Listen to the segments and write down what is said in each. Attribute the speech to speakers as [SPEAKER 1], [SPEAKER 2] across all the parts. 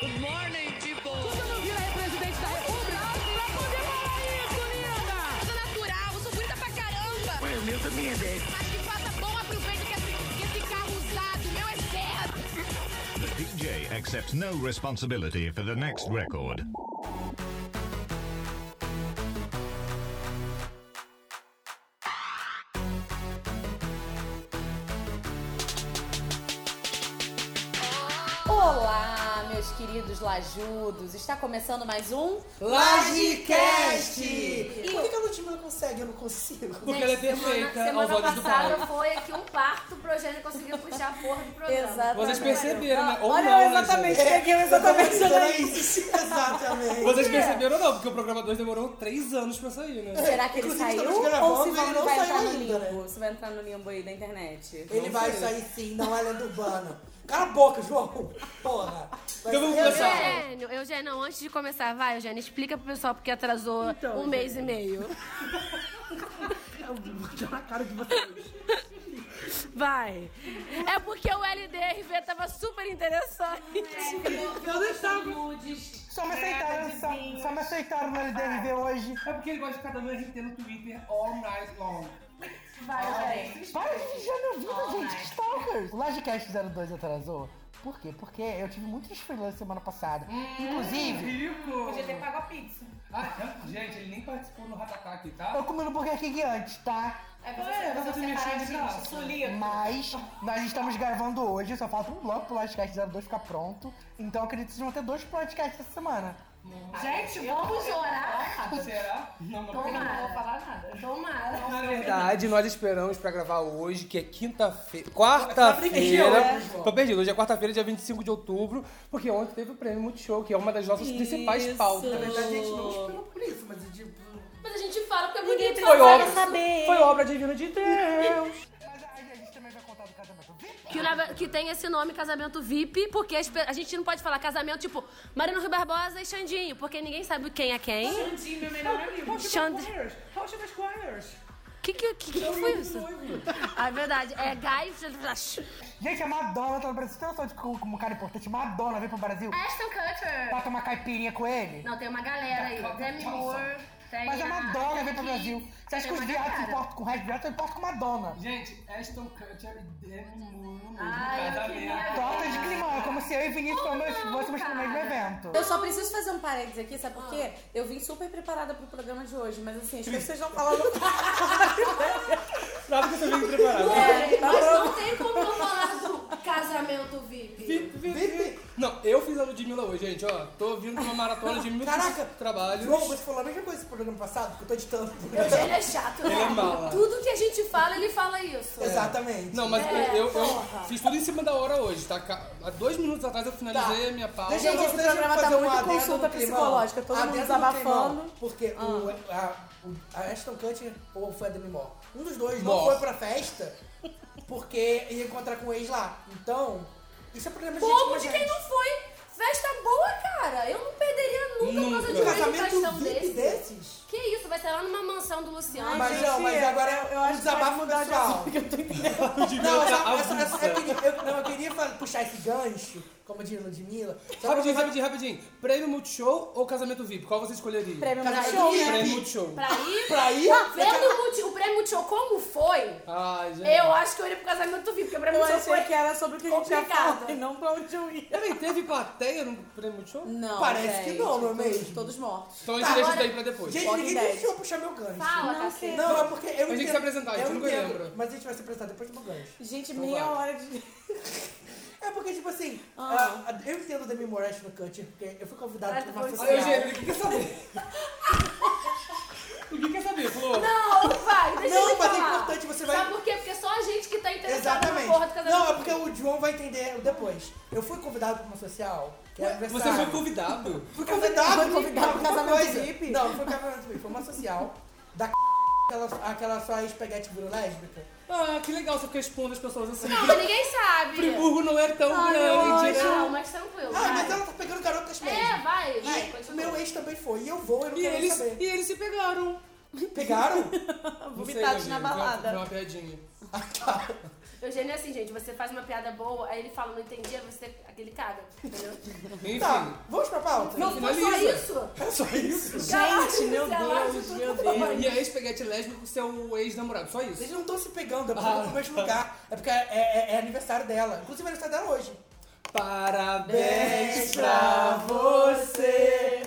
[SPEAKER 1] Good morning, people!
[SPEAKER 2] Susana Vila é presidente da República. Vai comemorar isso, linda!
[SPEAKER 3] sou natural, eu sou bonita pra caramba.
[SPEAKER 1] O meu também é 10.
[SPEAKER 3] Acho que faça bom aproveito que esse, que esse carro usado, meu é certo.
[SPEAKER 4] The DJ accepts no responsibility for the next record.
[SPEAKER 5] Olá, meus queridos lajudos. Está começando mais um
[SPEAKER 6] Lagecast! E por que que a Ludmilla consegue? Eu não consigo.
[SPEAKER 5] Gente,
[SPEAKER 7] ela é
[SPEAKER 5] semana-
[SPEAKER 7] perfeita,
[SPEAKER 5] Semana,
[SPEAKER 7] aos olhos do
[SPEAKER 5] passada
[SPEAKER 7] Paulo.
[SPEAKER 5] foi aqui um parto pro Eugênio conseguir puxar a porra do programa. Exatamente.
[SPEAKER 7] Vocês perceberam, né? Ou
[SPEAKER 2] Olha
[SPEAKER 7] não,
[SPEAKER 2] eu
[SPEAKER 7] né,
[SPEAKER 2] exatamente,
[SPEAKER 7] gente?
[SPEAKER 2] peguei eu exatamente
[SPEAKER 6] Exatamente. É, Exatamente.
[SPEAKER 7] Vocês perceberam ou não? Porque o programa 2 demorou 3 anos pra sair, né?
[SPEAKER 5] Será que ele
[SPEAKER 6] Inclusive,
[SPEAKER 5] saiu
[SPEAKER 6] estamos gravando
[SPEAKER 5] ou se
[SPEAKER 6] e
[SPEAKER 5] vai,
[SPEAKER 6] ele não
[SPEAKER 5] vai
[SPEAKER 6] saiu
[SPEAKER 5] entrar no
[SPEAKER 6] ainda, né?
[SPEAKER 5] limbo? Você vai entrar no limbo aí da internet.
[SPEAKER 6] Ele vai sair sim, não é lenda urbana. Cala a boca, João. Porra. Vai
[SPEAKER 7] Então vamos
[SPEAKER 6] sair-
[SPEAKER 7] começar.
[SPEAKER 8] Eugênio, Eugênio, não, antes de começar, vai, Eugênio, explica pro pessoal porque atrasou
[SPEAKER 7] Então,
[SPEAKER 8] um mês e meio. Vai. É porque o LDRV tava super interessante.
[SPEAKER 9] Só me aceitaram, só, só me aceitaram no LDRV hoje.
[SPEAKER 7] É porque ele gosta de ficar dando RT no Twitter all night long.
[SPEAKER 6] assim.
[SPEAKER 9] Para de vigiar minha vida, gente, que stalkers! O Lagecast 02 atrasou. Por quê? Porque eu tive muitos freelancers semana passada. Inclusive,
[SPEAKER 7] Rico! Podia ter pago a pizza. Ah, gente, ele nem participou no Ratataki,
[SPEAKER 9] eu
[SPEAKER 7] tá?
[SPEAKER 9] comi no Burger King antes, tá?
[SPEAKER 7] É, você se mexeu de graça.
[SPEAKER 9] Mas nós estamos gravando hoje, só falta um bloco pro Lagecast 02 ficar pronto. Então eu acredito que vocês vão ter dois podcasts essa semana.
[SPEAKER 3] É,
[SPEAKER 7] Será? Não, não,
[SPEAKER 8] Tomara.
[SPEAKER 7] Na É verdade, nós esperamos pra gravar hoje, que é quinta-feira.
[SPEAKER 6] Quarta-feira.
[SPEAKER 7] Quarta-feira. Tô perdido. Hoje é quarta-feira, dia 25 de outubro, porque ontem teve o prêmio Multishow, que é uma das nossas principais pautas.
[SPEAKER 6] Mas a gente não esperou por isso, mas eu digo...
[SPEAKER 8] Mas a gente fala porque é bonito.
[SPEAKER 7] Foi
[SPEAKER 8] né?
[SPEAKER 7] obra, foi obra divina de Deus.
[SPEAKER 9] Mas a, a gente também vai contar do casamento. Vem
[SPEAKER 8] Que, na- que tem esse nome, casamento VIP, porque as pe- a gente não pode falar casamento tipo Marino Rui Barbosa e Xandinho, porque ninguém sabe quem é quem.
[SPEAKER 7] Xandinho, meu melhor amigo.
[SPEAKER 8] Xand-
[SPEAKER 7] Rocha das Choirs.
[SPEAKER 8] Que que, que, que foi isso? Ah, é verdade. É Guy...
[SPEAKER 9] Gente, a Madonna tá no Brasil. Você tem noção de como como um cara importante? Madonna veio pro Brasil
[SPEAKER 8] Ashton Kutcher.
[SPEAKER 9] pra tomar caipirinha com ele?
[SPEAKER 8] Não, tem uma galera aí. Demi Moore. Tem
[SPEAKER 9] Mas é a Madonna veio pro
[SPEAKER 8] Keys,
[SPEAKER 9] Brasil. Você acha
[SPEAKER 8] tem
[SPEAKER 9] que os
[SPEAKER 8] uma
[SPEAKER 9] viados se
[SPEAKER 8] galera.
[SPEAKER 9] importam com o Red Velvet? Eu importo com Madonna.
[SPEAKER 7] Gente, Ashton Kutcher e Demi Moore no mesmo
[SPEAKER 8] Ai, eu
[SPEAKER 7] casamento.
[SPEAKER 8] queria-
[SPEAKER 9] Torta de climão, é como se eu e Vinícius
[SPEAKER 8] Como
[SPEAKER 9] fôssemos-
[SPEAKER 8] não,
[SPEAKER 9] fôssemos pro
[SPEAKER 8] cara?
[SPEAKER 9] mesmo evento.
[SPEAKER 5] Eu só preciso fazer um parênteses aqui, sabe por quê?
[SPEAKER 6] Ah.
[SPEAKER 5] Eu vim super preparada pro programa de hoje, mas assim, as pessoas não falaram
[SPEAKER 7] Sabe que eu tô bem preparado.
[SPEAKER 8] É, mas não tem como não falar do casamento VIP.
[SPEAKER 7] Não, eu fiz a Ludmilla hoje, gente, ó. Tô vindo de uma maratona de mil
[SPEAKER 6] Caraca.
[SPEAKER 7] trabalhos.
[SPEAKER 6] João, você falou a mesma coisa no programa passado, porque eu tô editando.
[SPEAKER 8] Ele é chato, né?
[SPEAKER 7] Ele é mala.
[SPEAKER 8] Tudo que a gente fala, ele fala isso.
[SPEAKER 6] Exatamente.
[SPEAKER 7] Não, mas eu- eu, eu
[SPEAKER 5] porra.
[SPEAKER 7] fiz tudo em cima da hora hoje, tá? Ca- Há dois minutos atrás eu finalizei a minha pauta.
[SPEAKER 6] Deixa eu-
[SPEAKER 5] Gente, esse
[SPEAKER 6] deixa eu
[SPEAKER 5] programa tá
[SPEAKER 6] fazer
[SPEAKER 5] muito
[SPEAKER 6] adendo no
[SPEAKER 5] consulta
[SPEAKER 6] climão.
[SPEAKER 5] psicológica, todo mundo
[SPEAKER 6] Adendo no
[SPEAKER 5] desabafando. Ah.
[SPEAKER 6] climão, Porque o, a, o- a Ashton Kutcher ou foi a Demi Moore? Um dos dois não
[SPEAKER 7] Moore.
[SPEAKER 6] foi pra festa porque ia encontrar com o ex lá. Então, isso é problema de gente
[SPEAKER 8] Como
[SPEAKER 6] como
[SPEAKER 8] de
[SPEAKER 6] a
[SPEAKER 8] quem
[SPEAKER 6] gente.
[SPEAKER 8] não foi? Festa boa, cara. Eu não perderia nunca por causa de
[SPEAKER 6] Um
[SPEAKER 8] uma
[SPEAKER 6] casamento
[SPEAKER 8] apresentação
[SPEAKER 6] VIP
[SPEAKER 8] desse.
[SPEAKER 6] desses?
[SPEAKER 8] Que isso, vai ser lá numa mansão do Luciano.
[SPEAKER 6] Mas não, mas agora é um desabafo pessoal.
[SPEAKER 7] tá,
[SPEAKER 6] Não, essa, essa, essa, eu, queria, eu, não, eu queria fa- puxar esse gancho, como diz Ludmilla. só pra
[SPEAKER 7] Rapidinho,
[SPEAKER 6] fazer-
[SPEAKER 7] rapidinho, rapidinho. Prêmio Multishow ou casamento VIP? Qual você escolheria?
[SPEAKER 5] Prêmio
[SPEAKER 6] Cara,
[SPEAKER 5] Multishow,
[SPEAKER 6] eu
[SPEAKER 5] né?
[SPEAKER 7] Prêmio Multishow.
[SPEAKER 8] Pra ir,
[SPEAKER 6] Pra ir?
[SPEAKER 8] vendo o, multi, o prêmio Multishow como foi,
[SPEAKER 7] Ai, gente.
[SPEAKER 8] eu acho que eu iria pro casamento VIP, porque o prêmio
[SPEAKER 5] Eu
[SPEAKER 8] Multishow foi...
[SPEAKER 5] achei que era sobre o que a gente ia
[SPEAKER 8] Complicado.
[SPEAKER 5] falar e não pra onde eu ia.
[SPEAKER 7] Peraí, teve plateia no Prêmio Multishow?
[SPEAKER 5] Não,
[SPEAKER 6] Parece que
[SPEAKER 5] gente,
[SPEAKER 6] não, não é
[SPEAKER 5] todos-
[SPEAKER 6] mesmo?
[SPEAKER 5] Todos mortos.
[SPEAKER 7] Então a gente deixa isso daí pra depois.
[SPEAKER 6] Gente,
[SPEAKER 5] Pode
[SPEAKER 6] ninguém
[SPEAKER 5] ideia.
[SPEAKER 6] deixou eu puxar meu gancho.
[SPEAKER 8] Fala, cacete.
[SPEAKER 6] Não, é porque eu
[SPEAKER 7] que
[SPEAKER 6] entendo.
[SPEAKER 7] se apresentar, a gente
[SPEAKER 6] eu
[SPEAKER 7] nunca
[SPEAKER 6] entendo,
[SPEAKER 7] lembra.
[SPEAKER 6] Mas a gente vai se apresentar depois do meu gancho.
[SPEAKER 5] Gente, meia
[SPEAKER 7] vai.
[SPEAKER 5] hora de...
[SPEAKER 6] É porque, tipo assim,
[SPEAKER 5] Ah.
[SPEAKER 6] a- a- eu entendo o Demi Moore e Ashton Kutcher, porque eu fui convidado
[SPEAKER 8] Ah,
[SPEAKER 6] pra
[SPEAKER 8] tá
[SPEAKER 6] uma
[SPEAKER 8] bom.
[SPEAKER 7] Aí,
[SPEAKER 6] social.
[SPEAKER 7] Eugênio, o que quer saber? O que quer saber, Flor?
[SPEAKER 8] Não, vai, deixa
[SPEAKER 6] Não,
[SPEAKER 8] ele
[SPEAKER 6] mas é
[SPEAKER 8] falar.
[SPEAKER 6] importante, você vai-
[SPEAKER 8] Sabe por quê? Porque só a gente que tá interessado
[SPEAKER 6] Exatamente.
[SPEAKER 8] na porra do casamento
[SPEAKER 6] Não, é porque o João vai entender depois. Eu fui convidado pra uma social, que é
[SPEAKER 7] Você foi
[SPEAKER 6] aniversário.
[SPEAKER 7] convidado?
[SPEAKER 6] Fui convidado,
[SPEAKER 5] Foi convidado pro
[SPEAKER 6] pra alguma
[SPEAKER 5] casamento
[SPEAKER 6] coisa.
[SPEAKER 5] VIP?
[SPEAKER 6] Não, não foi casamento VIP, foi uma social da c... aquela, aquela sua espaguete virou lésbica.
[SPEAKER 7] Ah, que legal você ficar expondo as pessoas assim.
[SPEAKER 8] Não, mas ninguém sabe.
[SPEAKER 7] Friburgo não é tão
[SPEAKER 5] Ai, eu
[SPEAKER 7] grande, né?
[SPEAKER 8] Não, mas tranquilo.
[SPEAKER 6] Ah,
[SPEAKER 8] vai.
[SPEAKER 6] mas ela tá pegando garotas mesmo.
[SPEAKER 8] É, vai, vai.
[SPEAKER 6] E o
[SPEAKER 8] continua.
[SPEAKER 6] meu ex também foi, e eu vou, eu não
[SPEAKER 7] E
[SPEAKER 6] quero
[SPEAKER 7] eles,
[SPEAKER 6] saber.
[SPEAKER 7] e eles se pegaram.
[SPEAKER 6] Pegaram?
[SPEAKER 7] Não sei,
[SPEAKER 5] Vomitados
[SPEAKER 7] meu amigo, foi
[SPEAKER 5] na
[SPEAKER 7] uma-
[SPEAKER 5] balada.
[SPEAKER 7] Foi uma piadinha.
[SPEAKER 6] Ah, tá.
[SPEAKER 8] Eugênio é assim, gente, você faz uma piada boa, aí ele fala, não entendi, aí você aquele caga, entendeu?
[SPEAKER 7] Enfim.
[SPEAKER 6] Tá, vamos pra pauta?
[SPEAKER 8] Não foi só
[SPEAKER 7] Finaliza.
[SPEAKER 8] isso?
[SPEAKER 7] É só isso.
[SPEAKER 8] Caralho,
[SPEAKER 5] Gente, meu
[SPEAKER 8] você acha
[SPEAKER 5] Deus,
[SPEAKER 8] é tudo
[SPEAKER 5] meu
[SPEAKER 8] que
[SPEAKER 5] Deus.
[SPEAKER 7] E é ex-peguete lésbico com seu ex-namorado, só isso.
[SPEAKER 6] Eles não estão se pegando, é porque
[SPEAKER 7] Ah,
[SPEAKER 6] não foi pro mesmo
[SPEAKER 7] tá.
[SPEAKER 6] lugar. É porque é, é- é aniversário dela. Inclusive é aniversário dela hoje.
[SPEAKER 7] Parabéns pra você.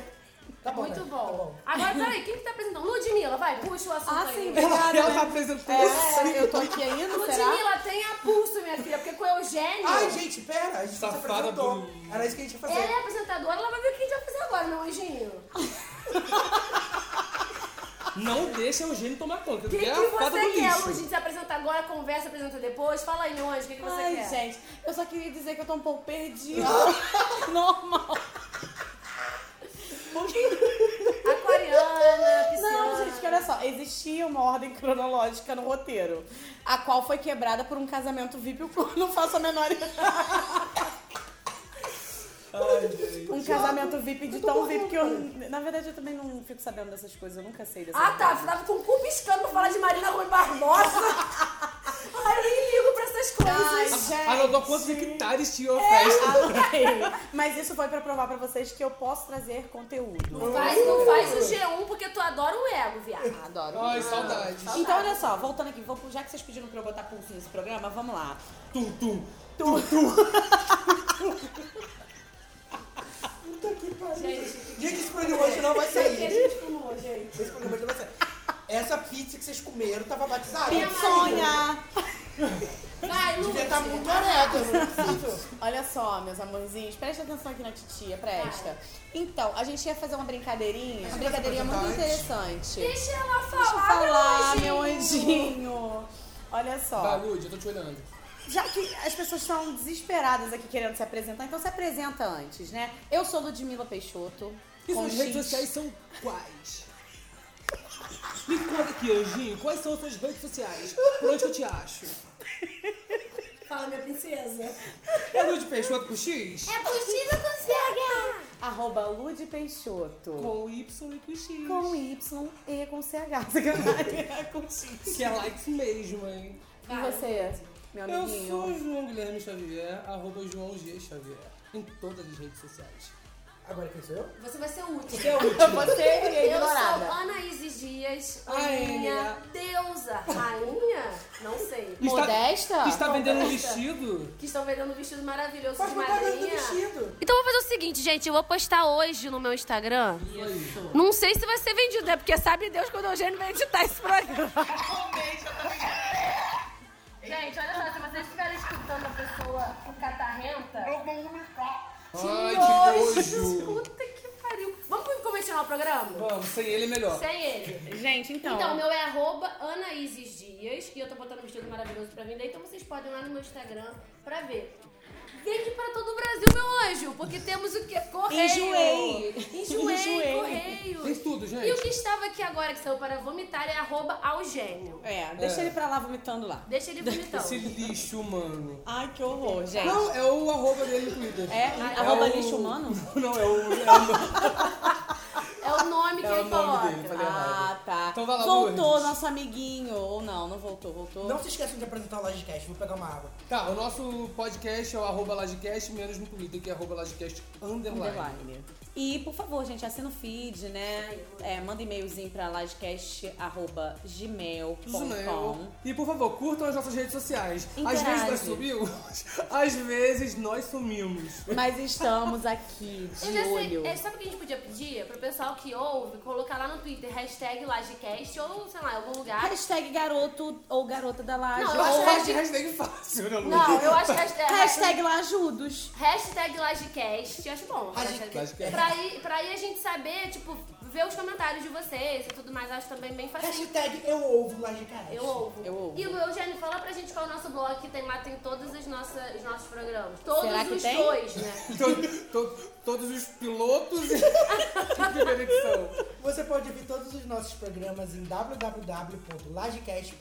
[SPEAKER 6] Tá bom,
[SPEAKER 8] Muito
[SPEAKER 6] né?
[SPEAKER 8] bom.
[SPEAKER 6] Tá bom.
[SPEAKER 8] Agora, peraí, quem que tá apresentando? Ludmilla, vai, puxa o assunto
[SPEAKER 5] Ah,
[SPEAKER 8] aí.
[SPEAKER 5] sim,
[SPEAKER 7] Ela,
[SPEAKER 5] obrigada.
[SPEAKER 7] ela tá
[SPEAKER 5] né?
[SPEAKER 7] apresentando.
[SPEAKER 5] É, eu tô aqui ainda, será?
[SPEAKER 8] Ludmilla, tenha pulso, minha filha, porque com o Eugênio,
[SPEAKER 6] Ai, gente, pera. A gente não se
[SPEAKER 7] Safada
[SPEAKER 6] apresentou.
[SPEAKER 7] bonita.
[SPEAKER 6] Era isso que a gente ia fazer.
[SPEAKER 8] ela é apresentadora, ela vai ver o que a gente vai fazer agora, não, Eugênio?
[SPEAKER 7] Não deixa o Eugênio tomar conta.
[SPEAKER 8] O que,
[SPEAKER 7] porque é
[SPEAKER 8] que
[SPEAKER 7] a fada do
[SPEAKER 8] você quer,
[SPEAKER 7] lixo.
[SPEAKER 8] Lud? Se apresenta agora, conversa, apresenta depois. Fala aí, meu anjo, o que, que você
[SPEAKER 5] Ai,
[SPEAKER 8] quer?
[SPEAKER 5] gente, eu só queria dizer que eu tô um pouco perdida. Normal.
[SPEAKER 8] Aquariana, pisciana.
[SPEAKER 5] Não, gente, que olha só. Existia uma ordem cronológica no roteiro, a qual foi quebrada por um casamento VIP, o qual eu não faço a menor ideia.
[SPEAKER 7] Ai, gente.
[SPEAKER 5] Um casamento VIP de tão VIP que eu. Na verdade, eu também não fico sabendo dessas coisas, eu nunca sei dessas
[SPEAKER 8] Ah, tá, você
[SPEAKER 5] coisas.
[SPEAKER 8] tava com o cu piscando pra falar de Marina Rui Barbosa. Ai, eu nem ligo pra essas
[SPEAKER 5] Ai,
[SPEAKER 8] coisas.
[SPEAKER 5] gente.
[SPEAKER 7] Anotou quantos hectares tinha a festa?
[SPEAKER 5] Adorei. Mas isso foi pra provar pra vocês que eu posso trazer conteúdo.
[SPEAKER 8] Não faz, não faz o G1 porque tu adora um ego, viado.
[SPEAKER 5] Adoro.
[SPEAKER 7] Ai, saudade.
[SPEAKER 5] Então, olha só, voltando aqui, vou- já que vocês pediram pra eu botar pulso nesse programa, vamos lá.
[SPEAKER 7] Tum, tum.
[SPEAKER 8] Gente,
[SPEAKER 6] Gente, esse programa hoje não vai
[SPEAKER 8] o que a
[SPEAKER 6] sair.
[SPEAKER 8] gente pulou, gente?
[SPEAKER 6] Esse programa hoje não vai sair. Essa pizza que vocês comeram tava batizada.
[SPEAKER 5] Sonha!
[SPEAKER 8] Vai, Lud.
[SPEAKER 6] Devia estar muito orégano, não é possível.
[SPEAKER 5] Olha só, meus amorzinhos, presta atenção aqui na titia, presta. Então, a gente ia fazer uma brincadeirinha, uma brincadeirinha muito interessante.
[SPEAKER 8] Deixa ela falar,
[SPEAKER 5] Deixa eu falar,
[SPEAKER 8] meu
[SPEAKER 5] meu
[SPEAKER 8] anjinho.
[SPEAKER 5] anjinho. Olha
[SPEAKER 7] Tá,
[SPEAKER 5] só,
[SPEAKER 7] Lud, eu tô te olhando.
[SPEAKER 5] já que as pessoas estão desesperadas aqui querendo se apresentar, então se apresenta antes, né? Eu sou Ludmila Peixoto.
[SPEAKER 7] E
[SPEAKER 5] com
[SPEAKER 7] suas redes
[SPEAKER 5] X.
[SPEAKER 7] sociais são quais? Me conta aqui, Anjinho, quais são as suas redes sociais? Por onde que eu te acho?
[SPEAKER 8] Fala, minha princesa.
[SPEAKER 7] É Lud Peixoto com X?
[SPEAKER 8] É possível consegue.
[SPEAKER 5] Arroba Lud Peixoto.
[SPEAKER 7] Com Y e com X.
[SPEAKER 5] Com Y e com CH. Sacanagem. com X.
[SPEAKER 7] Que é likes mesmo, hein?
[SPEAKER 5] E você, meu
[SPEAKER 7] Eu
[SPEAKER 5] amiguinho?
[SPEAKER 7] sou o João Guilherme Xavier, arroba João G Xavier, em todas as redes sociais.
[SPEAKER 6] Agora quem sou eu?
[SPEAKER 8] Você vai ser útil.
[SPEAKER 7] Que é o último.
[SPEAKER 5] Você é
[SPEAKER 8] Eu sou
[SPEAKER 5] ignorada.
[SPEAKER 8] Anaíses Dias,
[SPEAKER 7] Rainha.
[SPEAKER 8] rainha, deusa, rainha, não sei.
[SPEAKER 5] Modesta?
[SPEAKER 7] Está, está vendendo um
[SPEAKER 8] Modesta.
[SPEAKER 7] vestido?
[SPEAKER 8] Que estão vendendo um vestido maravilhoso
[SPEAKER 6] Faz
[SPEAKER 8] de
[SPEAKER 6] propaganda do
[SPEAKER 8] madrinha.
[SPEAKER 6] vestido.
[SPEAKER 8] Então eu vou fazer o seguinte, gente, eu vou postar hoje no meu Instagram.
[SPEAKER 7] Isso.
[SPEAKER 8] Não sei se vai ser vendido, né? Porque sabe Deus quando o Eugênio vai editar esse programa. Gente, olha só, se vocês ficarem escutando a pessoa com catarrenta...
[SPEAKER 7] Ai, que nojo.
[SPEAKER 8] Puta que pariu. Vamos começar o programa?
[SPEAKER 7] Vamos, sem ele é melhor.
[SPEAKER 8] Sem ele.
[SPEAKER 5] Gente, então.
[SPEAKER 8] Então, o meu é arroba Anaíses Dias, e eu tô botando um vestido maravilhoso pra vender, então vocês podem ir lá no meu Instagram pra ver. Vende pra todo o Brasil, meu anjo, porque temos o quê? Correio.
[SPEAKER 5] Enjoei.
[SPEAKER 8] Enjoei,
[SPEAKER 5] Enjoei.
[SPEAKER 8] correio.
[SPEAKER 7] Tem tudo, gente.
[SPEAKER 8] E o que estava aqui agora, que saiu para vomitar, é arroba Algênio.
[SPEAKER 5] É, deixa
[SPEAKER 7] É.
[SPEAKER 5] ele pra lá vomitando lá.
[SPEAKER 8] Deixa ele vomitando.
[SPEAKER 7] Esse lixo, humano.
[SPEAKER 5] Ai, que horror, gente.
[SPEAKER 7] Não, é o arroba dele no Twitter.
[SPEAKER 5] É, arroba
[SPEAKER 7] o-
[SPEAKER 5] lixo humano?
[SPEAKER 7] Não, é o. É o...
[SPEAKER 8] É o nome que
[SPEAKER 7] É o
[SPEAKER 8] ele
[SPEAKER 7] nome
[SPEAKER 8] coloca.
[SPEAKER 7] dele, falei.
[SPEAKER 5] Ah, tá.
[SPEAKER 7] Então vai lá,
[SPEAKER 5] voltou
[SPEAKER 7] Lourdes.
[SPEAKER 5] nosso amiguinho. Ou não, não voltou, voltou.
[SPEAKER 6] Não se esqueçam de apresentar o Lodcast, vou pegar uma água.
[SPEAKER 7] Tá, o nosso podcast é o arroba Lagecast, menos no Twitter, que é arroba Lagecast underline.
[SPEAKER 5] Underline. E, por favor, gente, assina o feed, né? É, manda e-mailzinho pra
[SPEAKER 7] Gmail.
[SPEAKER 5] livecast.gmail.com.
[SPEAKER 7] E por favor, curtam as nossas redes sociais. Às
[SPEAKER 5] Interage.
[SPEAKER 7] vezes nós subimos, às vezes nós sumimos.
[SPEAKER 5] Mas estamos aqui
[SPEAKER 8] Eu
[SPEAKER 5] de
[SPEAKER 8] já
[SPEAKER 5] olho.
[SPEAKER 8] sei, é, sabe o que a gente podia pedir pro pessoal que ouve, colocar lá no Twitter, hashtag Lagecast ou, sei lá, em algum lugar.
[SPEAKER 5] Hashtag garoto ou garota da laje.
[SPEAKER 8] Não, eu
[SPEAKER 5] ou
[SPEAKER 8] acho
[SPEAKER 5] hashtag-
[SPEAKER 7] Hashtag, hashtag fácil, né, Lu?
[SPEAKER 8] Não, eu acho que é hashtag...
[SPEAKER 5] Hashtag lá ajudos.
[SPEAKER 8] Hashtag Lagecast, acho bom.
[SPEAKER 6] Lagecast.
[SPEAKER 7] Lagecast.
[SPEAKER 8] Pra aí, pra aí a gente saber, tipo, ver os comentários de vocês e tudo mais, acho também bem fácil.
[SPEAKER 6] Hashtag eu ouvo Lodcast.
[SPEAKER 8] Eu ouvo.
[SPEAKER 5] Eu ouvo.
[SPEAKER 8] E o Eugênio, fala pra gente qual é o nosso blog que tem lá, tem todos os, nossa, os nossos programas. Todos
[SPEAKER 5] Será que
[SPEAKER 8] os
[SPEAKER 5] tem?
[SPEAKER 8] dois, né?
[SPEAKER 7] To- Então, to- todos os pilotos e de conexão.
[SPEAKER 6] Você pode ouvir todos os nossos programas em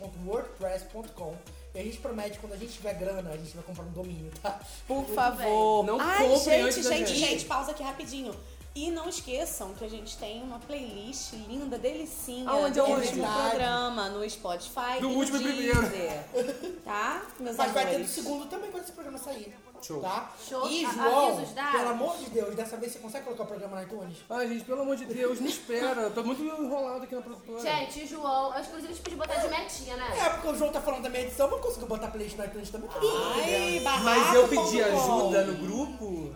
[SPEAKER 6] www.lagecast.wordpress.com e a gente promete quando a gente tiver grana, a gente vai comprar um domínio, tá?
[SPEAKER 5] Por favor.
[SPEAKER 7] Não
[SPEAKER 5] Ai,
[SPEAKER 7] comprem
[SPEAKER 5] gente,
[SPEAKER 7] antes da
[SPEAKER 5] gente,
[SPEAKER 7] gente.
[SPEAKER 5] gente, pausa aqui rapidinho. E não esqueçam que a gente tem uma playlist linda, delicinha,
[SPEAKER 10] Aonde é o
[SPEAKER 5] do
[SPEAKER 10] último?
[SPEAKER 5] último programa no Spotify.
[SPEAKER 7] Do
[SPEAKER 5] e no
[SPEAKER 7] último e primeiro.
[SPEAKER 5] Deezer. Tá? Meus
[SPEAKER 11] Mas vai ter no
[SPEAKER 5] amores.
[SPEAKER 11] segundo também quando esse programa sair.
[SPEAKER 7] Show.
[SPEAKER 11] Tá?
[SPEAKER 8] Show.
[SPEAKER 11] E
[SPEAKER 8] A-
[SPEAKER 11] João,
[SPEAKER 8] avisa os dados.
[SPEAKER 11] pelo amor de Deus, dessa vez você consegue colocar o programa no iTunes?
[SPEAKER 7] Ai, gente, pelo amor de Deus, me espera. Eu tô muito enrolado aqui na produtora.
[SPEAKER 8] Gente, o João, as coisas podiam botar de metinha, né?
[SPEAKER 11] É, porque o João tá falando da minha edição, vamos conseguir botar playlist no iTunes também?
[SPEAKER 5] Ai, barraco,
[SPEAKER 8] ah,
[SPEAKER 7] Mas eu pedi
[SPEAKER 5] ponto com.
[SPEAKER 7] ajuda no grupo.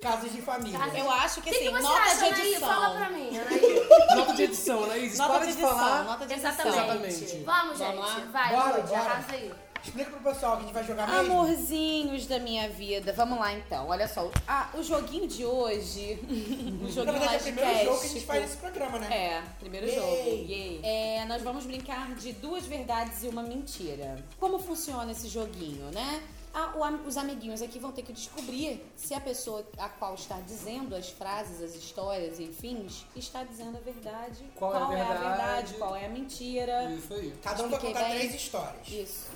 [SPEAKER 11] Casos de família.
[SPEAKER 8] Casos
[SPEAKER 5] Eu acho
[SPEAKER 8] O
[SPEAKER 5] que
[SPEAKER 8] que, que
[SPEAKER 5] assim,
[SPEAKER 8] você
[SPEAKER 5] nota
[SPEAKER 8] acha,
[SPEAKER 5] de
[SPEAKER 8] Anaí?
[SPEAKER 5] edição.
[SPEAKER 8] Fala pra mim, Anaí.
[SPEAKER 7] Nota de edição, Anaís.
[SPEAKER 5] Nota
[SPEAKER 7] Para
[SPEAKER 5] de
[SPEAKER 7] de
[SPEAKER 5] edição,
[SPEAKER 7] falar.
[SPEAKER 5] nota de edição.
[SPEAKER 7] Exatamente.
[SPEAKER 8] Vamos, gente. Vai,
[SPEAKER 11] Bora,
[SPEAKER 8] Lud,
[SPEAKER 11] bora.
[SPEAKER 8] arrasa aí.
[SPEAKER 11] Explica pro pessoal que a gente vai jogar mesmo.
[SPEAKER 5] Amorzinhos da minha vida, vamos lá então. Olha só, o- ah, o joguinho de hoje, o
[SPEAKER 11] Na
[SPEAKER 5] joguinho
[SPEAKER 11] verdade, é o
[SPEAKER 5] Last
[SPEAKER 11] primeiro jogo que a gente faz nesse programa, né?
[SPEAKER 5] É, primeiro
[SPEAKER 11] Yay.
[SPEAKER 5] jogo. É, nós vamos brincar de duas verdades e uma mentira. Como funciona esse joguinho, né? Ah, o am- os amiguinhos aqui vão ter que descobrir se a pessoa a qual está dizendo as frases, as histórias, enfim, está dizendo a verdade.
[SPEAKER 7] Qual é a
[SPEAKER 5] é a verdade?
[SPEAKER 7] verdade?
[SPEAKER 5] Qual é
[SPEAKER 8] né?
[SPEAKER 5] a mentira?
[SPEAKER 7] Isso aí.
[SPEAKER 11] Cada um vai
[SPEAKER 5] Expliquei
[SPEAKER 11] contar
[SPEAKER 5] bem.
[SPEAKER 11] três histórias.
[SPEAKER 5] Isso.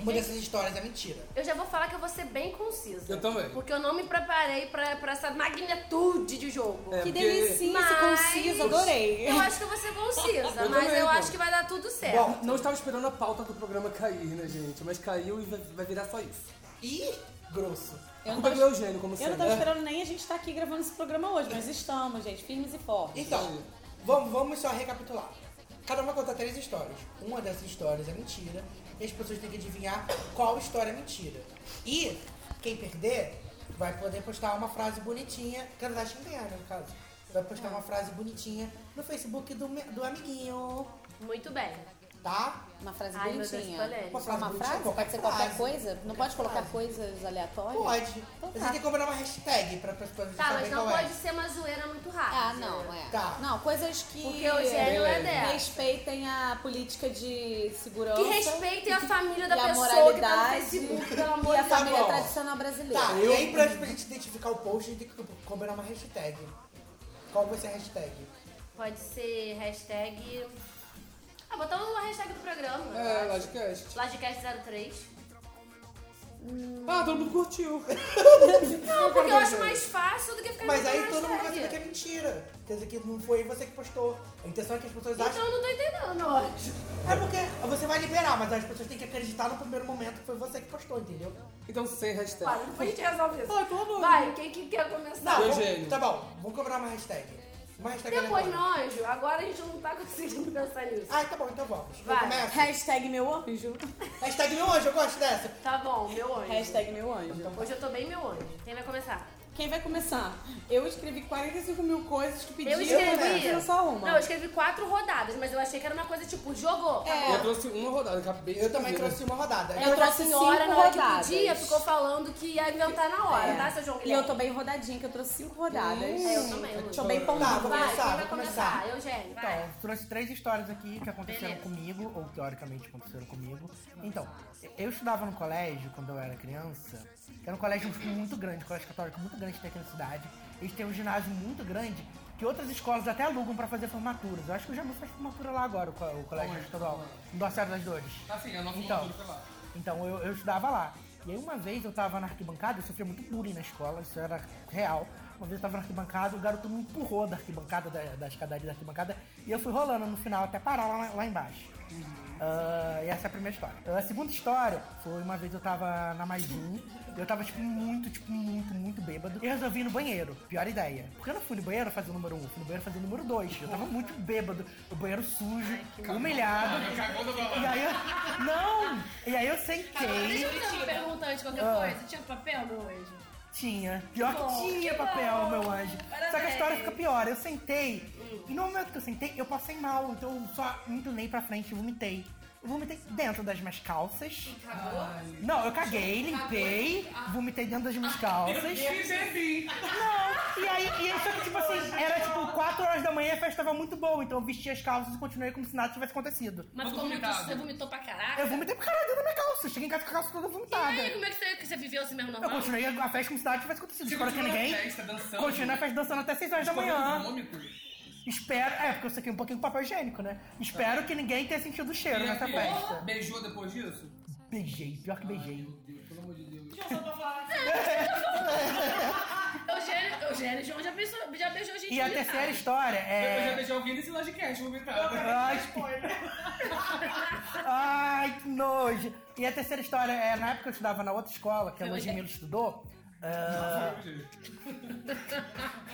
[SPEAKER 11] Uma dessas histórias é mentira.
[SPEAKER 8] Eu já vou falar que eu vou ser bem concisa.
[SPEAKER 7] Eu também.
[SPEAKER 8] Porque eu não me preparei pra, pra essa magnitude de jogo.
[SPEAKER 7] É,
[SPEAKER 5] que
[SPEAKER 7] porque-
[SPEAKER 5] delícia,
[SPEAKER 8] Mas-
[SPEAKER 5] conciso, adorei.
[SPEAKER 8] Eu acho que eu vou ser concisa,
[SPEAKER 7] Eu
[SPEAKER 8] mas
[SPEAKER 7] também,
[SPEAKER 8] eu
[SPEAKER 7] pô.
[SPEAKER 8] acho que vai dar tudo certo.
[SPEAKER 7] Bom, não estava esperando a pauta do programa cair, né, gente? Mas caiu e vai, vai virar só isso.
[SPEAKER 11] E grosso.
[SPEAKER 7] A culpa do Eugênio, como
[SPEAKER 5] Eu
[SPEAKER 7] sempre. né?
[SPEAKER 5] não tava esperando nem a gente estar aqui gravando esse programa hoje, mas estamos, gente, firmes e fortes.
[SPEAKER 11] Então, vamos, vamos só recapitular. Cada um vai contar três histórias. Uma dessas histórias é mentira. E as pessoas têm que adivinhar qual história é mentira. E quem perder vai poder postar uma frase bonitinha. Que na verdade quem ganhar, né, no caso. Vai postar uma frase bonitinha no Facebook do, me- do amiguinho.
[SPEAKER 8] Muito bem.
[SPEAKER 11] Tá?
[SPEAKER 5] Uma frase
[SPEAKER 8] Ai, meu Deus, é?
[SPEAKER 5] bonitinha.
[SPEAKER 8] polêmica.
[SPEAKER 5] Só uma
[SPEAKER 11] bonitinha,
[SPEAKER 5] frase? Pode ser
[SPEAKER 11] frase.
[SPEAKER 5] qualquer coisa? Não pode colocar coisas aleatórias?
[SPEAKER 11] Pode.
[SPEAKER 5] Então
[SPEAKER 11] Mas
[SPEAKER 5] tá.
[SPEAKER 11] tem que combinar uma hashtag pra as pessoas
[SPEAKER 8] Tá, mas
[SPEAKER 11] saberem
[SPEAKER 8] não
[SPEAKER 11] qual é.
[SPEAKER 8] pode ser uma zoeira muito rápida.
[SPEAKER 5] Ah, não, é.
[SPEAKER 11] Tá.
[SPEAKER 5] Não, coisas que
[SPEAKER 8] Porque o Eugênio é dessa.
[SPEAKER 5] respeitem a política de segurança.
[SPEAKER 8] Que respeitem a família da
[SPEAKER 5] e a
[SPEAKER 8] pessoa que tá no
[SPEAKER 5] moralidade.
[SPEAKER 8] Facebook, pelo amor
[SPEAKER 5] e a
[SPEAKER 8] de
[SPEAKER 5] família
[SPEAKER 11] bom.
[SPEAKER 5] tradicional brasileira.
[SPEAKER 11] Tá, e aí pra, pra gente identificar o post, a gente tem que combinar uma hashtag. Qual vai ser a hashtag?
[SPEAKER 8] Deus. Pode ser hashtag... Ah, botar uma hashtag do programa.
[SPEAKER 7] É,
[SPEAKER 8] eu acho.
[SPEAKER 7] Lodcast.
[SPEAKER 8] Lodcast03.
[SPEAKER 7] Ah, todo mundo curtiu.
[SPEAKER 8] Não, porque eu acho mais fácil do que ficar
[SPEAKER 11] Mas aí
[SPEAKER 8] inventando
[SPEAKER 11] todo mundo vai saber
[SPEAKER 8] hashtag.
[SPEAKER 11] que é mentira. Quer dizer que não foi você que postou. A intenção é que as pessoas
[SPEAKER 8] Então
[SPEAKER 11] acham.
[SPEAKER 8] eu não tô entendendo, eu acho.
[SPEAKER 11] É porque você vai liberar, mas as pessoas têm que acreditar no primeiro momento que foi você que postou, entendeu?
[SPEAKER 7] Então, sem hashtag.
[SPEAKER 8] Vai, depois a gente resolve isso.
[SPEAKER 11] Ai, pelo amor.
[SPEAKER 8] Vai, quem que quer começar?
[SPEAKER 11] Não, vamos,
[SPEAKER 7] Eugênio.
[SPEAKER 11] tá bom, vamos cobrar uma hashtag. Uma hashtag
[SPEAKER 8] Depois,
[SPEAKER 11] aleatória.
[SPEAKER 8] nojo. Agora a gente não tá conseguindo pensar nisso.
[SPEAKER 11] Ai, tá bom, então vamos. Eu
[SPEAKER 8] Vai.
[SPEAKER 11] começo.
[SPEAKER 5] Hashtag meu anjo.
[SPEAKER 11] Hashtag meu anjo, eu gosto dessa.
[SPEAKER 8] Tá bom, meu anjo.
[SPEAKER 5] Hashtag meu anjo.
[SPEAKER 8] Hoje eu tô bem meu anjo. Quem vai começar?
[SPEAKER 5] Quem vai começar? Eu escrevi 45 mil coisas que pedi.
[SPEAKER 8] Eu escrevi.
[SPEAKER 5] comecei a só uma.
[SPEAKER 8] Não, eu escrevi quatro rodadas, mas eu achei que era uma coisa tipo, jogou.
[SPEAKER 7] Eu trouxe uma rodada, acabei de
[SPEAKER 11] Eu também
[SPEAKER 7] fazer.
[SPEAKER 11] trouxe uma rodada.
[SPEAKER 5] É. eu
[SPEAKER 8] Mas a
[SPEAKER 5] trouxe
[SPEAKER 8] senhora,
[SPEAKER 5] cinco
[SPEAKER 8] na hora
[SPEAKER 5] rodadas.
[SPEAKER 8] que podia, ficou falando que ia inventar na hora,
[SPEAKER 5] É.
[SPEAKER 8] tá, seu João
[SPEAKER 5] E eu
[SPEAKER 8] Guilherme?
[SPEAKER 5] tô bem rodadinha, que eu trouxe cinco rodadas.
[SPEAKER 8] É, eu também. Lu.
[SPEAKER 5] Tô bem
[SPEAKER 11] Tá,
[SPEAKER 5] pombada.
[SPEAKER 11] vou
[SPEAKER 8] Vai,
[SPEAKER 11] começar,
[SPEAKER 8] quem
[SPEAKER 11] vou
[SPEAKER 8] vai
[SPEAKER 11] começar.
[SPEAKER 8] começar? Eugênio, vai.
[SPEAKER 6] Então, trouxe três histórias aqui que aconteceram
[SPEAKER 8] Beleza.
[SPEAKER 6] comigo, ou teoricamente aconteceram comigo. Então, eu estudava no colégio quando eu era criança. Era um colégio muito grande, um colégio católico muito grande que tem aqui na cidade. Eles têm um ginásio muito grande que outras escolas até alugam pra fazer formaturas. Eu acho que eu já não faço formatura lá agora, o, co- o colégio estadual, no Dorsário das Dores.
[SPEAKER 7] Ah, sim, a nossa
[SPEAKER 6] Então.
[SPEAKER 7] então. foi lá.
[SPEAKER 6] Então eu, eu estudava lá. E aí uma vez eu tava na arquibancada, eu sofria muito bullying na escola, isso era real. Uma vez eu tava na arquibancada, o garoto me empurrou da arquibancada, da, da escadaria da arquibancada, e eu fui rolando no final até parar lá, lá embaixo.
[SPEAKER 7] Uhum.
[SPEAKER 6] Ah, e essa é a primeira história. Ah, a segunda história foi uma vez eu tava na mais um, eu tava, tipo, muito, tipo, muito, muito bêbado. E eu resolvi ir no banheiro. Pior ideia. Porque eu não fui no banheiro fazer o número um, fui no banheiro fazer o número dois. Eu tava muito bêbado, o banheiro sujo, humilhado. E aí eu. Não! E aí eu sentei.
[SPEAKER 8] Deixa eu te perguntar antes de qualquer coisa. Tinha papel no anjo?
[SPEAKER 6] Tinha. Pior que tinha papel, meu anjo. Só que a história fica pior. Eu sentei. E no momento que eu sentei, eu passei mal. Então eu só inclinei pra frente e vomitei. Eu vomitei dentro das minhas calças. Não, eu caguei, limpei, vomitei dentro das minhas calças. Não, e aí, e aí, só que tipo assim, era tipo 4 horas da manhã e a festa tava muito boa, então eu vesti as calças e continuei como se nada tivesse acontecido.
[SPEAKER 8] Mas ficou muito. Você vomitou pra caraca?
[SPEAKER 6] Eu vomitei pro caralho dentro da minha calça, cheguei em casa com a calça toda vomitada.
[SPEAKER 8] como é que você, que você viveu assim mesmo
[SPEAKER 6] Eu continuei a festa como se nada tivesse acontecido.
[SPEAKER 7] Tipo,
[SPEAKER 6] Espero que ninguém.
[SPEAKER 7] dançando.
[SPEAKER 6] Continuei a festa dançando até 6 horas da
[SPEAKER 7] Tipo,
[SPEAKER 6] manhã.
[SPEAKER 7] Cômico.
[SPEAKER 6] Espero. É, porque eu sequei um pouquinho com papel higiênico, né? Espero que ninguém tenha sentido o cheiro
[SPEAKER 7] E
[SPEAKER 6] nessa
[SPEAKER 7] aqui,
[SPEAKER 6] festa.
[SPEAKER 7] é Beijou depois disso?
[SPEAKER 6] Beijei, pior que beijei.
[SPEAKER 7] Meu Deus, pelo amor de Deus.
[SPEAKER 8] Eugênio, Eugênio, beijou, já beijou gente
[SPEAKER 6] E a
[SPEAKER 8] militar.
[SPEAKER 6] terceira história
[SPEAKER 7] Eu já
[SPEAKER 6] é.
[SPEAKER 7] beijei alguém nesse Lodcast, vomitado.
[SPEAKER 6] Ai, Ai, que nojo! E a terceira história é, na época eu estudava na outra escola, que a Ludmilla estudou. ah,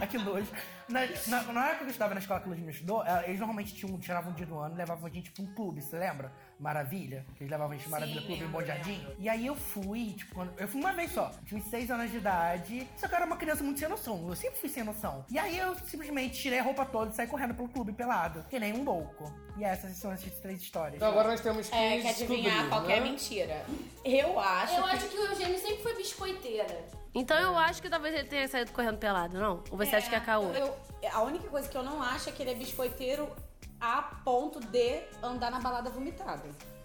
[SPEAKER 6] Ai, que nojo. Na, na- na época que eu estudava na escola que o Ludmilla estudou, eh, eles normalmente tinham, tiravam um dia do ano e levavam a gente pra um clube, você lembra? Maravilha. Que eles levavam a gente pro Maravilha Clube em Bom Jardim. E aí eu fui, tipo, quando- eu fui uma vez só. Tinha uns 6 anos de idade. Só que eu era uma criança muito sem noção. Eu sempre fui sem noção. E aí eu simplesmente tirei a roupa toda e saí correndo pelo clube pelado. Que nem um louco. E essas são as três histórias.
[SPEAKER 7] Então agora nós temos que.
[SPEAKER 5] É, quer adivinhar
[SPEAKER 7] descobrir,
[SPEAKER 5] qualquer
[SPEAKER 7] né?
[SPEAKER 5] mentira. Eu acho.
[SPEAKER 8] Eu
[SPEAKER 5] que-
[SPEAKER 8] acho que o Eugênio sempre foi biscoiteira. Então eu acho que talvez ele tenha saído correndo pelado, não? Ou você acha que é caô?
[SPEAKER 5] Eu- a única coisa que eu não acho é que ele é biscoiteiro a ponto de andar na balada vomitado.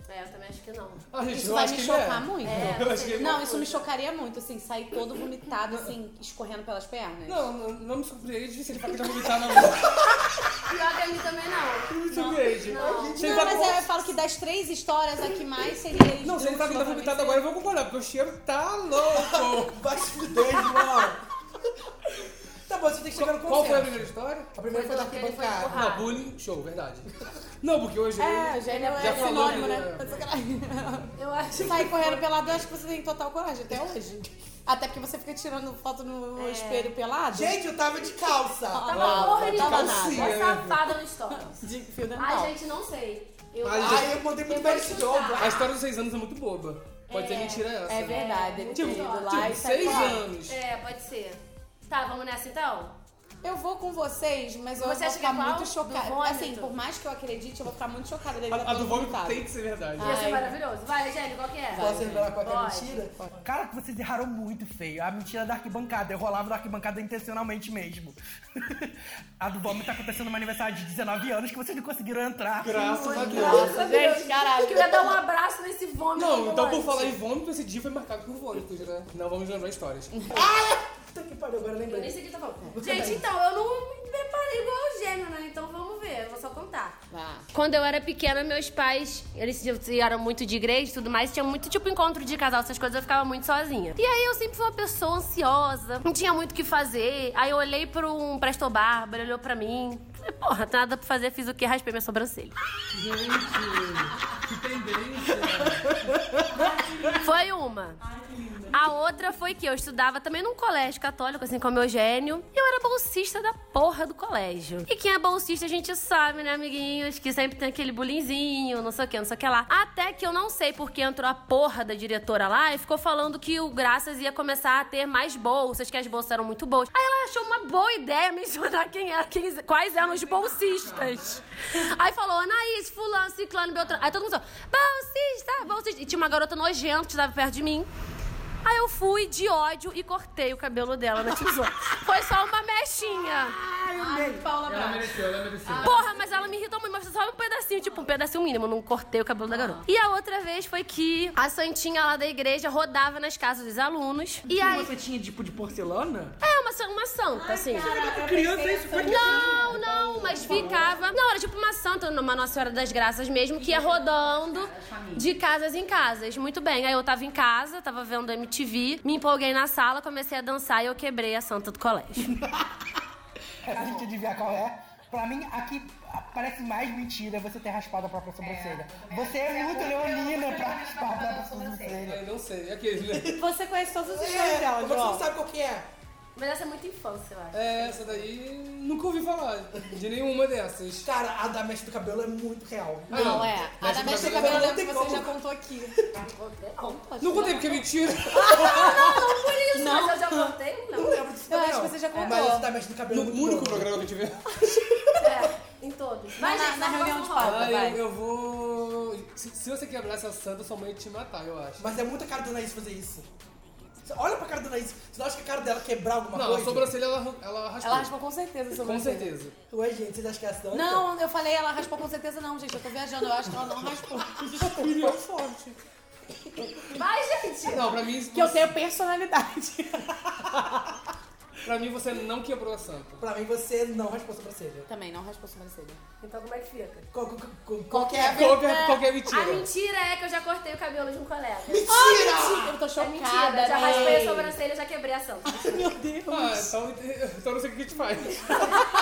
[SPEAKER 8] É, eu também acho que não.
[SPEAKER 7] Ah, gente,
[SPEAKER 5] Isso
[SPEAKER 7] eu
[SPEAKER 5] vai
[SPEAKER 7] acho
[SPEAKER 5] me
[SPEAKER 7] que
[SPEAKER 5] chocar
[SPEAKER 7] ele é.
[SPEAKER 5] muito.
[SPEAKER 7] Eu acho que ele
[SPEAKER 5] Não,
[SPEAKER 7] é.
[SPEAKER 5] isso me chocaria muito, assim, sair todo vomitado, assim, escorrendo pelas pernas.
[SPEAKER 7] Não, não, não me surpreende se ele faca já vomitar na boca.
[SPEAKER 8] Pior que a mim também não.
[SPEAKER 7] Não me surpreende. Se ele tá
[SPEAKER 5] Não, mas
[SPEAKER 7] com-
[SPEAKER 12] é
[SPEAKER 5] eu falo que das três histórias aqui mais seria eles.
[SPEAKER 7] Não, se ele tá
[SPEAKER 5] dois,
[SPEAKER 7] vindo vomitado
[SPEAKER 5] provavelmente,
[SPEAKER 7] agora, eu vou concordar, porque o cheiro tá louco.
[SPEAKER 12] Vai se fuder, irmão. Tá bom, você tem que
[SPEAKER 5] é
[SPEAKER 12] chegar no
[SPEAKER 7] Qual foi a
[SPEAKER 12] consenso.
[SPEAKER 7] primeira história?
[SPEAKER 12] A primeira foi da
[SPEAKER 8] Ele foi
[SPEAKER 12] arquibancada.
[SPEAKER 7] Ah,
[SPEAKER 8] empurrado.
[SPEAKER 7] bullying, show, verdade. Não, porque hoje.
[SPEAKER 5] É, o gênio
[SPEAKER 7] Já
[SPEAKER 5] é
[SPEAKER 7] falou
[SPEAKER 5] sinônimo,
[SPEAKER 7] que-
[SPEAKER 5] né?
[SPEAKER 8] Eu acho que
[SPEAKER 5] Sair correndo pelado, eu acho que você tem total coragem, até hoje. Até porque você fica tirando foto no espelho pelado.
[SPEAKER 12] Gente, eu tava de calça.
[SPEAKER 8] É. tava porra nenhuma.
[SPEAKER 5] tava assim,
[SPEAKER 8] Uma
[SPEAKER 5] né?
[SPEAKER 7] nada.
[SPEAKER 8] É safada no stories.
[SPEAKER 5] de fio dental.
[SPEAKER 8] Ai, gente, não sei. Eu
[SPEAKER 7] Ai,
[SPEAKER 8] acho-
[SPEAKER 12] Aí eu mandei muito bem esse jogo.
[SPEAKER 7] A história dos seis anos é muito boba. Pode ser mentira essa. né?
[SPEAKER 8] assim,
[SPEAKER 5] É verdade, ele
[SPEAKER 7] Tipo,
[SPEAKER 5] tem ido lá
[SPEAKER 7] tipo
[SPEAKER 5] e saído
[SPEAKER 7] seis
[SPEAKER 5] lá.
[SPEAKER 7] anos.
[SPEAKER 8] É, pode ser. Tá, vamos nessa então?
[SPEAKER 5] Eu vou com vocês, mas eu
[SPEAKER 8] Você
[SPEAKER 5] vou
[SPEAKER 8] acha que é
[SPEAKER 5] ficar
[SPEAKER 8] qual?
[SPEAKER 5] muito
[SPEAKER 8] Do
[SPEAKER 5] chocada.
[SPEAKER 8] vômito?
[SPEAKER 5] Assim, por mais que eu acredite, eu vou ficar muito chocada dele
[SPEAKER 7] A, a do vômito
[SPEAKER 5] vomitado.
[SPEAKER 7] tem que ser verdade.
[SPEAKER 8] Ia ser
[SPEAKER 5] Ai.
[SPEAKER 8] maravilhoso. Vai, Eugênio, qual que é?
[SPEAKER 12] Posso revelar qual que é a
[SPEAKER 8] Pode.
[SPEAKER 12] mentira?
[SPEAKER 6] Cara, que vocês erraram muito feio. A mentira da arquibancada. Eu rolava da arquibancada intencionalmente mesmo. a do vômito tá acontecendo no aniversário de 19 anos que vocês não conseguiram entrar.
[SPEAKER 7] Graças a Deus.
[SPEAKER 8] Nossa, gente, caralho. Eu ia dar um abraço nesse vômito.
[SPEAKER 7] Não, então por
[SPEAKER 8] ambulante.
[SPEAKER 7] falar em vômito, esse dia foi marcado por vômitos, né? Não vamos lembrar histórias.
[SPEAKER 12] Puta que pariu, agora eu
[SPEAKER 8] Eu nem
[SPEAKER 12] lembrei.
[SPEAKER 8] sei o que tá
[SPEAKER 7] É.
[SPEAKER 8] falando. Gente, então, eu não me preparei igual o gênio, né? Então vamos ver, eu vou só contar.
[SPEAKER 5] Vá.
[SPEAKER 8] Quando eu era pequena, meus pais, eles se- eram muito de igreja e tudo mais, tinha muito tipo encontro de casal, essas coisas, eu ficava muito sozinha. E aí eu sempre fui uma pessoa ansiosa, não tinha muito o que fazer. Aí eu olhei pra um Presto Barba, ele olhou pra mim. Falei, porra, tem nada pra fazer, fiz o quê? Raspei minha sobrancelha.
[SPEAKER 7] Gente, que tendência.
[SPEAKER 8] Foi uma. A outra foi que eu estudava também num colégio católico, assim como o Eugênio. E eu era bolsista da porra do colégio. E quem é bolsista a gente sabe, né, amiguinhos? Que sempre tem aquele bullyingzinho, não sei o que, não sei o que lá. Até que eu não sei porque entrou a porra da diretora lá e ficou falando que o Graças ia começar a ter mais bolsas, que as bolsas eram muito boas. Aí ela achou uma boa ideia mencionar quem era, quem- quais eram os bolsistas. Aí falou, Anaís, fulano, ciclano, beltrano. Aí todo mundo falou, bolsista, bolsista. E tinha uma garota nojenta que estava perto de mim. Aí eu fui de ódio e cortei o cabelo dela na tesoura. Foi só uma mechinha.
[SPEAKER 5] Ai, Paula
[SPEAKER 7] Ela
[SPEAKER 12] é
[SPEAKER 5] Braga.
[SPEAKER 7] mereceu, ela mereceu.
[SPEAKER 8] Porra, mas ela me irritou muito, mas só um pedacinho, tipo, um pedacinho mínimo, não cortei o cabelo da garota. E a outra vez foi que a santinha lá da igreja rodava nas casas dos alunos. E aí.
[SPEAKER 6] Você tinha tipo de porcelana?
[SPEAKER 8] É, uma, sa- uma santa, assim.
[SPEAKER 6] Criança, é isso foi
[SPEAKER 8] Não,
[SPEAKER 6] é?
[SPEAKER 8] não, mas ficava. Não, era tipo uma santa, uma Nossa Senhora das Graças mesmo, que ia rodando de casas em casas. Muito bem. Aí eu tava em casa, tava vendo MTV, me empolguei na sala, comecei a dançar e eu quebrei a santa do colégio.
[SPEAKER 6] A gente adivinhar qual é. Pra mim, aqui parece mais mentira você ter raspado a própria sobrancelha. você é muito leonina pra raspar a própria sobrancelha.
[SPEAKER 7] Eu não sei, é aquele, né?
[SPEAKER 5] Você conhece todas as histórias
[SPEAKER 12] É,
[SPEAKER 5] dela,
[SPEAKER 12] mas você não
[SPEAKER 5] João.
[SPEAKER 12] sabe qual que é.
[SPEAKER 8] Mas essa é muita infância, eu acho.
[SPEAKER 7] É, essa daí nunca ouvi falar de nenhuma dessas.
[SPEAKER 12] Cara, a da mexe do cabelo é muito real.
[SPEAKER 5] Não, é. A da mexe do cabelo
[SPEAKER 12] cabelo
[SPEAKER 5] dela que
[SPEAKER 12] não tem
[SPEAKER 5] você já
[SPEAKER 12] como.
[SPEAKER 5] contou aqui.
[SPEAKER 7] Não contei porque é mentira.
[SPEAKER 8] Não, mas eu já contei um,
[SPEAKER 12] Não
[SPEAKER 8] não.
[SPEAKER 12] lembro disso
[SPEAKER 5] Eu
[SPEAKER 12] também,
[SPEAKER 5] acho que
[SPEAKER 12] não.
[SPEAKER 5] você
[SPEAKER 6] É,
[SPEAKER 5] já
[SPEAKER 12] É, Mas essa
[SPEAKER 5] contou.
[SPEAKER 12] da mexe do cabelo
[SPEAKER 7] No
[SPEAKER 12] é muito
[SPEAKER 7] único
[SPEAKER 12] boa.
[SPEAKER 7] programa que eu tive.
[SPEAKER 8] É, em todos.
[SPEAKER 5] Na-
[SPEAKER 8] Mas, gente,
[SPEAKER 5] na
[SPEAKER 8] vamos
[SPEAKER 5] reunião
[SPEAKER 8] pro
[SPEAKER 5] de
[SPEAKER 8] rock.
[SPEAKER 5] pauta.
[SPEAKER 7] Ah, eu,
[SPEAKER 5] vai.
[SPEAKER 7] eu vou. Se, se você quebrar essa santa, sua mãe ia te matar, eu acho.
[SPEAKER 12] Mas é muita cara da Anaís fazer isso. Você olha pra cara da Anaís. Você não acha que a cara dela quebrar alguma
[SPEAKER 7] não,
[SPEAKER 12] coisa?
[SPEAKER 7] a sobrancelha ela, assim. arran- ela raspou.
[SPEAKER 5] Ela raspou com certeza a
[SPEAKER 7] tá. Com
[SPEAKER 5] sobrancelha.
[SPEAKER 7] certeza.
[SPEAKER 12] Ué, gente, vocês acham que é a
[SPEAKER 9] assim?
[SPEAKER 12] Santa?
[SPEAKER 5] Não, eu falei, ela raspou com certeza não, gente. Eu tô viajando, eu acho que ela não raspou.
[SPEAKER 7] Opinião forte.
[SPEAKER 8] Vai, gente.
[SPEAKER 7] Não, pra mim,
[SPEAKER 5] Que eu tenho personalidade.
[SPEAKER 7] pra mim você não quebrou a santa.
[SPEAKER 12] Pra mim, você não raspou a sobrancelha.
[SPEAKER 5] Também, não raspou sobrancelha.
[SPEAKER 8] Então como é que fica?
[SPEAKER 12] Qual, qual, qual- qual, que é?
[SPEAKER 5] Qualquer
[SPEAKER 7] Qualquer, qualquer
[SPEAKER 8] A
[SPEAKER 7] mentira.
[SPEAKER 8] mentira é que eu já cortei o cabelo de um colega.
[SPEAKER 5] Mentira! Eu tô
[SPEAKER 8] É
[SPEAKER 5] chocada, né?
[SPEAKER 8] mentira, já raspei
[SPEAKER 5] véi.
[SPEAKER 8] a sobrancelha, já quebrei a santa.
[SPEAKER 5] Meu Deus.
[SPEAKER 7] Ah, então, então não sei o que a gente faz.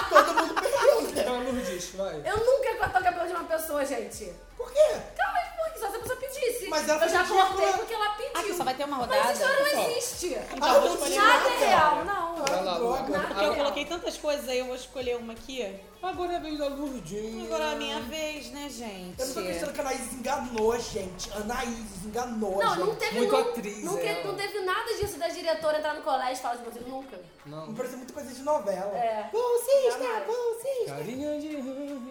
[SPEAKER 9] Todo mundo pergunta.
[SPEAKER 7] Então, Lourdes, vai.
[SPEAKER 8] Eu nunca ia cortar o cabelo de uma pessoa, gente.
[SPEAKER 9] Por quê?
[SPEAKER 8] Talvez porque só se a pessoa pedisse.
[SPEAKER 9] Mas ela
[SPEAKER 8] eu já
[SPEAKER 9] pediu,
[SPEAKER 8] cortei
[SPEAKER 9] ela-
[SPEAKER 8] porque ela pediu.
[SPEAKER 5] Aqui Ah, só vai ter uma rodada. Então,
[SPEAKER 8] Mas isso não
[SPEAKER 5] Só.
[SPEAKER 8] existe.
[SPEAKER 9] Ah, eu vou escolher
[SPEAKER 8] Nada
[SPEAKER 9] uma,
[SPEAKER 8] é
[SPEAKER 9] cara.
[SPEAKER 8] real, não.
[SPEAKER 7] Vai lá, Lu,
[SPEAKER 9] droga.
[SPEAKER 7] agora.
[SPEAKER 5] Porque eu coloquei tantas coisas aí, eu vou escolher uma aqui.
[SPEAKER 7] Agora é a vez da Lourdes.
[SPEAKER 5] Agora é a minha vez, né, gente?
[SPEAKER 9] Eu não tô acreditando que a Anaís enganou, gente. Anaís enganou,
[SPEAKER 8] Não,
[SPEAKER 9] gente.
[SPEAKER 8] não teve,
[SPEAKER 7] Muito
[SPEAKER 8] não,
[SPEAKER 7] atriz,
[SPEAKER 8] não, teve,
[SPEAKER 7] ela.
[SPEAKER 8] não teve nada disso da diretora entrar no colégio e falar de você. Nunca.
[SPEAKER 7] Não.
[SPEAKER 9] Parece muita coisa de novela.
[SPEAKER 8] É.
[SPEAKER 9] Bolsista, bolsista.
[SPEAKER 7] Carinha de...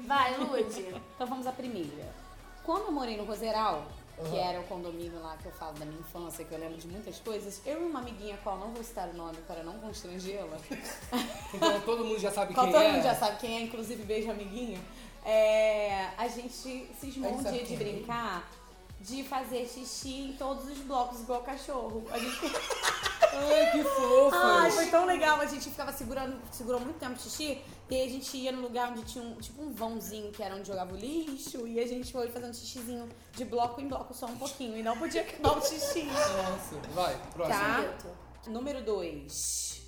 [SPEAKER 8] Vai, Lude.
[SPEAKER 5] Então vamos à primeira. Quando eu morei no Roseral, que era o condomínio lá que eu falo da minha infância, que eu lembro de muitas coisas, eu e uma amiguinha, a qual não vou citar o nome para não constrangê-la,
[SPEAKER 7] Então todo mundo já sabe
[SPEAKER 5] qual
[SPEAKER 7] quem
[SPEAKER 5] todo
[SPEAKER 7] é.
[SPEAKER 5] mundo já sabe quem é, inclusive beijo amiguinha, é, a gente cismou
[SPEAKER 9] Ele
[SPEAKER 5] um
[SPEAKER 9] sabe
[SPEAKER 5] dia de
[SPEAKER 9] quem é.
[SPEAKER 5] brincar de fazer xixi em todos os blocos, igual cachorro. A gente...
[SPEAKER 7] Ai, que fofa.
[SPEAKER 5] Ai, Ah, foi tão legal. A gente ficava segurando, segurou muito tempo o xixi. E aí a gente ia no lugar onde tinha um, tipo um vãozinho que era onde jogava o lixo. E a gente foi fazendo xixizinho de bloco em bloco só um pouquinho. E não podia acabar o xixi.
[SPEAKER 7] Nossa, vai, próximo.
[SPEAKER 5] Tá? Número 2.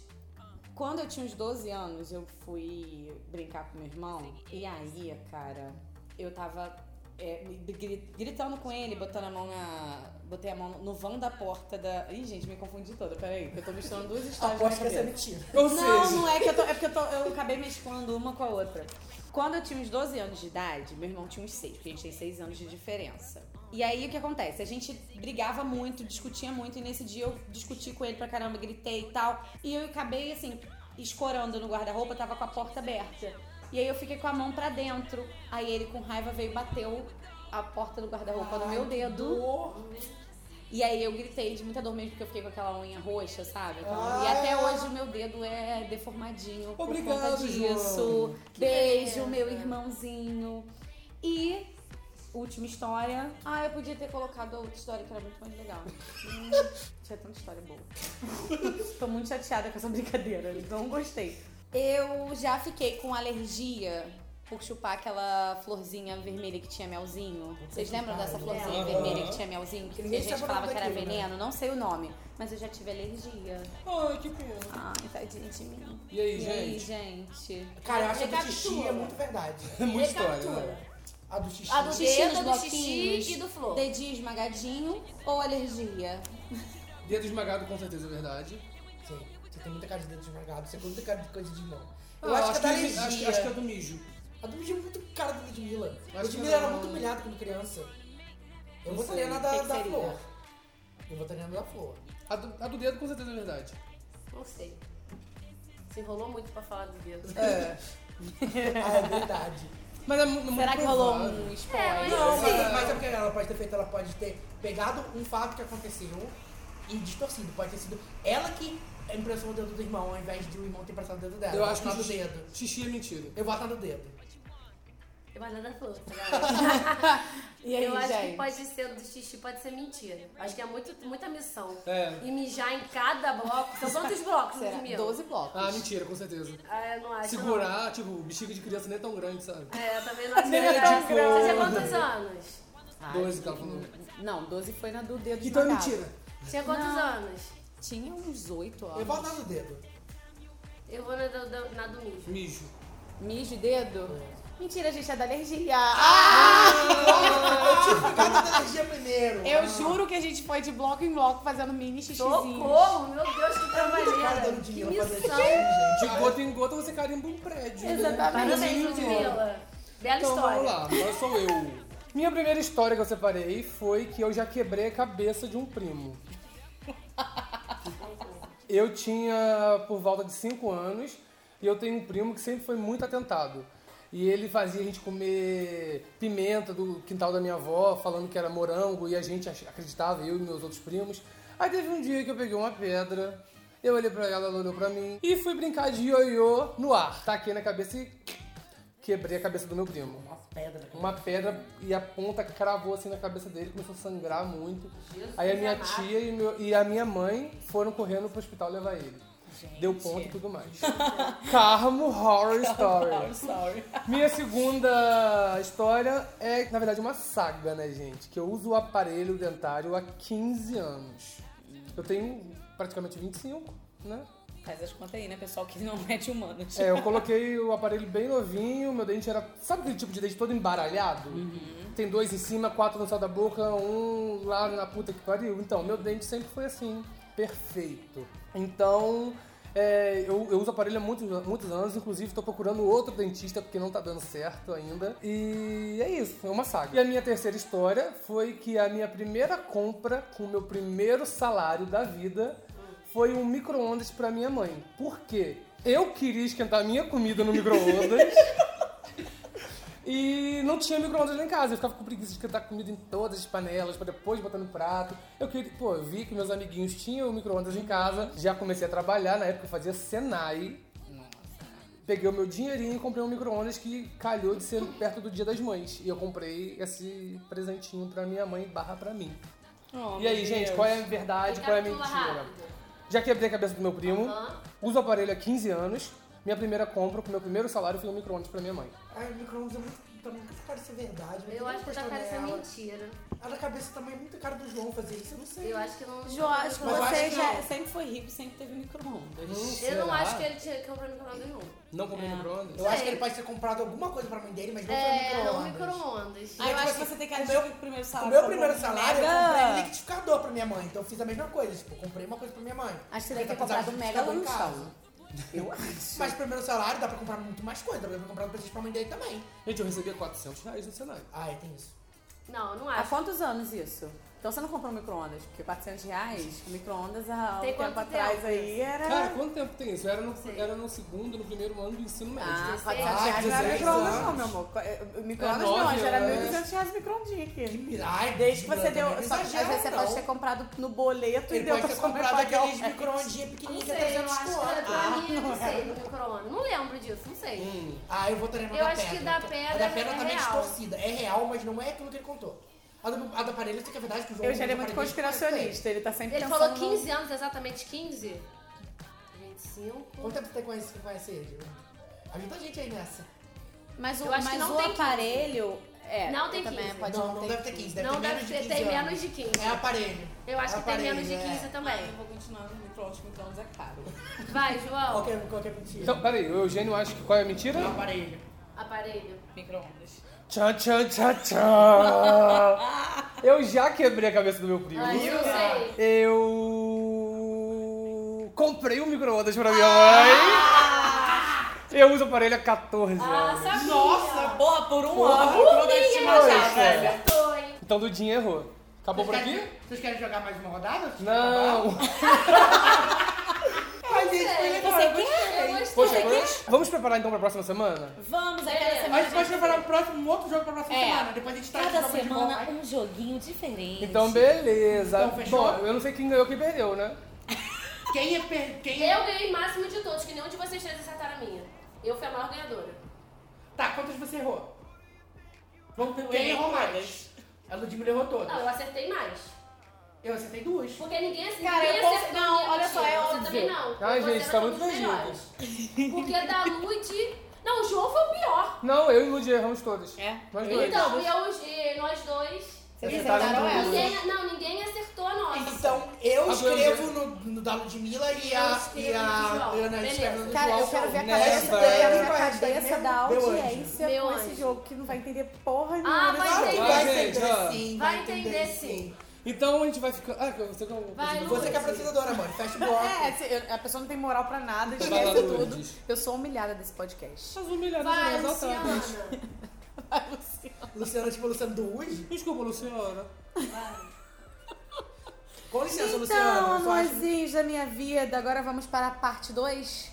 [SPEAKER 5] Quando eu tinha uns 12 anos, eu fui brincar com meu irmão. E aí, cara, eu tava é, me gri- gritando com ele, botando a mão na. Botei a mão no vão da porta da. Ih, gente, me confundi toda, peraí, que eu tô misturando duas histórias. na
[SPEAKER 9] Aposto que essa é
[SPEAKER 5] cabeça.
[SPEAKER 9] mentira.
[SPEAKER 7] Ou
[SPEAKER 5] Não,
[SPEAKER 7] seja,
[SPEAKER 5] não é que eu tô. É porque eu, tô- eu acabei mesclando uma com a outra. Quando eu tinha uns 12 anos de idade, meu irmão tinha uns 6, porque a gente tem 6 anos de diferença. E aí o que acontece? A gente brigava muito, discutia muito, e nesse dia eu discuti com ele pra caramba, gritei e tal. E eu acabei, assim, escorando no guarda-roupa, tava com a porta aberta. E aí eu fiquei com a mão pra dentro. Aí ele com raiva veio e bateu a porta do guarda-roupa no meu dedo. E aí eu gritei de muita dor mesmo, porque eu fiquei com aquela unha roxa, sabe? Aquela- E até hoje o meu dedo é deformadinho por
[SPEAKER 7] Ah. Obrigado,
[SPEAKER 5] conta disso.
[SPEAKER 7] João.
[SPEAKER 5] Beijo, meu irmãozinho. E última história. Ah, eu podia ter colocado a outra história, que era muito mais legal. Hum, tinha tanta história boa. Tô muito chateada com essa brincadeira, não gostei. Eu já fiquei com alergia por chupar aquela florzinha vermelha que tinha melzinho. Vocês lembram dessa florzinha vermelha que tinha melzinho? Que
[SPEAKER 9] Ninguém
[SPEAKER 5] a gente
[SPEAKER 9] sabe o
[SPEAKER 5] falava
[SPEAKER 9] nome
[SPEAKER 5] que era
[SPEAKER 9] daquilo, né?
[SPEAKER 5] veneno, não sei o nome. Mas eu já tive alergia.
[SPEAKER 7] Ai, que pena.
[SPEAKER 5] Ai, tadinho de mim.
[SPEAKER 7] E aí,
[SPEAKER 5] E aí,
[SPEAKER 7] gente?
[SPEAKER 5] gente?
[SPEAKER 9] Cara, eu acho que a do xixi
[SPEAKER 13] Recapitula.
[SPEAKER 9] é muito verdade.
[SPEAKER 7] É muita história.
[SPEAKER 13] Recapitula.
[SPEAKER 7] vai.
[SPEAKER 9] A do xixi.
[SPEAKER 8] A do
[SPEAKER 5] Xixi
[SPEAKER 8] dedo,
[SPEAKER 5] nos
[SPEAKER 8] do xixi
[SPEAKER 5] bloquinhos.
[SPEAKER 8] e do flor.
[SPEAKER 5] Dedinho esmagadinho ou alergia?
[SPEAKER 7] Dedo esmagado, com certeza, é verdade.
[SPEAKER 9] Sim, você tem muita cara de dedo esmagado, você tem muita cara de coisa de mão. Eu
[SPEAKER 7] Ah,
[SPEAKER 9] acho, que a da alergia.
[SPEAKER 7] acho, que- acho que é do mijo.
[SPEAKER 9] A do Ludmilla é muito cara da Ludmilla.
[SPEAKER 7] que
[SPEAKER 9] A Ludmilla
[SPEAKER 7] não.
[SPEAKER 9] era muito humilhada quando criança. Eu
[SPEAKER 5] Não
[SPEAKER 9] votaria
[SPEAKER 5] sei,
[SPEAKER 9] na
[SPEAKER 5] o
[SPEAKER 9] da,
[SPEAKER 5] que que
[SPEAKER 9] da
[SPEAKER 5] seria?
[SPEAKER 9] Flor. Eu votaria na da Flor.
[SPEAKER 7] A do, a do dedo, com certeza, é verdade.
[SPEAKER 8] Não sei. Se enrolou muito pra falar do dedo.
[SPEAKER 7] É.
[SPEAKER 9] Ah, é verdade.
[SPEAKER 7] Mas é mu- muito
[SPEAKER 5] Será que rolou
[SPEAKER 7] provável.
[SPEAKER 5] um spoiler?
[SPEAKER 9] Não, mas, mas é porque ela pode ter feito, ela pode ter pegado um fato que aconteceu e distorcido. Pode ter sido ela que impressou o dedo do irmão, ao invés de o irmão ter pressado o dedo dela.
[SPEAKER 7] Eu acho que
[SPEAKER 9] na do
[SPEAKER 7] o xixi,
[SPEAKER 9] dedo.
[SPEAKER 7] xixi é mentira.
[SPEAKER 9] Eu voto na do dedo.
[SPEAKER 8] Eu vou dar flor. tá ligado?
[SPEAKER 5] E aí,
[SPEAKER 8] eu acho
[SPEAKER 5] gente?
[SPEAKER 8] que pode ser do xixi, pode ser mentira. Acho que é muito, muita missão.
[SPEAKER 7] É.
[SPEAKER 8] E mijar em cada bloco. São quantos blocos,
[SPEAKER 5] Será?
[SPEAKER 8] Ludmilla?
[SPEAKER 5] 12 blocos.
[SPEAKER 7] Ah, mentira, com certeza.
[SPEAKER 8] Ah, eu não acho.
[SPEAKER 7] Segurar, tipo, bexiga de criança nem é tão grande, sabe?
[SPEAKER 8] não. É, eu também não acho.
[SPEAKER 7] Nem é de
[SPEAKER 8] legal.
[SPEAKER 7] flor.
[SPEAKER 8] Você tinha quantos anos?
[SPEAKER 5] Ah,
[SPEAKER 7] 12 que ela falou.
[SPEAKER 5] Não, 12 foi na do dedo
[SPEAKER 7] Então é
[SPEAKER 5] esmagado.
[SPEAKER 7] mentira.
[SPEAKER 8] Tinha quantos
[SPEAKER 5] Não.
[SPEAKER 8] anos?
[SPEAKER 5] Tinha uns 8
[SPEAKER 9] Eu
[SPEAKER 5] anos.
[SPEAKER 9] voto na do dedo.
[SPEAKER 8] Eu vou na do, do- na do mijo.
[SPEAKER 7] Mijo.
[SPEAKER 5] Mijo de dedo? Mentira, gente, é da alergia.
[SPEAKER 9] Ah!
[SPEAKER 5] Ah!
[SPEAKER 9] Cada da energia primeiro.
[SPEAKER 5] eu juro que a gente foi de bloco em bloco fazendo mini xixizinho.
[SPEAKER 8] Socorro, meu Deus, que
[SPEAKER 9] Muita cara da
[SPEAKER 8] trabalheira. Que
[SPEAKER 9] Ludmilla fazer xixi,
[SPEAKER 8] missão.
[SPEAKER 9] gente.
[SPEAKER 7] De gota em gota, você carimba um prédio. um
[SPEAKER 8] Parabéns,
[SPEAKER 7] Mijo.
[SPEAKER 8] Ludmilla. Bela
[SPEAKER 7] Então vamos
[SPEAKER 8] história.
[SPEAKER 7] lá, agora sou eu. Minha primeira história que eu separei foi que eu já quebrei a cabeça de um primo. Eu tinha por volta de 5 anos e eu tenho um primo que sempre foi muito atentado. E ele fazia a gente comer pimenta do quintal da minha avó, falando que era morango, e a gente ach- acreditava, eu e meus outros primos. Aí teve um dia que eu peguei uma pedra, eu olhei pra ela, ela olhou pra mim, e fui brincar de ioiô no ar. Taquei na cabeça e quebrei a cabeça do meu primo.
[SPEAKER 9] Uma pedra.
[SPEAKER 7] Uma pedra e a ponta cravou assim na cabeça dele, começou a sangrar muito. Aí a minha tia e, meu- e a minha mãe foram correndo pro hospital levar ele. Deu ponto e tudo mais. Carmo Horror Story.
[SPEAKER 5] Sorry.
[SPEAKER 7] Minha segunda história é, na verdade, uma saga, né, gente? Que eu uso o aparelho dentário há 15 anos. Eu tenho praticamente 25. né?
[SPEAKER 5] Faz as contas aí, né, pessoal, que não é de humanos.
[SPEAKER 7] É, eu coloquei o aparelho bem novinho, meu dente era. Sabe aquele tipo de dente todo embaralhado? Tem dois em cima, quatro no céu da boca, um lá na puta que pariu. Então, meu dente sempre foi assim, perfeito. Então, é, eu, eu uso o aparelho há muitos, muitos anos, inclusive tô procurando outro dentista porque não tá dando certo ainda. E é isso, é uma saga. E a minha terceira história foi que a minha primeira compra com o meu primeiro salário da vida foi um micro-ondas pra minha mãe. Por quê? Eu queria esquentar minha comida no micro-ondas. E não tinha micro-ondas lá em casa. Eu ficava com preguiça de esquentar comida em todas as panelas, pra depois botar no prato. Eu queria, pô, eu vi que meus amiguinhos tinham micro-ondas em casa. Já comecei a trabalhar, na época eu fazia Senai. Peguei o meu dinheirinho e comprei um micro-ondas que calhou de ser perto do Dia das Mães. E eu comprei esse presentinho pra minha mãe barra pra mim.
[SPEAKER 5] Oh,
[SPEAKER 7] E aí,
[SPEAKER 5] meu
[SPEAKER 7] gente,
[SPEAKER 5] Deus.
[SPEAKER 7] qual é a verdade, qual é a mentira?
[SPEAKER 8] Recapitula rápido.
[SPEAKER 7] Já quebrei a cabeça do meu primo,
[SPEAKER 8] Aham.
[SPEAKER 7] uso o aparelho há 15 anos, minha primeira compra com meu primeiro salário foi um micro-ondas pra minha mãe.
[SPEAKER 9] Ai, o micro-ondas é muito. Pra mim, nunca parece verdade. mas
[SPEAKER 8] Eu
[SPEAKER 9] todo
[SPEAKER 8] acho que
[SPEAKER 9] mundo
[SPEAKER 8] tá
[SPEAKER 9] postando
[SPEAKER 8] parecendo
[SPEAKER 9] ela.
[SPEAKER 8] mentira.
[SPEAKER 9] Ela cabeça também é muito cara do João fazer isso, eu não sei.
[SPEAKER 8] Eu acho que não. tá
[SPEAKER 6] João, acho que
[SPEAKER 9] Mas eu acho
[SPEAKER 6] você
[SPEAKER 9] que
[SPEAKER 6] já
[SPEAKER 9] não.
[SPEAKER 6] sempre foi rico, sempre teve micro-ondas.
[SPEAKER 8] Eu não acho que é ele tinha que comprar micro-ondas não.
[SPEAKER 7] Não comprei micro-ondas?
[SPEAKER 9] Eu acho que ele pode ter comprado alguma coisa pra mãe dele, mas não
[SPEAKER 8] É,
[SPEAKER 9] foi
[SPEAKER 8] não
[SPEAKER 9] micro-ondas.
[SPEAKER 8] micro-ondas.
[SPEAKER 6] Aí eu
[SPEAKER 9] tipo
[SPEAKER 6] acho que
[SPEAKER 9] assim,
[SPEAKER 6] você tem que
[SPEAKER 9] o
[SPEAKER 6] agir
[SPEAKER 9] meu-
[SPEAKER 6] com o primeiro
[SPEAKER 9] O
[SPEAKER 6] salário.
[SPEAKER 9] meu
[SPEAKER 6] foi
[SPEAKER 9] primeiro
[SPEAKER 6] bom,
[SPEAKER 9] salário,
[SPEAKER 6] mega.
[SPEAKER 9] eu comprei um liquidificador pra minha mãe. Então eu fiz a mesma coisa. Tipo, eu comprei uma coisa pra minha mãe.
[SPEAKER 6] Acho que você deve ter
[SPEAKER 9] Apesar de
[SPEAKER 6] comprado um
[SPEAKER 9] que
[SPEAKER 6] mega
[SPEAKER 9] ficava em casa.
[SPEAKER 6] lanchão. Eu acho.
[SPEAKER 9] Mas primeiro salário dá pra comprar muito mais coisa. Dá pra comprar um presente pra mãe dele também.
[SPEAKER 7] Gente, eu recebia 400 reais no Senai.
[SPEAKER 9] Ah, é, tem isso.
[SPEAKER 8] Não, não
[SPEAKER 5] Há
[SPEAKER 8] acho.
[SPEAKER 5] quantos anos isso? Então você não comprou um micro-ondas? Porque 400 reais, micro-ondas há um
[SPEAKER 8] Tem
[SPEAKER 5] tempo
[SPEAKER 8] quanto
[SPEAKER 5] atrás
[SPEAKER 8] tempo
[SPEAKER 5] aí era...
[SPEAKER 7] Cara, quanto tempo tem isso? Eu era no, era no segundo, no primeiro ano do ensino médio.
[SPEAKER 5] Ah,
[SPEAKER 8] Dezesseis.
[SPEAKER 5] 400 reais não era
[SPEAKER 9] 16
[SPEAKER 5] micro-ondas não,
[SPEAKER 9] anos.
[SPEAKER 5] meu amor. Co- eh, Micro-ondas
[SPEAKER 7] É
[SPEAKER 5] não,
[SPEAKER 7] nove,
[SPEAKER 5] já era
[SPEAKER 7] né?
[SPEAKER 5] 1.200 reais micro-ondinha aqui.
[SPEAKER 9] Ai, tá
[SPEAKER 5] Desde que você
[SPEAKER 9] Bruna,
[SPEAKER 5] deu...
[SPEAKER 9] também
[SPEAKER 5] Só
[SPEAKER 9] não
[SPEAKER 5] que às
[SPEAKER 9] exagera,
[SPEAKER 5] vezes você
[SPEAKER 9] não.
[SPEAKER 5] pode ter comprado no boleto e
[SPEAKER 9] então. Ele
[SPEAKER 5] deu
[SPEAKER 9] pode
[SPEAKER 5] pra
[SPEAKER 9] ter
[SPEAKER 5] comprar
[SPEAKER 9] comprado aqueles
[SPEAKER 5] pagar. É
[SPEAKER 9] micro-ondinhas
[SPEAKER 8] Não
[SPEAKER 9] pequenininhos de
[SPEAKER 8] sei, eu
[SPEAKER 9] 300
[SPEAKER 8] acho que era
[SPEAKER 9] conto.
[SPEAKER 8] pra mim, eu não sei, do micro-ondas. Não lembro disso, não sei.
[SPEAKER 9] Ah, eu votaria na
[SPEAKER 8] Eu
[SPEAKER 9] da
[SPEAKER 8] acho
[SPEAKER 9] pedra.
[SPEAKER 8] que da
[SPEAKER 9] A
[SPEAKER 8] pedra
[SPEAKER 9] da pedra
[SPEAKER 8] é
[SPEAKER 9] tá meio
[SPEAKER 8] real.
[SPEAKER 9] distorcida. É real, mas não é aquilo que ele contou. A do, a do aparelho, eu sei que é verdade que o João...
[SPEAKER 5] Eu já ele é muito
[SPEAKER 9] comprou um aparelho de
[SPEAKER 5] conspiracionista, ele tá sempre
[SPEAKER 8] Ele
[SPEAKER 5] pensando
[SPEAKER 8] falou
[SPEAKER 5] no-
[SPEAKER 8] 15 anos, exatamente 15? 25.
[SPEAKER 9] 400. Quanto tempo você conhece, você conhece ele? Há muita gente aí nessa.
[SPEAKER 6] Mas o,
[SPEAKER 8] Eu acho que
[SPEAKER 6] mas
[SPEAKER 8] não
[SPEAKER 6] o
[SPEAKER 8] tem 15.
[SPEAKER 6] aparelho... É,
[SPEAKER 8] Não tem
[SPEAKER 6] também
[SPEAKER 8] 15.
[SPEAKER 6] pode
[SPEAKER 9] não,
[SPEAKER 6] não
[SPEAKER 9] não
[SPEAKER 6] ter
[SPEAKER 9] deve ter 15. Deve
[SPEAKER 8] Não
[SPEAKER 9] ter
[SPEAKER 8] deve
[SPEAKER 9] menos
[SPEAKER 8] ter,
[SPEAKER 9] de 15
[SPEAKER 8] tem
[SPEAKER 9] anos.
[SPEAKER 8] menos de 15.
[SPEAKER 9] É aparelho.
[SPEAKER 8] Eu acho
[SPEAKER 9] É
[SPEAKER 8] que tem menos de
[SPEAKER 9] aparelho, é.
[SPEAKER 8] 15 também.
[SPEAKER 6] vou continuar no micro-ondas, micro-ondas é caro.
[SPEAKER 8] Vai, João.
[SPEAKER 9] Qualquer, qualquer mentira.
[SPEAKER 7] Então, peraí, o Eugênio acha que qual é a mentira?
[SPEAKER 9] aparelho.
[SPEAKER 8] Aparelho.
[SPEAKER 5] Micro-ondas.
[SPEAKER 7] Tchau, tchau, tchau, tchau. Eu já quebrei a cabeça do meu primo.
[SPEAKER 8] Ah, eu sei.
[SPEAKER 7] Eu comprei um micro-ondas pra minha mãe. Eu uso o aparelho há 14
[SPEAKER 8] Ah,
[SPEAKER 7] anos.
[SPEAKER 8] sabia.
[SPEAKER 5] Nossa, boa, por um ano, micro-ondas
[SPEAKER 8] Sabia,
[SPEAKER 5] te
[SPEAKER 8] mas
[SPEAKER 5] matar, velho.
[SPEAKER 8] acertou, hein?
[SPEAKER 7] Então Dudinho errou. Acabou por
[SPEAKER 9] Vocês
[SPEAKER 7] aqui?
[SPEAKER 9] querem- Vocês querem jogar mais uma rodada?
[SPEAKER 7] Não!
[SPEAKER 9] Mas gente foi legal.
[SPEAKER 5] Você quer?
[SPEAKER 8] Eu gostei.
[SPEAKER 7] Poxa, vamos, vamos preparar então pra próxima semana?
[SPEAKER 6] Vamos, aquela
[SPEAKER 9] A
[SPEAKER 6] semana...
[SPEAKER 9] gente pode preparar um, próximo, um outro jogo pra próxima
[SPEAKER 6] É.
[SPEAKER 9] semana. Depois a gente tá
[SPEAKER 6] Cada
[SPEAKER 5] então
[SPEAKER 6] semana um joguinho diferente.
[SPEAKER 7] Então beleza.
[SPEAKER 9] Então, fechou?
[SPEAKER 7] Bom, eu não sei quem ganhou, quem perdeu, né?
[SPEAKER 9] Quem é... per- Quem é...
[SPEAKER 8] Eu ganhei máximo de todos, que nenhum de vocês três acertaram a minha. Eu fui a maior ganhadora.
[SPEAKER 9] Tá, quantas você errou? Vamos ver quem
[SPEAKER 5] errei
[SPEAKER 9] errou mais.
[SPEAKER 5] todas.
[SPEAKER 9] A Ludmilla errou
[SPEAKER 8] Não,
[SPEAKER 9] todas.
[SPEAKER 8] eu acertei mais.
[SPEAKER 9] Eu acertei duas.
[SPEAKER 8] Porque ninguém acertou.
[SPEAKER 6] Cara,
[SPEAKER 8] ninguém
[SPEAKER 6] eu posso-
[SPEAKER 8] acertou
[SPEAKER 6] não,
[SPEAKER 8] a minha
[SPEAKER 6] olha só, é
[SPEAKER 8] mentira. Você
[SPEAKER 6] óbvio.
[SPEAKER 8] também não.
[SPEAKER 7] Ai, gente,
[SPEAKER 8] você
[SPEAKER 7] tá
[SPEAKER 8] era um
[SPEAKER 7] muito
[SPEAKER 8] dos
[SPEAKER 7] vendido.
[SPEAKER 8] melhores. Porque da Lud... Não, o João foi o pior.
[SPEAKER 7] Não, eu e o Lud erramos todos.
[SPEAKER 5] É?
[SPEAKER 7] Nós dois.
[SPEAKER 8] Então, eu e nós dois...
[SPEAKER 6] Vocês
[SPEAKER 7] Acertaram
[SPEAKER 6] acertaram
[SPEAKER 7] tudo.
[SPEAKER 6] essa?
[SPEAKER 8] Ninguém, não, ninguém acertou a nossa.
[SPEAKER 9] Então, eu
[SPEAKER 7] Ah,
[SPEAKER 9] escrevo no, no da Ludmilla e
[SPEAKER 8] Eu
[SPEAKER 9] a,
[SPEAKER 8] escrevo
[SPEAKER 9] e
[SPEAKER 8] no
[SPEAKER 9] a
[SPEAKER 8] João.
[SPEAKER 9] Ana escreve no
[SPEAKER 5] Cara,
[SPEAKER 9] João.
[SPEAKER 5] eu quero ver a
[SPEAKER 7] Nessa
[SPEAKER 5] cabeça, eu
[SPEAKER 9] época,
[SPEAKER 5] quero ver a
[SPEAKER 9] hashtag
[SPEAKER 5] cabeça
[SPEAKER 9] meu-
[SPEAKER 5] da
[SPEAKER 9] meu anjo.
[SPEAKER 5] audiência
[SPEAKER 8] Meu
[SPEAKER 5] é com
[SPEAKER 8] anjo.
[SPEAKER 5] esse jogo, que não vai entender porra
[SPEAKER 8] Ah,
[SPEAKER 5] nenhuma.
[SPEAKER 8] vai
[SPEAKER 9] Claro que
[SPEAKER 8] entender.
[SPEAKER 9] vai
[SPEAKER 7] Gente, ó.
[SPEAKER 9] entender sim.
[SPEAKER 8] Vai entender sim.
[SPEAKER 7] Então a gente vai ficando. Ah, você que é um-
[SPEAKER 8] Vai, Lu.
[SPEAKER 9] Você que é apresentadora, amor. Fecha o bloco.
[SPEAKER 5] É, se- eu- a pessoa não tem moral pra nada,
[SPEAKER 7] Vai lá,
[SPEAKER 5] esquece tudo.
[SPEAKER 7] Lourdes.
[SPEAKER 5] Eu sou humilhada desse podcast.
[SPEAKER 7] As humilhadas
[SPEAKER 8] Vai,
[SPEAKER 7] são
[SPEAKER 8] Luciana.
[SPEAKER 7] exaltadas.
[SPEAKER 8] É.
[SPEAKER 9] Luciana, tipo, Luciana do Uzi.
[SPEAKER 7] Desculpa, Luciana.
[SPEAKER 9] Com licença, Luciana.
[SPEAKER 5] Então,
[SPEAKER 9] eu só acho-
[SPEAKER 5] amorzinhos da minha vida, agora vamos para a parte 2?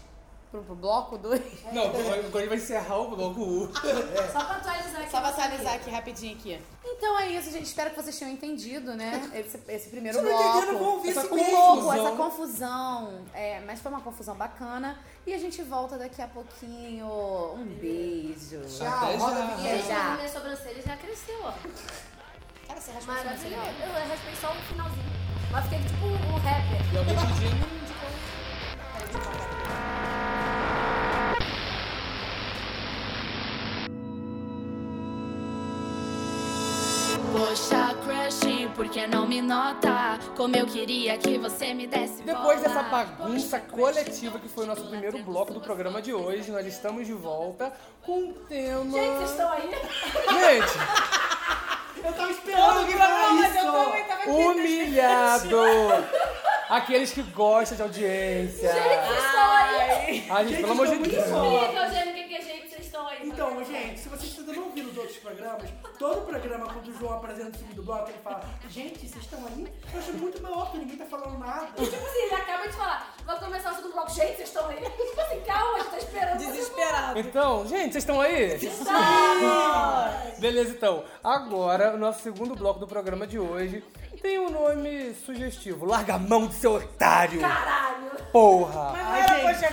[SPEAKER 5] Pro, pro bloco 2?
[SPEAKER 7] Não, agora ele vai encerrar o bloco U.
[SPEAKER 8] Só pra atualizar aqui.
[SPEAKER 6] Só pra atualizar aqui rapidinho aqui.
[SPEAKER 5] Então é isso, gente. Espero que vocês tenham entendido, né? Esse, esse primeiro
[SPEAKER 9] Se eu não
[SPEAKER 5] bloco. um
[SPEAKER 9] entender, eu não vou ouvir
[SPEAKER 7] Essa
[SPEAKER 9] esse
[SPEAKER 7] confusão.
[SPEAKER 9] beijo.
[SPEAKER 5] pouco essa confusão. É, mas foi uma confusão bacana. E a gente volta daqui a pouquinho. Um beijo.
[SPEAKER 9] Tchau, roda a
[SPEAKER 7] já.
[SPEAKER 9] vinheta.
[SPEAKER 8] Gente,
[SPEAKER 5] Já.
[SPEAKER 8] a minha sobrancelha já cresceu, ó.
[SPEAKER 6] Cara, você raspou essa
[SPEAKER 8] Maravilhoso.
[SPEAKER 6] sobrancelha.
[SPEAKER 8] Eu raspei só um finalzinho. Mas fiquei tipo um rapper.
[SPEAKER 7] E alguém pedindo.
[SPEAKER 14] Poxa, crush, por que não me nota?
[SPEAKER 8] Como eu queria que você me desse
[SPEAKER 7] Depois
[SPEAKER 8] bola.
[SPEAKER 7] dessa bagunça coletiva que foi o nosso primeiro bloco do programa de hoje, nós estamos de volta com um tema.
[SPEAKER 5] Gente, vocês estão aí?
[SPEAKER 7] Gente,
[SPEAKER 9] Eu tava esperando alguém
[SPEAKER 5] Não,
[SPEAKER 9] falar
[SPEAKER 5] mas eu
[SPEAKER 9] é isso.
[SPEAKER 5] também tava aqui.
[SPEAKER 7] humilhado! Aqueles que gostam de audiência. Ai, gente, pelo amor de
[SPEAKER 9] Gente,
[SPEAKER 7] Deus.
[SPEAKER 9] eu tô muito
[SPEAKER 8] Explica, Eugênio, o que que é jeito que vocês estão aí?
[SPEAKER 9] Então, gente, se vocês ainda não ouviram os outros programas, todo programa, quando o João apresenta o filme do bloco, ele fala: Gente, vocês estão aí? Eu acho muito maior que ninguém tá falando nada.
[SPEAKER 15] Tipo assim, ele acaba de falar, vou começar o segundo bloco, gente, vocês estão aí? Tipo assim, calma, a gente tá esperando.
[SPEAKER 5] Desesperado.
[SPEAKER 7] Então, gente, vocês estão aí? Beleza, então. Agora, o nosso segundo bloco do programa de hoje tem um nome sugestivo. Larga a mão do seu otário!
[SPEAKER 15] Caralho.
[SPEAKER 7] Porra!
[SPEAKER 5] Não era coisa.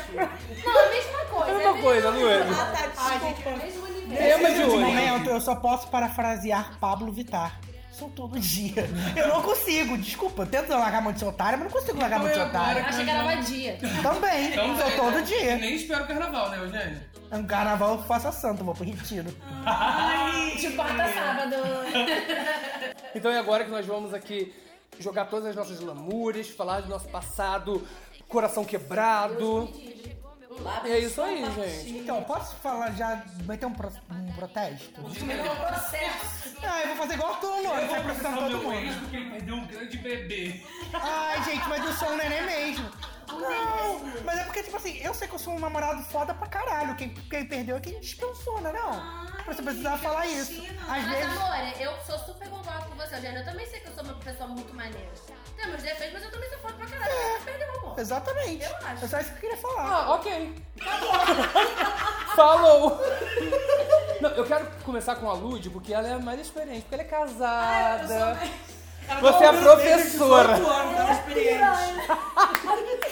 [SPEAKER 15] Não, é a mesma coisa.
[SPEAKER 7] É a
[SPEAKER 15] é
[SPEAKER 7] mesma coisa, não é?
[SPEAKER 5] Ah, tá, desculpa.
[SPEAKER 15] o mesmo nível.
[SPEAKER 7] Tema de
[SPEAKER 9] Nesse
[SPEAKER 7] hoje.
[SPEAKER 9] momento, eu só posso parafrasear Pablo Vittar. Sou todo dia. Eu não consigo, desculpa. Eu tento largar a mão de seu otário, mas não consigo largar a
[SPEAKER 7] Então
[SPEAKER 9] mão de
[SPEAKER 7] é
[SPEAKER 9] seu otário.
[SPEAKER 15] Achei que era vadia.
[SPEAKER 9] Também, sou todo dia.
[SPEAKER 7] Nem espero o carnaval, né, Eugênio?
[SPEAKER 9] No carnaval eu faço a santa, vou pro retiro.
[SPEAKER 15] Tipo, quarta sábado.
[SPEAKER 7] Então é agora que nós vamos aqui jogar todas as nossas lamúrias, falar do nosso passado, coração quebrado. É isso aí, gente.
[SPEAKER 9] Então, posso falar já, vai ter um, pro- um protesto? Ah, é um eu vou fazer igual a tua, Luana, vai processar todo mundo.
[SPEAKER 7] porque ele perdeu um grande bebê.
[SPEAKER 9] Ai, gente, mas eu sou um neném mesmo. Não, mas é porque, tipo assim, eu sei que eu sou um namorado foda pra caralho. Quem, quem perdeu é quem dispensou, né, não? Você precisava falar isso. Às
[SPEAKER 15] Mas,
[SPEAKER 9] vezes...
[SPEAKER 15] amor, eu sou super concordo com você, Eugênio. Eu também sei que eu sou uma pessoa muito maneira. Tem meus defeitos, mas eu também sou foda pra caralho. Você perdeu, amor.
[SPEAKER 9] Exatamente.
[SPEAKER 15] Eu acho.
[SPEAKER 9] É só isso que eu queria falar.
[SPEAKER 7] Ah, ok. Falou! Não, eu quero começar com a Lud, porque ela é mais experiente, porque ela é
[SPEAKER 5] Ah,
[SPEAKER 7] casada. Você é professora.
[SPEAKER 9] anos, ela é experiente.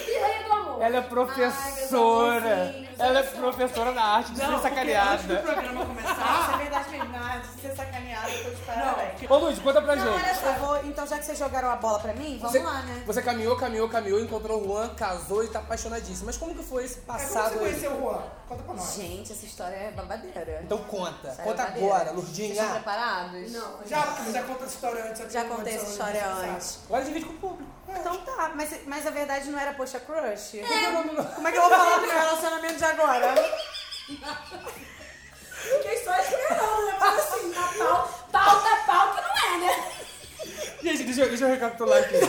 [SPEAKER 15] E aí, meu amor?
[SPEAKER 7] Ela é professora. Ela é professora da arte de ser sacaneada.
[SPEAKER 6] programa começar.
[SPEAKER 5] Ah, isso é verdade mesmo. Ah, de ser sacaneada, eu tô de parabéns.
[SPEAKER 7] Ô, Lud, conta pra
[SPEAKER 5] Não, olha
[SPEAKER 7] gente.
[SPEAKER 5] só, eu vou- então já que vocês jogaram a bola pra mim, vamos
[SPEAKER 7] Você,
[SPEAKER 5] lá, né?
[SPEAKER 7] você caminhou, caminhou, caminhou, encontrou o Juan, casou e tá apaixonadíssimo. Mas como que foi esse
[SPEAKER 6] É como você
[SPEAKER 7] passado aí?
[SPEAKER 6] conheceu o Juan? Conta pra nós.
[SPEAKER 5] Gente, essa história é babadeira.
[SPEAKER 7] Então conta.
[SPEAKER 5] Essa é
[SPEAKER 7] Conta
[SPEAKER 5] babadeira.
[SPEAKER 7] agora,
[SPEAKER 5] Vocês estão
[SPEAKER 7] Lurdinha.
[SPEAKER 5] preparados? Não.
[SPEAKER 6] Já, porque já conta essa história antes.
[SPEAKER 5] Já contei essa história antes.
[SPEAKER 7] Agora divide com o público.
[SPEAKER 5] Então tá, mas, mas a verdade não era poxa crush?
[SPEAKER 7] É.
[SPEAKER 5] Como é que eu vou falar do meu relacionamento de agora? Fiquei só esperando, né? Mas assim, Natal.
[SPEAKER 15] Pauta, pauta não é, né?
[SPEAKER 7] Gente, deixa eu, deixa eu recapitular aqui.
[SPEAKER 15] Eu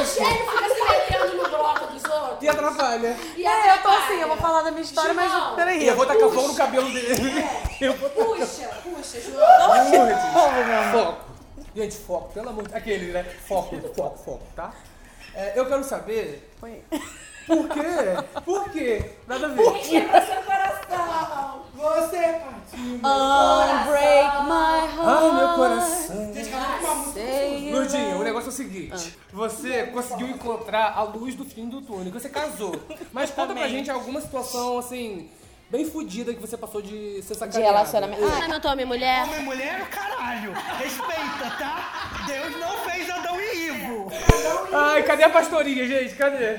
[SPEAKER 15] Eugênio fica se metendo no bloco dos outros.
[SPEAKER 7] E atrapalha.
[SPEAKER 15] E
[SPEAKER 5] É, eu tô assim,
[SPEAKER 15] atrapalha.
[SPEAKER 5] eu vou falar da minha história, mas
[SPEAKER 15] João.
[SPEAKER 5] peraí.
[SPEAKER 7] E eu vou tacar fogo no cabelo dele.
[SPEAKER 6] É.
[SPEAKER 7] Eu vou tacar
[SPEAKER 5] Puxa, puxa, João.
[SPEAKER 7] fogo, meu amor. Foco. Gente, foco, pelo amor de Aquele, né? Foco, foco, foco, tá? É, eu quero saber. Por quê? Por quê? Nada a ver.
[SPEAKER 6] Você, pai.
[SPEAKER 5] Unbreak my heart.
[SPEAKER 7] Ai, Ah, meu coração.
[SPEAKER 6] Gente, calma com uma música.
[SPEAKER 5] Say you
[SPEAKER 7] Lurdinha, o negócio é o seguinte: você conseguiu encontrar a luz do fim do túnel, que você casou. Mas conta pra gente alguma situação assim, bem fodida que você passou de ser sacaneada.
[SPEAKER 5] relacionamento.
[SPEAKER 8] Ah, meu tome, mulher.
[SPEAKER 9] Homem e mulher, caralho. Respeita, tá? Deus não fez Adão e Ivo.
[SPEAKER 7] Ai, cadê a pastorinha, gente? Cadê?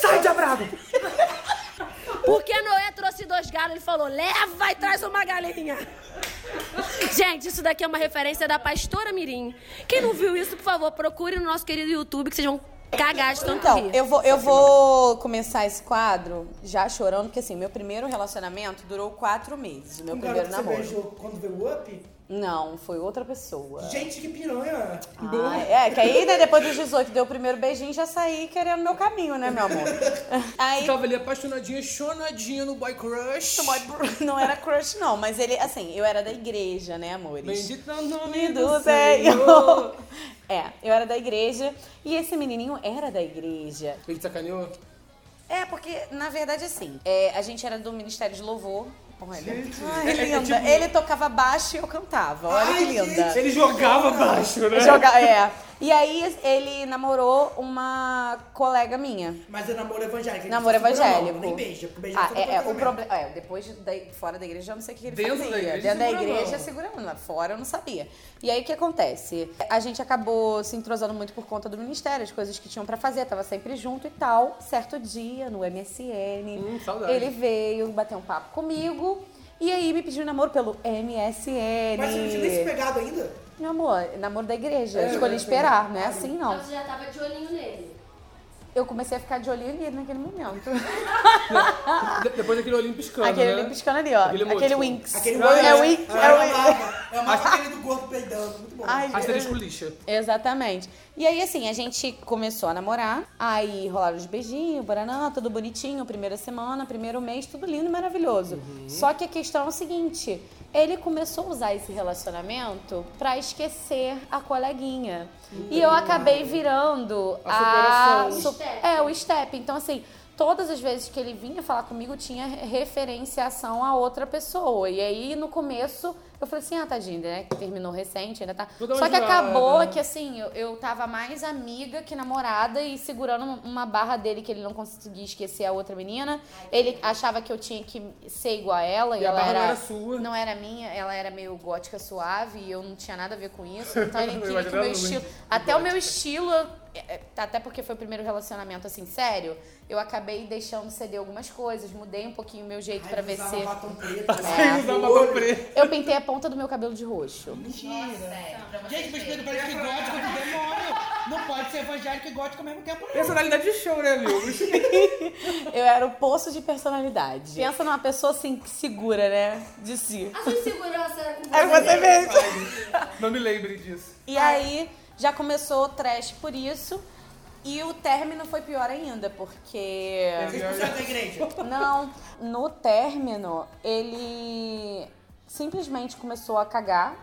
[SPEAKER 7] Sai, diabrado!
[SPEAKER 8] Porque Noé trouxe dois galos, ele falou, leva e traz uma galinha. Gente, isso daqui é uma referência da Pastora Mirim. Quem não viu isso, por favor, procure no nosso querido YouTube, que vocês vão cagar de tanto
[SPEAKER 5] Então,
[SPEAKER 8] rir.
[SPEAKER 5] eu vou, eu vou começar esse quadro já chorando, porque assim, meu primeiro relacionamento durou quatro meses, o meu
[SPEAKER 6] Um
[SPEAKER 5] primeiro
[SPEAKER 6] garoto que você
[SPEAKER 5] namoro.
[SPEAKER 6] beijou quando veio o Up?
[SPEAKER 5] Não, foi outra pessoa.
[SPEAKER 6] Gente, que piranha.
[SPEAKER 5] Ah, é, que aí né, depois dos 18 deu o primeiro beijinho, já saí querendo meu caminho, né, meu amor? Aí.
[SPEAKER 7] Tava ali apaixonadinha, chonadinha no boy crush.
[SPEAKER 5] Não era crush, não, mas ele, assim, eu era da igreja, né, amores?
[SPEAKER 7] Bendito é o nome
[SPEAKER 5] nome
[SPEAKER 7] do
[SPEAKER 5] do
[SPEAKER 7] Senhor.
[SPEAKER 5] Senhor. É, eu era da igreja e esse menininho era da igreja.
[SPEAKER 7] Ele te sacaneou?
[SPEAKER 5] É, porque, na verdade, assim, é, a gente era do Ministério de Louvor. Olha. Ai,
[SPEAKER 7] é- é
[SPEAKER 5] linda.
[SPEAKER 7] tipo-
[SPEAKER 5] Ele tocava baixo e eu cantava. Olha que linda.
[SPEAKER 7] Ele jogava baixo, né?
[SPEAKER 5] Joga- é. E aí ele namorou uma colega minha.
[SPEAKER 6] Mas é namoro evangélico. ele
[SPEAKER 5] Namoro
[SPEAKER 6] não se segura,
[SPEAKER 5] evangélico.
[SPEAKER 6] Não, nem beija, porque beija
[SPEAKER 5] Ah,
[SPEAKER 6] só no
[SPEAKER 5] é, é, o
[SPEAKER 6] casamento.
[SPEAKER 5] problema. É, depois de, da- fora da igreja eu não sei o que ele
[SPEAKER 7] Dentro
[SPEAKER 5] fazia.
[SPEAKER 7] da igreja,
[SPEAKER 5] Dentro da
[SPEAKER 7] segura a
[SPEAKER 5] igreja
[SPEAKER 7] mão.
[SPEAKER 5] segura a mão. Lá Fora eu não sabia. E aí o que acontece? A gente acabou se entrosando muito por conta do ministério, as coisas que tinham pra fazer, tava sempre junto e tal. Certo dia, no MSN,
[SPEAKER 7] Hum, saudade.
[SPEAKER 5] ele veio bater um papo comigo. E aí me pediu namoro pelo MSN.
[SPEAKER 6] Mas você não tinha nem se pegado ainda?
[SPEAKER 5] Meu amor, namoro da igreja.
[SPEAKER 16] É,
[SPEAKER 5] Eu escolhi
[SPEAKER 16] eu
[SPEAKER 5] esperar, não
[SPEAKER 16] também.
[SPEAKER 5] é assim não.
[SPEAKER 8] Então você já tava de olhinho nele.
[SPEAKER 5] Eu comecei a ficar de olhinho nele naquele momento.
[SPEAKER 7] De- depois daquele olhinho piscando,
[SPEAKER 5] Aquele
[SPEAKER 7] né?
[SPEAKER 5] olhinho piscando ali, ó. Aquele winks.
[SPEAKER 7] Aquele
[SPEAKER 5] Ah, é
[SPEAKER 7] olhinho.
[SPEAKER 5] winks,
[SPEAKER 7] Ah,
[SPEAKER 5] é
[SPEAKER 7] é
[SPEAKER 5] winks.
[SPEAKER 7] uma
[SPEAKER 6] É o mais aquele do gordo peidando, muito bom.
[SPEAKER 5] Ai,
[SPEAKER 7] As três
[SPEAKER 5] eu-
[SPEAKER 7] com lixa.
[SPEAKER 5] Exatamente. E aí, assim, a gente começou a namorar, aí rolaram os beijinhos, baranã, tudo bonitinho, primeira semana, primeiro mês, tudo lindo e maravilhoso. Só que a questão é o seguinte: ele começou a usar esse relacionamento pra esquecer a coleguinha. E eu acabei virando
[SPEAKER 8] A
[SPEAKER 5] a.
[SPEAKER 8] superação.
[SPEAKER 5] su- É, o step. Então, assim. Todas as vezes que ele vinha falar comigo tinha referenciação a outra pessoa. E aí, no começo, eu falei assim: ah, tadinho, né? Que terminou recente, ainda tá.
[SPEAKER 16] Vou dar uma
[SPEAKER 5] Só que
[SPEAKER 16] ajudada.
[SPEAKER 5] acabou que assim, eu, eu tava mais amiga que namorada e segurando uma barra dele que ele não conseguia esquecer a outra menina. Ele achava que eu tinha que ser igual a ela e,
[SPEAKER 7] E a
[SPEAKER 5] ela
[SPEAKER 7] barra
[SPEAKER 5] era,
[SPEAKER 7] não era sua.
[SPEAKER 5] não era minha, ela era meio gótica suave e eu não tinha nada a ver com isso. Então ele
[SPEAKER 7] Eu
[SPEAKER 5] queria que o
[SPEAKER 7] imaginava
[SPEAKER 5] meu
[SPEAKER 7] muito
[SPEAKER 5] estilo, até o meu estilo, eu- é, é, até porque foi o primeiro relacionamento assim sério, eu acabei deixando ceder algumas coisas, mudei um pouquinho o meu jeito pra ver se É.
[SPEAKER 7] Sem usar uma roupa preta.
[SPEAKER 5] eu pintei a ponta do meu cabelo de roxo.
[SPEAKER 6] Mentira. Gente, mas Pedro parece que
[SPEAKER 9] é
[SPEAKER 6] gótico do demônio. Não pode ser evangélico e gótico ao mesmo tempo, não.
[SPEAKER 7] Personalidade de show, né, Lewis?
[SPEAKER 5] Eu era o poço de personalidade. Pensa numa pessoa assim, que segura, né? De si.
[SPEAKER 8] A sua insegurança era com você.
[SPEAKER 5] Era você mesmo.
[SPEAKER 7] Não me lembre disso.
[SPEAKER 5] E
[SPEAKER 8] Ah, é.
[SPEAKER 5] aí já começou o trash por isso. E o término foi pior ainda, porque.
[SPEAKER 7] É
[SPEAKER 6] Vocês puxaram da igreja.
[SPEAKER 5] Não, no término, ele simplesmente começou a cagar,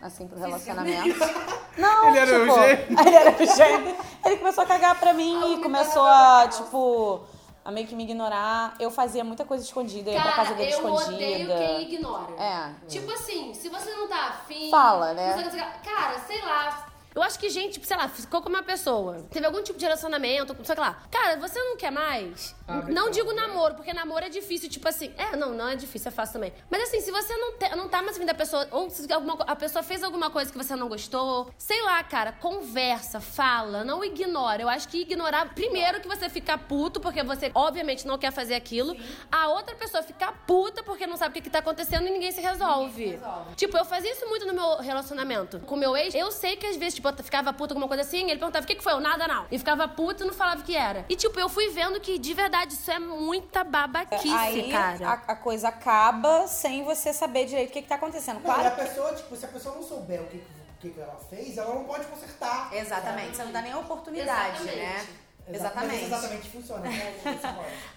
[SPEAKER 5] assim, pro relacionamento. Não,
[SPEAKER 7] Ele era
[SPEAKER 5] tipo,
[SPEAKER 7] eugênico.
[SPEAKER 5] Ele era eugênico. Ele começou a cagar pra mim e começou a, tipo, a meio que me ignorar. Eu fazia muita coisa escondida, eu ia pra
[SPEAKER 8] Cara,
[SPEAKER 5] casa dele
[SPEAKER 8] eu
[SPEAKER 5] escondida.
[SPEAKER 8] odeio quem ignora.
[SPEAKER 5] É.
[SPEAKER 8] Tipo assim, se você não tá afim.
[SPEAKER 5] Fala, né?
[SPEAKER 8] não sei o que, não sei o que lá. Cara, sei lá. Eu acho que gente, tipo, sei lá, ficou com uma pessoa, teve algum tipo de relacionamento, não sei o que lá. Cara, você não quer mais? não digo namoro, porque namoro é difícil, tipo assim. É, não, não é difícil, é fácil também. Mas assim, se você não, te- não tá mais afim da pessoa, ou se alguma co- a pessoa fez alguma coisa que você não gostou, sei lá, cara, conversa, fala, não ignora. Eu acho que ignorar, primeiro que você fica puto, porque você obviamente não quer fazer aquilo, a outra pessoa fica puta porque não sabe o que, que tá acontecendo e ninguém se resolve. Tipo, eu fazia isso muito no meu relacionamento. Com meu ex, eu sei que às vezes, tipo, eu ficava puta com alguma coisa assim, ele perguntava o que, que foi, eu nada não. E ficava puta e não falava o que era. E tipo, eu fui vendo que de verdade isso é muita babaquice,
[SPEAKER 5] aí
[SPEAKER 8] cara.
[SPEAKER 5] A, a coisa acaba sem você saber direito o que, que tá acontecendo.
[SPEAKER 6] Não, e a
[SPEAKER 5] Claro.
[SPEAKER 6] pessoa, tipo, se a pessoa não souber o que, o que que ela fez, ela não pode consertar.
[SPEAKER 5] É, Exatamente, você não dá nem a oportunidade, né?
[SPEAKER 6] Exatamente. Mas Exatamente, funciona. né?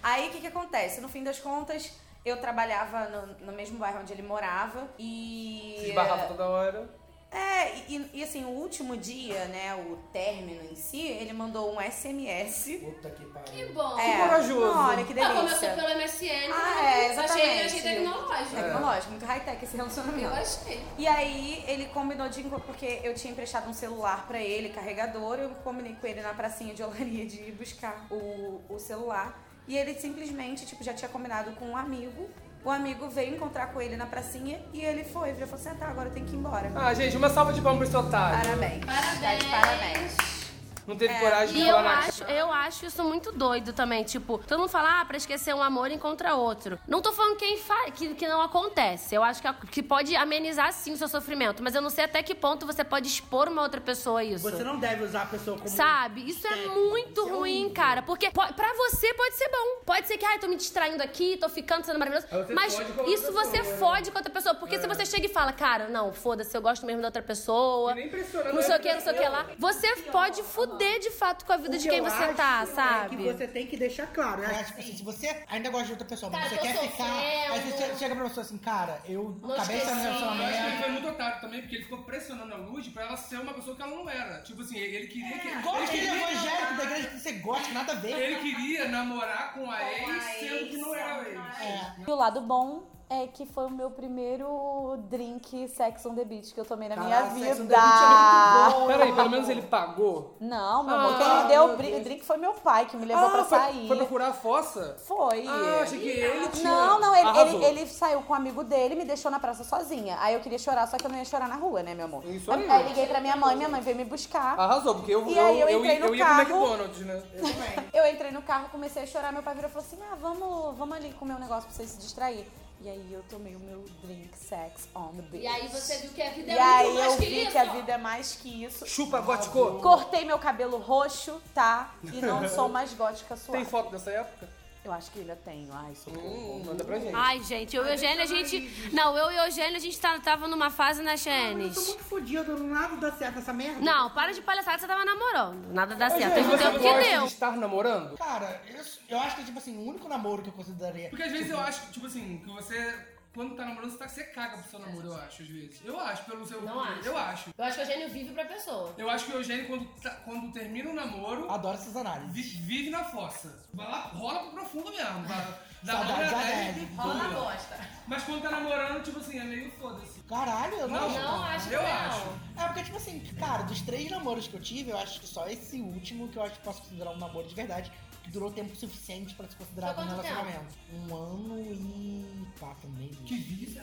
[SPEAKER 5] Aí o que, que acontece? No fim das contas, eu trabalhava no, no mesmo bairro onde ele morava
[SPEAKER 7] Se
[SPEAKER 5] e.
[SPEAKER 7] esbarrava toda hora.
[SPEAKER 5] É, e, e, assim, o último dia, né, o término em si, ele mandou um SMS.
[SPEAKER 6] Puta que
[SPEAKER 8] Que
[SPEAKER 6] pariu.
[SPEAKER 8] bom.
[SPEAKER 5] É,
[SPEAKER 7] corajoso.
[SPEAKER 5] Olha, que
[SPEAKER 8] Eu comecei
[SPEAKER 5] delícia.
[SPEAKER 8] pelo MSN,
[SPEAKER 5] Ah, é,
[SPEAKER 8] né? achei,
[SPEAKER 5] exatamente. É.
[SPEAKER 8] achei tecnológico.
[SPEAKER 5] Tecnológico, muito high-tech esse
[SPEAKER 8] Eu
[SPEAKER 5] relacionamento.
[SPEAKER 8] achei.
[SPEAKER 5] E aí ele combinou de enco- porque eu tinha emprestado um celular pra ele, carregador, eu combinei com ele na pracinha de olaria de ir buscar o, o celular. E ele simplesmente, tipo, já tinha combinado com um amigo. O amigo veio encontrar com ele na pracinha e ele foi. Ele falou assim: ah, tá, agora eu tenho que ir embora.
[SPEAKER 7] Ah, gente, uma salva de palmas pra esse otário.
[SPEAKER 5] Parabéns. É. Tá de
[SPEAKER 8] Parabéns.
[SPEAKER 5] parabéns.
[SPEAKER 7] Não teve coragem de
[SPEAKER 8] E eu
[SPEAKER 7] falar nada.
[SPEAKER 8] acho, eu acho isso muito doido também. Tipo, todo mundo fala, ah, pra esquecer um amor encontra outro. Não tô falando quem fa que, que não acontece. Eu acho que, a- que pode amenizar sim o seu sofrimento. Mas eu não sei até que ponto você pode expor uma outra pessoa a isso.
[SPEAKER 9] Você não deve usar a pessoa como.
[SPEAKER 8] Sabe? Isso é muito ruim, cara. Porque po- pra você pode ser bom. Pode ser que, ai, tô me distraindo aqui, tô ficando sendo maravilhoso.
[SPEAKER 7] Aí você
[SPEAKER 8] Mas
[SPEAKER 7] fode com outra
[SPEAKER 8] isso você
[SPEAKER 7] pessoa, né?
[SPEAKER 8] fode com outra pessoa. Porque se você chega e fala, cara, não, foda-se, eu gosto mesmo da outra pessoa.
[SPEAKER 7] E nem pressiona,
[SPEAKER 8] Não
[SPEAKER 7] né? assim,
[SPEAKER 8] sei o que, não sei o que lá. Você pode fuder de fato com a vida de quem você tá,
[SPEAKER 9] É que
[SPEAKER 8] sabe?
[SPEAKER 9] você tem que deixar claro,
[SPEAKER 6] Cara,
[SPEAKER 9] né?
[SPEAKER 6] tipo assim, se você ainda gosta de outra pessoa, mas
[SPEAKER 8] Cara,
[SPEAKER 6] você
[SPEAKER 8] tô
[SPEAKER 6] quer ficar, aí
[SPEAKER 8] sofrendo.
[SPEAKER 6] você chega pra pessoa assim, cara, eu acabei de sair
[SPEAKER 7] Eu
[SPEAKER 6] do
[SPEAKER 7] acho que ele
[SPEAKER 6] relacionamento.
[SPEAKER 7] foi muito otário também, porque ele ficou pressionando a Luz pra ela ser uma pessoa que ela não era. Tipo assim, ele queria
[SPEAKER 5] É.
[SPEAKER 7] que.
[SPEAKER 6] Igual
[SPEAKER 7] ele,
[SPEAKER 6] aquele
[SPEAKER 7] queria,
[SPEAKER 6] evangélico da igreja que você gosta, nada a ver.
[SPEAKER 7] ele queria namorar com a ex, sendo que não era a ex.
[SPEAKER 6] É.
[SPEAKER 5] E o lado bom é que foi o meu primeiro drink Sex on the Beach que eu tomei na minha
[SPEAKER 6] Caralho, Sex
[SPEAKER 5] vida.
[SPEAKER 6] on the Beach é muito bom.
[SPEAKER 7] Peraí, pelo menos ele pagou.
[SPEAKER 5] Não, meu amor,
[SPEAKER 7] Ah,
[SPEAKER 5] quem me deu o
[SPEAKER 7] meu
[SPEAKER 5] bri-
[SPEAKER 7] Deus.
[SPEAKER 5] o drink foi meu pai que me
[SPEAKER 6] Ah,
[SPEAKER 5] levou pra
[SPEAKER 7] Ah, foi,
[SPEAKER 5] sair.
[SPEAKER 7] foi procurar a fossa?
[SPEAKER 5] Foi.
[SPEAKER 7] Ah, achei que ele tinha.
[SPEAKER 5] Não, não, ele,
[SPEAKER 7] Arrasou.
[SPEAKER 5] ele, ele saiu com um amigo dele e me deixou na praça sozinha. Aí eu queria chorar, só que eu não ia chorar na rua, né, meu amor?
[SPEAKER 7] Isso aí.
[SPEAKER 5] Aí liguei pra minha mãe, minha mãe veio me buscar.
[SPEAKER 7] Arrasou, porque eu,
[SPEAKER 5] E
[SPEAKER 7] eu,
[SPEAKER 5] aí eu
[SPEAKER 7] eu,
[SPEAKER 5] entrei
[SPEAKER 7] ia-
[SPEAKER 5] no
[SPEAKER 7] eu ia
[SPEAKER 5] carro.
[SPEAKER 7] pro McDonald's, né?
[SPEAKER 5] Eu entrei no carro, comecei a chorar, meu pai virou e falou assim: Ah, vamos, vamos ali comer um negócio pra você se distrair. E aí eu tomei o meu drink sex on the beach.
[SPEAKER 15] E aí você viu que a vida é
[SPEAKER 5] E
[SPEAKER 15] muito
[SPEAKER 5] aí
[SPEAKER 15] mais
[SPEAKER 5] eu
[SPEAKER 15] que
[SPEAKER 5] vi
[SPEAKER 15] isso.
[SPEAKER 5] que a vida é mais que isso.
[SPEAKER 7] Chupa, gótico!
[SPEAKER 5] Cortei meu cabelo roxo, tá? E não sou mais gótica sua.
[SPEAKER 7] Tem foto dessa época?
[SPEAKER 5] Eu acho que ainda tenho. Ai, socorro.
[SPEAKER 7] Hum, manda pra gente.
[SPEAKER 8] Ai, gente, eu e o Eugênio, a
[SPEAKER 7] é
[SPEAKER 8] gente. Não, eu e o Eugênio, a gente tá- tava numa fase
[SPEAKER 7] Ah,
[SPEAKER 8] na
[SPEAKER 9] Eu tô
[SPEAKER 8] Xenis.
[SPEAKER 9] muito fodido, nada dá certo essa merda.
[SPEAKER 8] Não, para de palhaçada, você tava namorando. Nada dá certo.
[SPEAKER 7] Gente,
[SPEAKER 8] Teve um
[SPEAKER 7] você
[SPEAKER 8] tempo que
[SPEAKER 7] gosta de
[SPEAKER 8] deu.
[SPEAKER 7] estar namorando?
[SPEAKER 6] Cara, eu, eu acho que, tipo assim, o único namoro que eu consideraria.
[SPEAKER 7] Porque às vezes eu acho que, tipo assim, que você... Quando tá namorando, você, tá, você caga pro seu namoro, eu acho, às vezes. Eu acho, pelo seu...
[SPEAKER 15] Não acho.
[SPEAKER 7] Eu acho.
[SPEAKER 15] Eu acho que o Eugênio vive pra pessoa.
[SPEAKER 7] Eu acho que o Eugênio, quando, tá- quando termina o namoro,
[SPEAKER 6] Adoro essas análises.
[SPEAKER 7] vi- vive na fossa. Vai lá, rola pro profundo mesmo. Vai, dá
[SPEAKER 6] Saudade
[SPEAKER 7] uma
[SPEAKER 6] da
[SPEAKER 7] olhadinha
[SPEAKER 6] Adele.
[SPEAKER 7] e
[SPEAKER 15] Rola na
[SPEAKER 7] boa.
[SPEAKER 15] bosta.
[SPEAKER 7] Mas quando tá namorando, tipo assim, é meio foda-se.
[SPEAKER 6] Caralho, eu não.
[SPEAKER 7] Não.
[SPEAKER 15] Não acho que
[SPEAKER 7] Eu
[SPEAKER 15] não.
[SPEAKER 7] acho.
[SPEAKER 6] É porque, tipo assim, cara, dos três namoros que eu tive, eu acho que só esse último que eu acho que posso considerar um namoro de verdade, que durou tempo suficiente pra se considerar
[SPEAKER 15] Foi
[SPEAKER 6] um
[SPEAKER 15] quanto
[SPEAKER 6] relacionamento. Um ano e quatro meses.
[SPEAKER 7] Que vida!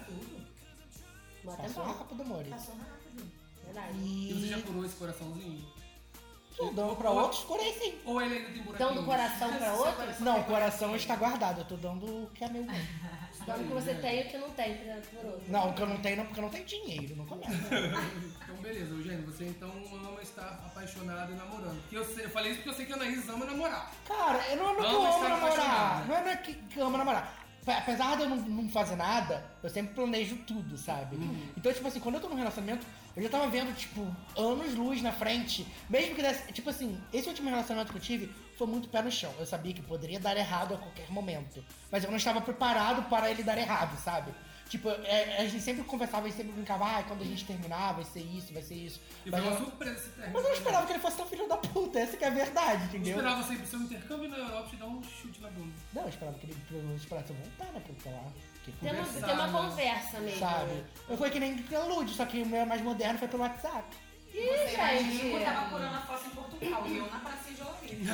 [SPEAKER 15] Bota
[SPEAKER 6] Passou
[SPEAKER 15] bom.
[SPEAKER 6] rápido, amores.
[SPEAKER 15] Passou rápido. Verdade.
[SPEAKER 7] E você já
[SPEAKER 6] E
[SPEAKER 7] curou esse coraçãozinho?
[SPEAKER 6] eu dou pra outros, curei sim.
[SPEAKER 7] Ou ele ainda tem buraquinho?
[SPEAKER 8] Então,
[SPEAKER 15] Dando coração pra outros?
[SPEAKER 6] Não, o coração está guardado, eu tô dando o que é meu.
[SPEAKER 15] Dando o que você tem e o que não tem pra- por outro.
[SPEAKER 6] Não, o que eu não tenho não, porque eu não tenho dinheiro, não começa.
[SPEAKER 7] Então, beleza, Eugênio, você então ama estar apaixonado e namorando. Porque eu, sei- eu falei isso porque eu sei que a Anaís ama namorar.
[SPEAKER 6] Cara, eu não, não que eu
[SPEAKER 7] Vamos
[SPEAKER 6] amo
[SPEAKER 7] estar
[SPEAKER 6] namorar.
[SPEAKER 7] apaixonados.
[SPEAKER 6] Não é, não é que, que eu amo namorar. Pe- Apesar de eu não, não fazer nada, eu sempre planejo tudo, sabe?
[SPEAKER 7] Uhum.
[SPEAKER 6] Então, tipo assim, quando eu tô num relacionamento, eu já tava vendo, tipo, anos luz na frente. Mesmo que desse. Tipo assim, esse último relacionamento que eu tive foi muito pé no chão. Eu sabia que poderia dar errado a qualquer momento. Mas eu não estava preparado para ele dar errado, sabe? Tipo, é- a gente sempre conversava, a gente sempre brincava, ah, quando a gente terminar, vai ser isso, vai ser isso.
[SPEAKER 7] E foi
[SPEAKER 6] Mas
[SPEAKER 7] uma
[SPEAKER 6] eu,
[SPEAKER 7] surpresa esse término.
[SPEAKER 6] mas eu não esperava que ele fosse tão filho da puta, essa que é a verdade,
[SPEAKER 7] Eu
[SPEAKER 6] entendeu?
[SPEAKER 7] esperava sempre seu intercâmbio na Europa te dar um chute na bunda.
[SPEAKER 6] Não, eu esperava que ele pelo menos esperasse eu voltar, né? Porque sei lá. Que
[SPEAKER 15] Tem uma,
[SPEAKER 7] Conversar,
[SPEAKER 15] tem uma
[SPEAKER 7] né?
[SPEAKER 15] conversa mesmo.
[SPEAKER 6] sabe?
[SPEAKER 17] né?
[SPEAKER 6] Eu fui que nem Prelude, só que o meu mais moderno foi pelo WhatsApp.
[SPEAKER 15] Ih,
[SPEAKER 16] Eu
[SPEAKER 15] gente.
[SPEAKER 16] tava curando a fossa em Portugal e eu na pracinha de Olinda.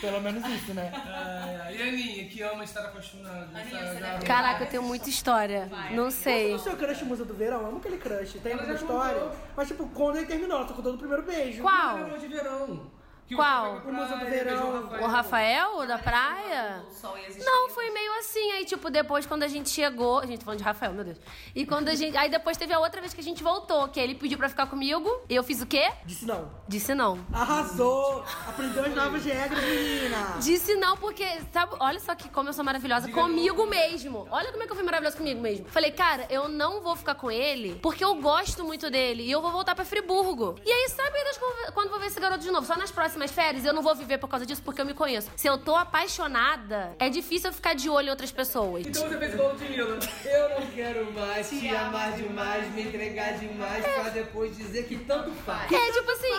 [SPEAKER 6] Pelo menos isso, né?
[SPEAKER 7] Ah, e a Aninha, que ama estar apaixonada.
[SPEAKER 16] Aninha,
[SPEAKER 7] essa
[SPEAKER 16] você
[SPEAKER 7] garota.
[SPEAKER 8] Caraca, eu tenho muita história. Não sei.
[SPEAKER 9] O seu crush musa do verão, eu amo aquele crush. Tem alguma história? Mas, tipo, quando ele terminou, ela só contou do primeiro beijo.
[SPEAKER 7] Ela é
[SPEAKER 8] Qual?
[SPEAKER 7] amor de verão. Que
[SPEAKER 8] Qual?
[SPEAKER 7] você foi pra
[SPEAKER 9] O Museu do
[SPEAKER 7] praia,
[SPEAKER 9] Verão.
[SPEAKER 7] beijou
[SPEAKER 8] O Rafael, o da praia?
[SPEAKER 16] O sol ia existir.
[SPEAKER 8] Não, foi meio assim. Aí, tipo, depois quando a gente chegou. A gente tá falando de Rafael, meu Deus. E quando a gente. Aí depois teve a outra vez que a gente voltou, que ele pediu pra ficar comigo. E eu fiz o quê?
[SPEAKER 9] Disse não.
[SPEAKER 8] Disse não.
[SPEAKER 9] Arrasou! Aprendeu as novas regras, menina!
[SPEAKER 8] Disse não porque, sabe, olha só que como eu sou maravilhosa comigo mesmo. Olha como é que eu fui maravilhosa comigo mesmo. Falei, cara, eu não vou ficar com ele porque eu gosto muito dele e eu vou voltar pra Friburgo. E aí, sabe Deus, quando- quando vou ver esse garoto de novo? Só nas próximas férias eu não vou viver por causa disso porque eu me conheço. Se eu tô apaixonada, é difícil eu ficar de olho em outras pessoas.
[SPEAKER 7] Então você fez igual o Timila. Eu não
[SPEAKER 1] Quero mais, te amar demais, me entregar demais, pra depois dizer que tanto faz.
[SPEAKER 8] É, tipo assim,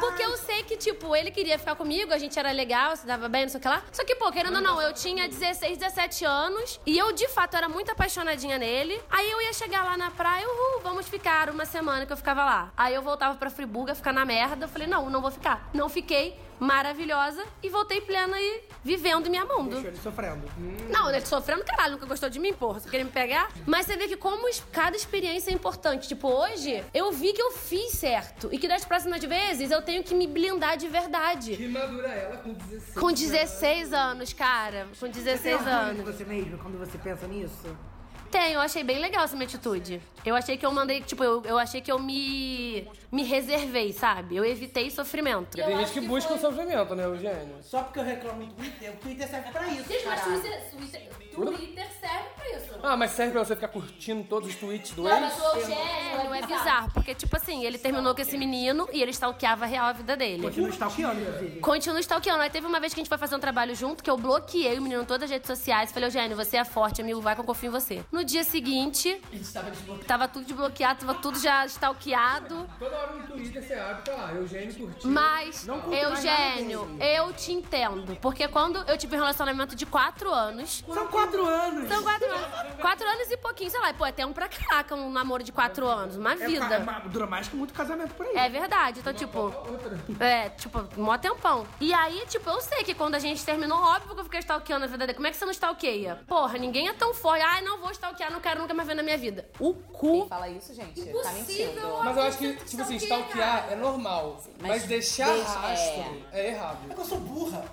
[SPEAKER 8] porque eu sei que, tipo, ele queria ficar comigo, a gente era legal, se dava bem, não sei o que lá. Só que, pô, querendo ou não, eu tinha 16, 17 anos e eu, de fato, era muito apaixonadinha nele. Aí eu ia chegar lá na praia, uhul, vamos ficar uma semana que eu ficava lá. Aí eu voltava pra Friburgo, ia ficar na merda. Eu falei, não, não vou ficar. Não fiquei, maravilhosa, e voltei plena e vivendo minha mundo.
[SPEAKER 9] Ele sofrendo.
[SPEAKER 8] Não, ele é sofrendo caralho, nunca gostou de mim, porra. Só queria me pegar. Mas você vê que como es- cada experiência é importante. Tipo, hoje eu vi que eu fiz certo. E que das próximas vezes eu tenho que me blindar de verdade.
[SPEAKER 7] Que madura ela com 16.
[SPEAKER 8] Com 16 anos, cara. Com
[SPEAKER 9] Você
[SPEAKER 8] 16
[SPEAKER 9] tem orgulho de
[SPEAKER 8] anos.
[SPEAKER 9] você mesmo quando você pensa nisso?
[SPEAKER 8] Tenho, eu achei bem legal essa minha atitude. Eu achei que eu mandei, tipo, eu, eu achei que eu me. me reservei, sabe? Eu evitei sofrimento.
[SPEAKER 7] Tem gente que busca o sofrimento, né, Eugênio?
[SPEAKER 9] Só porque eu reclamo do Twitter, o Twitter serve pra isso.
[SPEAKER 15] Gente, mas
[SPEAKER 9] caralho.
[SPEAKER 15] Twitter, Twitter, Twitter serve pra isso.
[SPEAKER 7] Ah, mas serve pra você ficar curtindo todos os tweets do
[SPEAKER 15] Não,
[SPEAKER 7] ex?
[SPEAKER 15] mas o
[SPEAKER 8] Não
[SPEAKER 15] Eugênio
[SPEAKER 8] é bizarro, porque, tipo assim, ele terminou com esse menino e ele stalkeava real a vida dele.
[SPEAKER 9] Continua stalkeando, inclusive.
[SPEAKER 8] Continua stalkeando. Aí teve uma vez que a gente foi fazer um trabalho junto, que eu bloqueei o menino em todas as redes sociais. Falei, Eugênio, você é forte, amigo, vai que eu confio em você. No dia seguinte, tava tudo desbloqueado, tava tudo já stalkeado.
[SPEAKER 7] Toda hora no Twitter você abre, tá lá, Eugênio curtiu.
[SPEAKER 8] Mas,
[SPEAKER 9] Não curto mais nada
[SPEAKER 8] Eugênio, eu te entendo. Porque quando eu tive um relacionamento de quatro anos,
[SPEAKER 9] São quatro anos!
[SPEAKER 8] são quatro anos. Quatro anos e pouquinho, sei lá. Pô, até um pra caraca, um namoro de quatro anos. Uma
[SPEAKER 9] É, ca- é
[SPEAKER 8] vida.
[SPEAKER 9] ma- dura mais que muito casamento por aí.
[SPEAKER 8] É verdade. Então, tipo. É, tipo, mó tempão. E aí, tipo, eu sei que quando a gente terminou, óbvio que eu fiquei stalkeando a vida dele. Como é que você não stalkeia? Porra, ninguém é tão forte. Ai, não vou stalkear, não quero nunca mais ver na minha vida. O cu.
[SPEAKER 5] Fala isso, gente. Tá
[SPEAKER 15] Impossível.
[SPEAKER 5] mentindo.
[SPEAKER 7] Mas eu acho que, tipo assim, stalkear é normal. mas, deixar
[SPEAKER 5] deixa-
[SPEAKER 7] rastro é... errado.
[SPEAKER 6] Eu sou burra.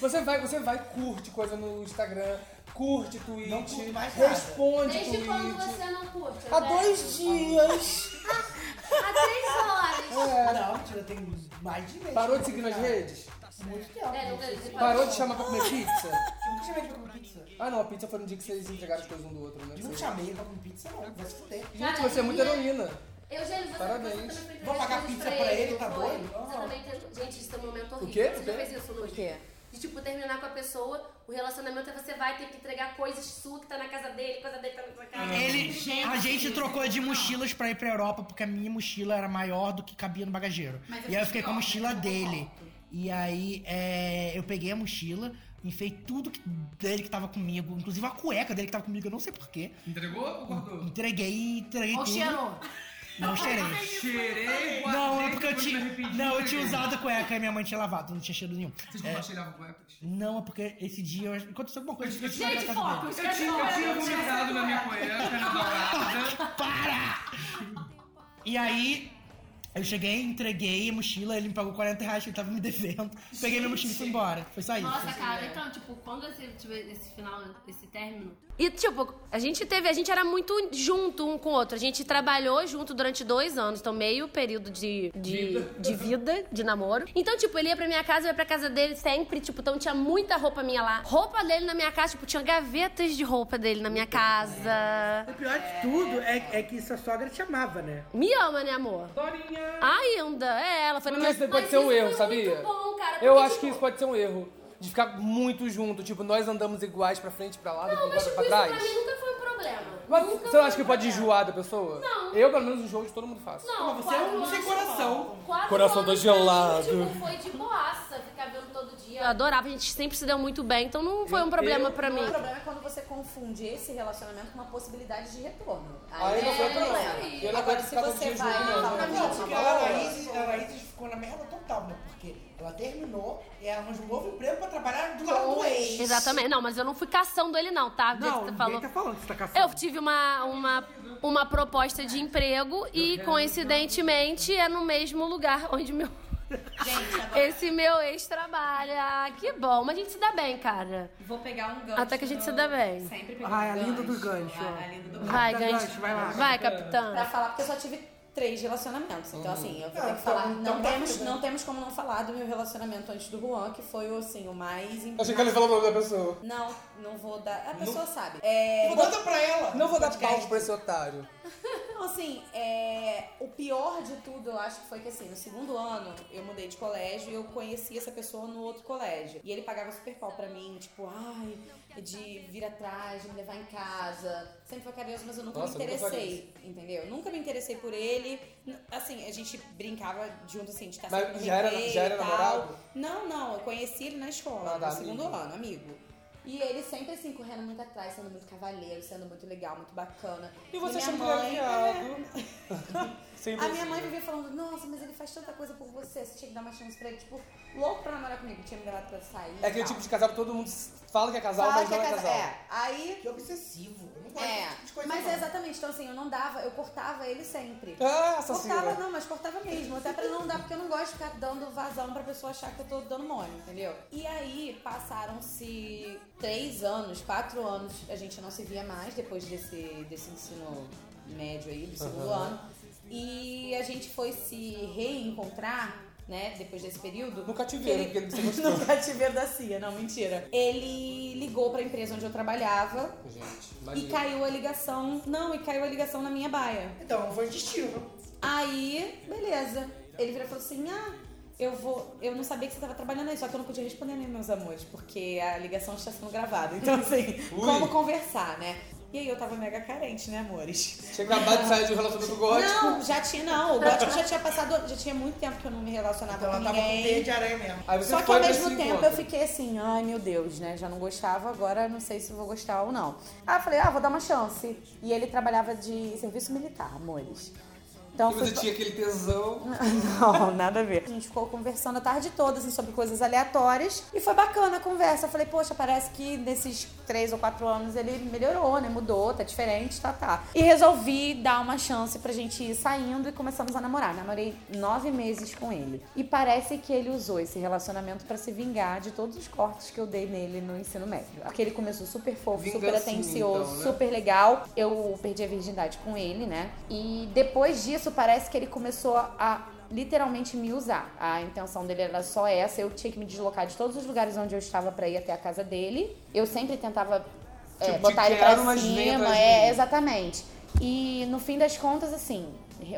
[SPEAKER 7] Você vai, você vai, curte coisa no Instagram, curte tweet,
[SPEAKER 17] Não curto mais nada.
[SPEAKER 7] responde
[SPEAKER 8] Desde
[SPEAKER 7] tweet.
[SPEAKER 8] quando você não curte?
[SPEAKER 6] Ah.
[SPEAKER 17] Há
[SPEAKER 8] Roberto?
[SPEAKER 17] dois dias.
[SPEAKER 8] Há três horas.
[SPEAKER 17] É. Não, mentira, tem mais de mês.
[SPEAKER 7] Parou de seguir nas redes?
[SPEAKER 17] Muito tempo.
[SPEAKER 8] É, nunca- depois-
[SPEAKER 7] Parou de chamar pra comer pizza?
[SPEAKER 17] Eu nunca chamei pra comer pizza.
[SPEAKER 7] Ah não, a pizza foi no dia que vocês entregaram as coisas um do outro, né?
[SPEAKER 17] Eu Não
[SPEAKER 7] Vocês-
[SPEAKER 17] chamei pra comer pizza, não. Vai se fuder.
[SPEAKER 7] Gente, você é muito heroína.
[SPEAKER 8] Eugênio, você
[SPEAKER 7] Parabéns.
[SPEAKER 8] você também fez
[SPEAKER 17] Vou pagar
[SPEAKER 8] coisas
[SPEAKER 17] pizza pra ele, tá
[SPEAKER 8] não foi?
[SPEAKER 17] doido?
[SPEAKER 8] Você
[SPEAKER 17] Ah.
[SPEAKER 8] também tem... Gente, isso é um momento horrível.
[SPEAKER 7] quê?
[SPEAKER 8] Você
[SPEAKER 7] O
[SPEAKER 8] já
[SPEAKER 7] quê?
[SPEAKER 8] fez isso, Luz?
[SPEAKER 5] O quê?
[SPEAKER 8] De, tipo, terminar com a pessoa, o relacionamento é você vai ter que entregar coisas sua que tá na casa dele, coisa dele que tá na sua casa.
[SPEAKER 6] Ele, a gente trocou de mochilas pra ir pra Europa porque a minha mochila era maior do que cabia no bagageiro. E aí eu fiquei com a mochila dele. E aí é, eu peguei a mochila, enfei tudo que- dele que tava comigo, inclusive a cueca dele que tava comigo, eu não sei porquê.
[SPEAKER 7] Entregou ou guardou?
[SPEAKER 6] Entreguei, entreguei
[SPEAKER 8] Ou
[SPEAKER 6] tudo.
[SPEAKER 8] cheirou.
[SPEAKER 6] Não cheirei.
[SPEAKER 7] Cheirei,
[SPEAKER 6] Não, é porque eu tinha. Não, eu tinha usado É. a cueca e minha mãe tinha lavado, não tinha cheiro nenhum.
[SPEAKER 7] Vocês compartilhavam com ela?
[SPEAKER 6] Não, é porque esse dia eu. Aconteceu alguma coisa que eu tinha na
[SPEAKER 8] Gente,
[SPEAKER 6] casa
[SPEAKER 8] foco,
[SPEAKER 6] dele.
[SPEAKER 8] esquece o momento.
[SPEAKER 7] vomitado na minha cueca, na balada.
[SPEAKER 6] Para! E aí, eu cheguei, entreguei a mochila, ele me pagou 40 reais que ele tava me devendo. Peguei minha mochila e fui embora. Foi só isso.
[SPEAKER 8] Nossa, cara, então, tipo, quando você tiver esse final, esse término. E, tipo, a gente teve, a gente era muito junto um com o outro. A gente trabalhou junto durante dois anos, então meio período de, de, de vida, de namoro. Então, tipo, ele ia pra minha casa, eu ia pra casa dele sempre, tipo, então tinha muita roupa minha lá. Roupa dele na minha casa, tipo, tinha gavetas de roupa dele na minha casa.
[SPEAKER 9] O pior de tudo é, é que sua sogra te amava, né?
[SPEAKER 8] Me ama, né, amor?
[SPEAKER 7] Dorinha!
[SPEAKER 8] Ainda, é, ela foi na minha
[SPEAKER 7] Mas isso pode
[SPEAKER 8] Mas
[SPEAKER 7] ser um
[SPEAKER 8] isso
[SPEAKER 7] erro,
[SPEAKER 8] foi
[SPEAKER 7] sabia?
[SPEAKER 8] muito bom, cara,
[SPEAKER 7] eu
[SPEAKER 8] porque,
[SPEAKER 7] acho
[SPEAKER 8] tipo,
[SPEAKER 7] que isso pode ser um erro. De ficar muito junto, tipo, nós andamos iguais pra frente, pra lá,
[SPEAKER 8] Não,
[SPEAKER 7] depois
[SPEAKER 8] mas,
[SPEAKER 7] iguais
[SPEAKER 8] tipo,
[SPEAKER 7] pra
[SPEAKER 8] isso
[SPEAKER 7] trás.
[SPEAKER 8] pra mim nunca foi um problema.
[SPEAKER 7] Mas
[SPEAKER 8] Nunca
[SPEAKER 7] você
[SPEAKER 8] foi
[SPEAKER 7] não
[SPEAKER 8] um
[SPEAKER 7] acha que pode
[SPEAKER 8] problema.
[SPEAKER 7] enjoar da pessoa?
[SPEAKER 8] Não.
[SPEAKER 7] Eu, pelo menos, enjoo de todo mundo faço.
[SPEAKER 8] Não,
[SPEAKER 17] Mas você é um
[SPEAKER 8] quatro
[SPEAKER 17] sem
[SPEAKER 8] anos-
[SPEAKER 17] coração.
[SPEAKER 8] Quatro
[SPEAKER 7] Coração tá
[SPEAKER 8] anos
[SPEAKER 7] gelado.
[SPEAKER 8] pra mim, tipo, foi de boaça ficar vendo todo dia. Eu adorava, a gente sempre se deu muito bem, então não foi um problema pra mim.
[SPEAKER 5] O problema é quando você confunde esse relacionamento com uma possibilidade de retorno. Aí,
[SPEAKER 7] Aí não foi
[SPEAKER 5] é
[SPEAKER 7] problema.
[SPEAKER 5] isso aí.
[SPEAKER 7] Eu não
[SPEAKER 5] Agora,
[SPEAKER 7] aguento
[SPEAKER 5] se
[SPEAKER 7] ficar todo
[SPEAKER 5] você
[SPEAKER 7] dia
[SPEAKER 5] vai
[SPEAKER 7] junto, não.
[SPEAKER 5] falar pra mim,
[SPEAKER 17] Não,
[SPEAKER 7] tipo,
[SPEAKER 17] porque a
[SPEAKER 5] uma boa,
[SPEAKER 7] é.
[SPEAKER 17] Anaís, a Anaís ficou na merda total, né? Porque ela terminou e ela arranjou um novo emprego pra trabalhar do lado do ex.
[SPEAKER 8] Exatamente. Não, mas eu não fui caçando ele, não, tá? Do jeito
[SPEAKER 9] Não,
[SPEAKER 8] que você
[SPEAKER 9] ninguém
[SPEAKER 8] falou.
[SPEAKER 9] tá falando que você tá caçando.
[SPEAKER 8] Eu tive uma, uma, uma proposta de emprego e, coincidentemente, é no mesmo lugar onde meu. Esse meu ex trabalha. Ah, Que bom. Mas a gente se dá bem, cara.
[SPEAKER 18] Vou pegar um gancho.
[SPEAKER 8] Até que a gente se
[SPEAKER 18] no-
[SPEAKER 8] dá bem.
[SPEAKER 18] Sempre pegar
[SPEAKER 9] Ai, a
[SPEAKER 18] um
[SPEAKER 9] linda
[SPEAKER 18] gancho.
[SPEAKER 9] do gancho.
[SPEAKER 18] A, a linda do gancho.
[SPEAKER 8] Vai,
[SPEAKER 9] Tá,
[SPEAKER 8] ganha.
[SPEAKER 9] Gancho, vai lá.
[SPEAKER 8] Vai, capitã.
[SPEAKER 5] pra falar, porque eu só tive três relacionamentos. Então, assim, eu vou ter
[SPEAKER 9] Uhum.
[SPEAKER 17] Ah,
[SPEAKER 5] que falar.
[SPEAKER 17] então- então
[SPEAKER 5] Não,
[SPEAKER 17] tá
[SPEAKER 5] temos,
[SPEAKER 17] tudo
[SPEAKER 5] não temos como não falar do meu relacionamento antes do Juan, que foi, assim, o mais... imp-
[SPEAKER 7] Achei que ela falou o nome da pessoa.
[SPEAKER 5] Não, não vou dar... A pessoa sabe. É...
[SPEAKER 17] Manda pra ela.
[SPEAKER 7] Não vou dar
[SPEAKER 17] Podcast.
[SPEAKER 7] palco pra esse otário.
[SPEAKER 5] Então, assim, é, o pior de tudo, eu acho que foi que, assim, no segundo ano, eu mudei de colégio e eu conheci essa pessoa no outro colégio. E ele pagava super pau pra mim, tipo, ai, de vir atrás, de me levar em casa. Sempre foi carinhoso, mas eu nunca
[SPEAKER 7] Nossa,
[SPEAKER 5] me
[SPEAKER 7] nunca foi
[SPEAKER 5] interessei, entendeu? Nunca me interessei por ele. N- Assim, a gente brincava junto, assim, de estar
[SPEAKER 7] Mas
[SPEAKER 5] sempre no
[SPEAKER 7] já era-
[SPEAKER 5] recreio
[SPEAKER 7] já era
[SPEAKER 5] e tal.
[SPEAKER 7] namorado?
[SPEAKER 5] Não, não, eu conheci ele na escola,
[SPEAKER 7] Ah, tá,
[SPEAKER 5] no segundo
[SPEAKER 7] amigo.
[SPEAKER 5] ano, amigo. E ele sempre assim, correndo muito atrás, sendo muito cavaleiro, sendo muito legal, muito bacana.
[SPEAKER 7] E você
[SPEAKER 5] minha
[SPEAKER 7] achando
[SPEAKER 8] é
[SPEAKER 7] que ele era
[SPEAKER 5] mãe...
[SPEAKER 7] viado.
[SPEAKER 5] A
[SPEAKER 6] né?
[SPEAKER 7] Sempre
[SPEAKER 5] minha
[SPEAKER 7] assim.
[SPEAKER 5] mãe vivia falando, nossa, mas ele faz tanta coisa por você, você tinha que dar uma chance pra ele. Tipo, louco pra namorar comigo, tinha me levado pra sair.
[SPEAKER 7] É aquele tipo de casal que todo mundo fala que é casal,
[SPEAKER 5] Fala
[SPEAKER 7] mas
[SPEAKER 5] que
[SPEAKER 7] não
[SPEAKER 5] é
[SPEAKER 7] é
[SPEAKER 5] casa-
[SPEAKER 7] casal.
[SPEAKER 5] É, aí...
[SPEAKER 17] Que obsessivo. Eu não gosto desse tipo de
[SPEAKER 5] É,
[SPEAKER 17] coisa,
[SPEAKER 5] mas
[SPEAKER 17] não.
[SPEAKER 5] é exatamente, então assim, eu não dava, eu cortava ele sempre.
[SPEAKER 7] Ah, assassina.
[SPEAKER 5] Cortava não, mas cortava mesmo. Até pra não dar, porque eu não gosto de ficar dando vazão pra pessoa achar que eu tô dando mole, entendeu? E aí passaram-se três anos, quatro anos, a gente não se via mais depois desse, desse ensino médio aí, do segundo ano. E a gente foi se reencontrar, né, depois desse período.
[SPEAKER 7] No cativeiro,
[SPEAKER 5] Que ele-
[SPEAKER 7] porque você gostou.
[SPEAKER 5] No cativeiro da CIA, não, mentira. Ele ligou pra empresa onde eu trabalhava
[SPEAKER 7] Gente,
[SPEAKER 5] e
[SPEAKER 7] imagina.
[SPEAKER 5] caiu a ligação. Não, e caiu a ligação na minha baia.
[SPEAKER 17] Então,
[SPEAKER 9] um
[SPEAKER 17] foi destino.
[SPEAKER 5] Aí, beleza. Ele virou e falou assim: Ah, eu vou. Eu não sabia que você tava trabalhando aí, só que eu não podia responder, né, meus amores, porque a ligação está sendo gravada. Então, assim,
[SPEAKER 7] Ui.
[SPEAKER 5] como conversar, né? E aí eu tava mega carente, né, amores?
[SPEAKER 7] Tinha gravado e saiu de um relacionamento gótico.
[SPEAKER 5] Não, já tinha, não. O gótico já tinha passado. Já tinha muito tempo que eu não me relacionava
[SPEAKER 17] Então ela
[SPEAKER 5] com
[SPEAKER 17] tava com
[SPEAKER 5] ninguém.
[SPEAKER 17] teia de aranha mesmo.
[SPEAKER 7] Aí você
[SPEAKER 5] Só que
[SPEAKER 7] foi
[SPEAKER 5] ao
[SPEAKER 7] pra
[SPEAKER 5] mesmo
[SPEAKER 7] esse
[SPEAKER 5] tempo
[SPEAKER 7] encontro.
[SPEAKER 5] eu fiquei assim, ai meu Deus, né? Já não gostava, agora não sei se vou gostar ou não. Ah, eu falei, ah, vou dar uma chance. E ele trabalhava de serviço militar, amores. Então
[SPEAKER 7] E você
[SPEAKER 5] fui pra-
[SPEAKER 7] tinha aquele tesão.
[SPEAKER 5] Não, nada a ver. A gente ficou conversando a tarde toda, assim, sobre coisas aleatórias. E foi bacana a conversa. Eu falei, poxa, parece que nesses três ou quatro anos ele melhorou, né? Mudou, tá diferente, tá, tá. E resolvi dar uma chance pra gente ir saindo e começamos a namorar. né? Namorei nove meses com ele. E parece que ele usou esse relacionamento pra se vingar de todos os cortes que eu dei nele no ensino médio. Porque ele começou super fofo, super
[SPEAKER 7] Vingancinha,
[SPEAKER 5] atencioso,
[SPEAKER 7] então, né?
[SPEAKER 5] super super legal. Eu perdi a virgindade com ele, né? E depois disso, parece que ele começou a literalmente me usar. A intenção dele era só essa. Eu tinha que me deslocar de todos os lugares onde eu estava pra ir até a casa dele. Eu sempre tentava é,
[SPEAKER 7] Tipo, te
[SPEAKER 5] botar ele
[SPEAKER 7] quero,
[SPEAKER 5] pra
[SPEAKER 7] mas vem
[SPEAKER 5] cima.
[SPEAKER 7] atrás de
[SPEAKER 5] É,
[SPEAKER 7] mim.
[SPEAKER 5] exatamente. E no fim das contas, assim,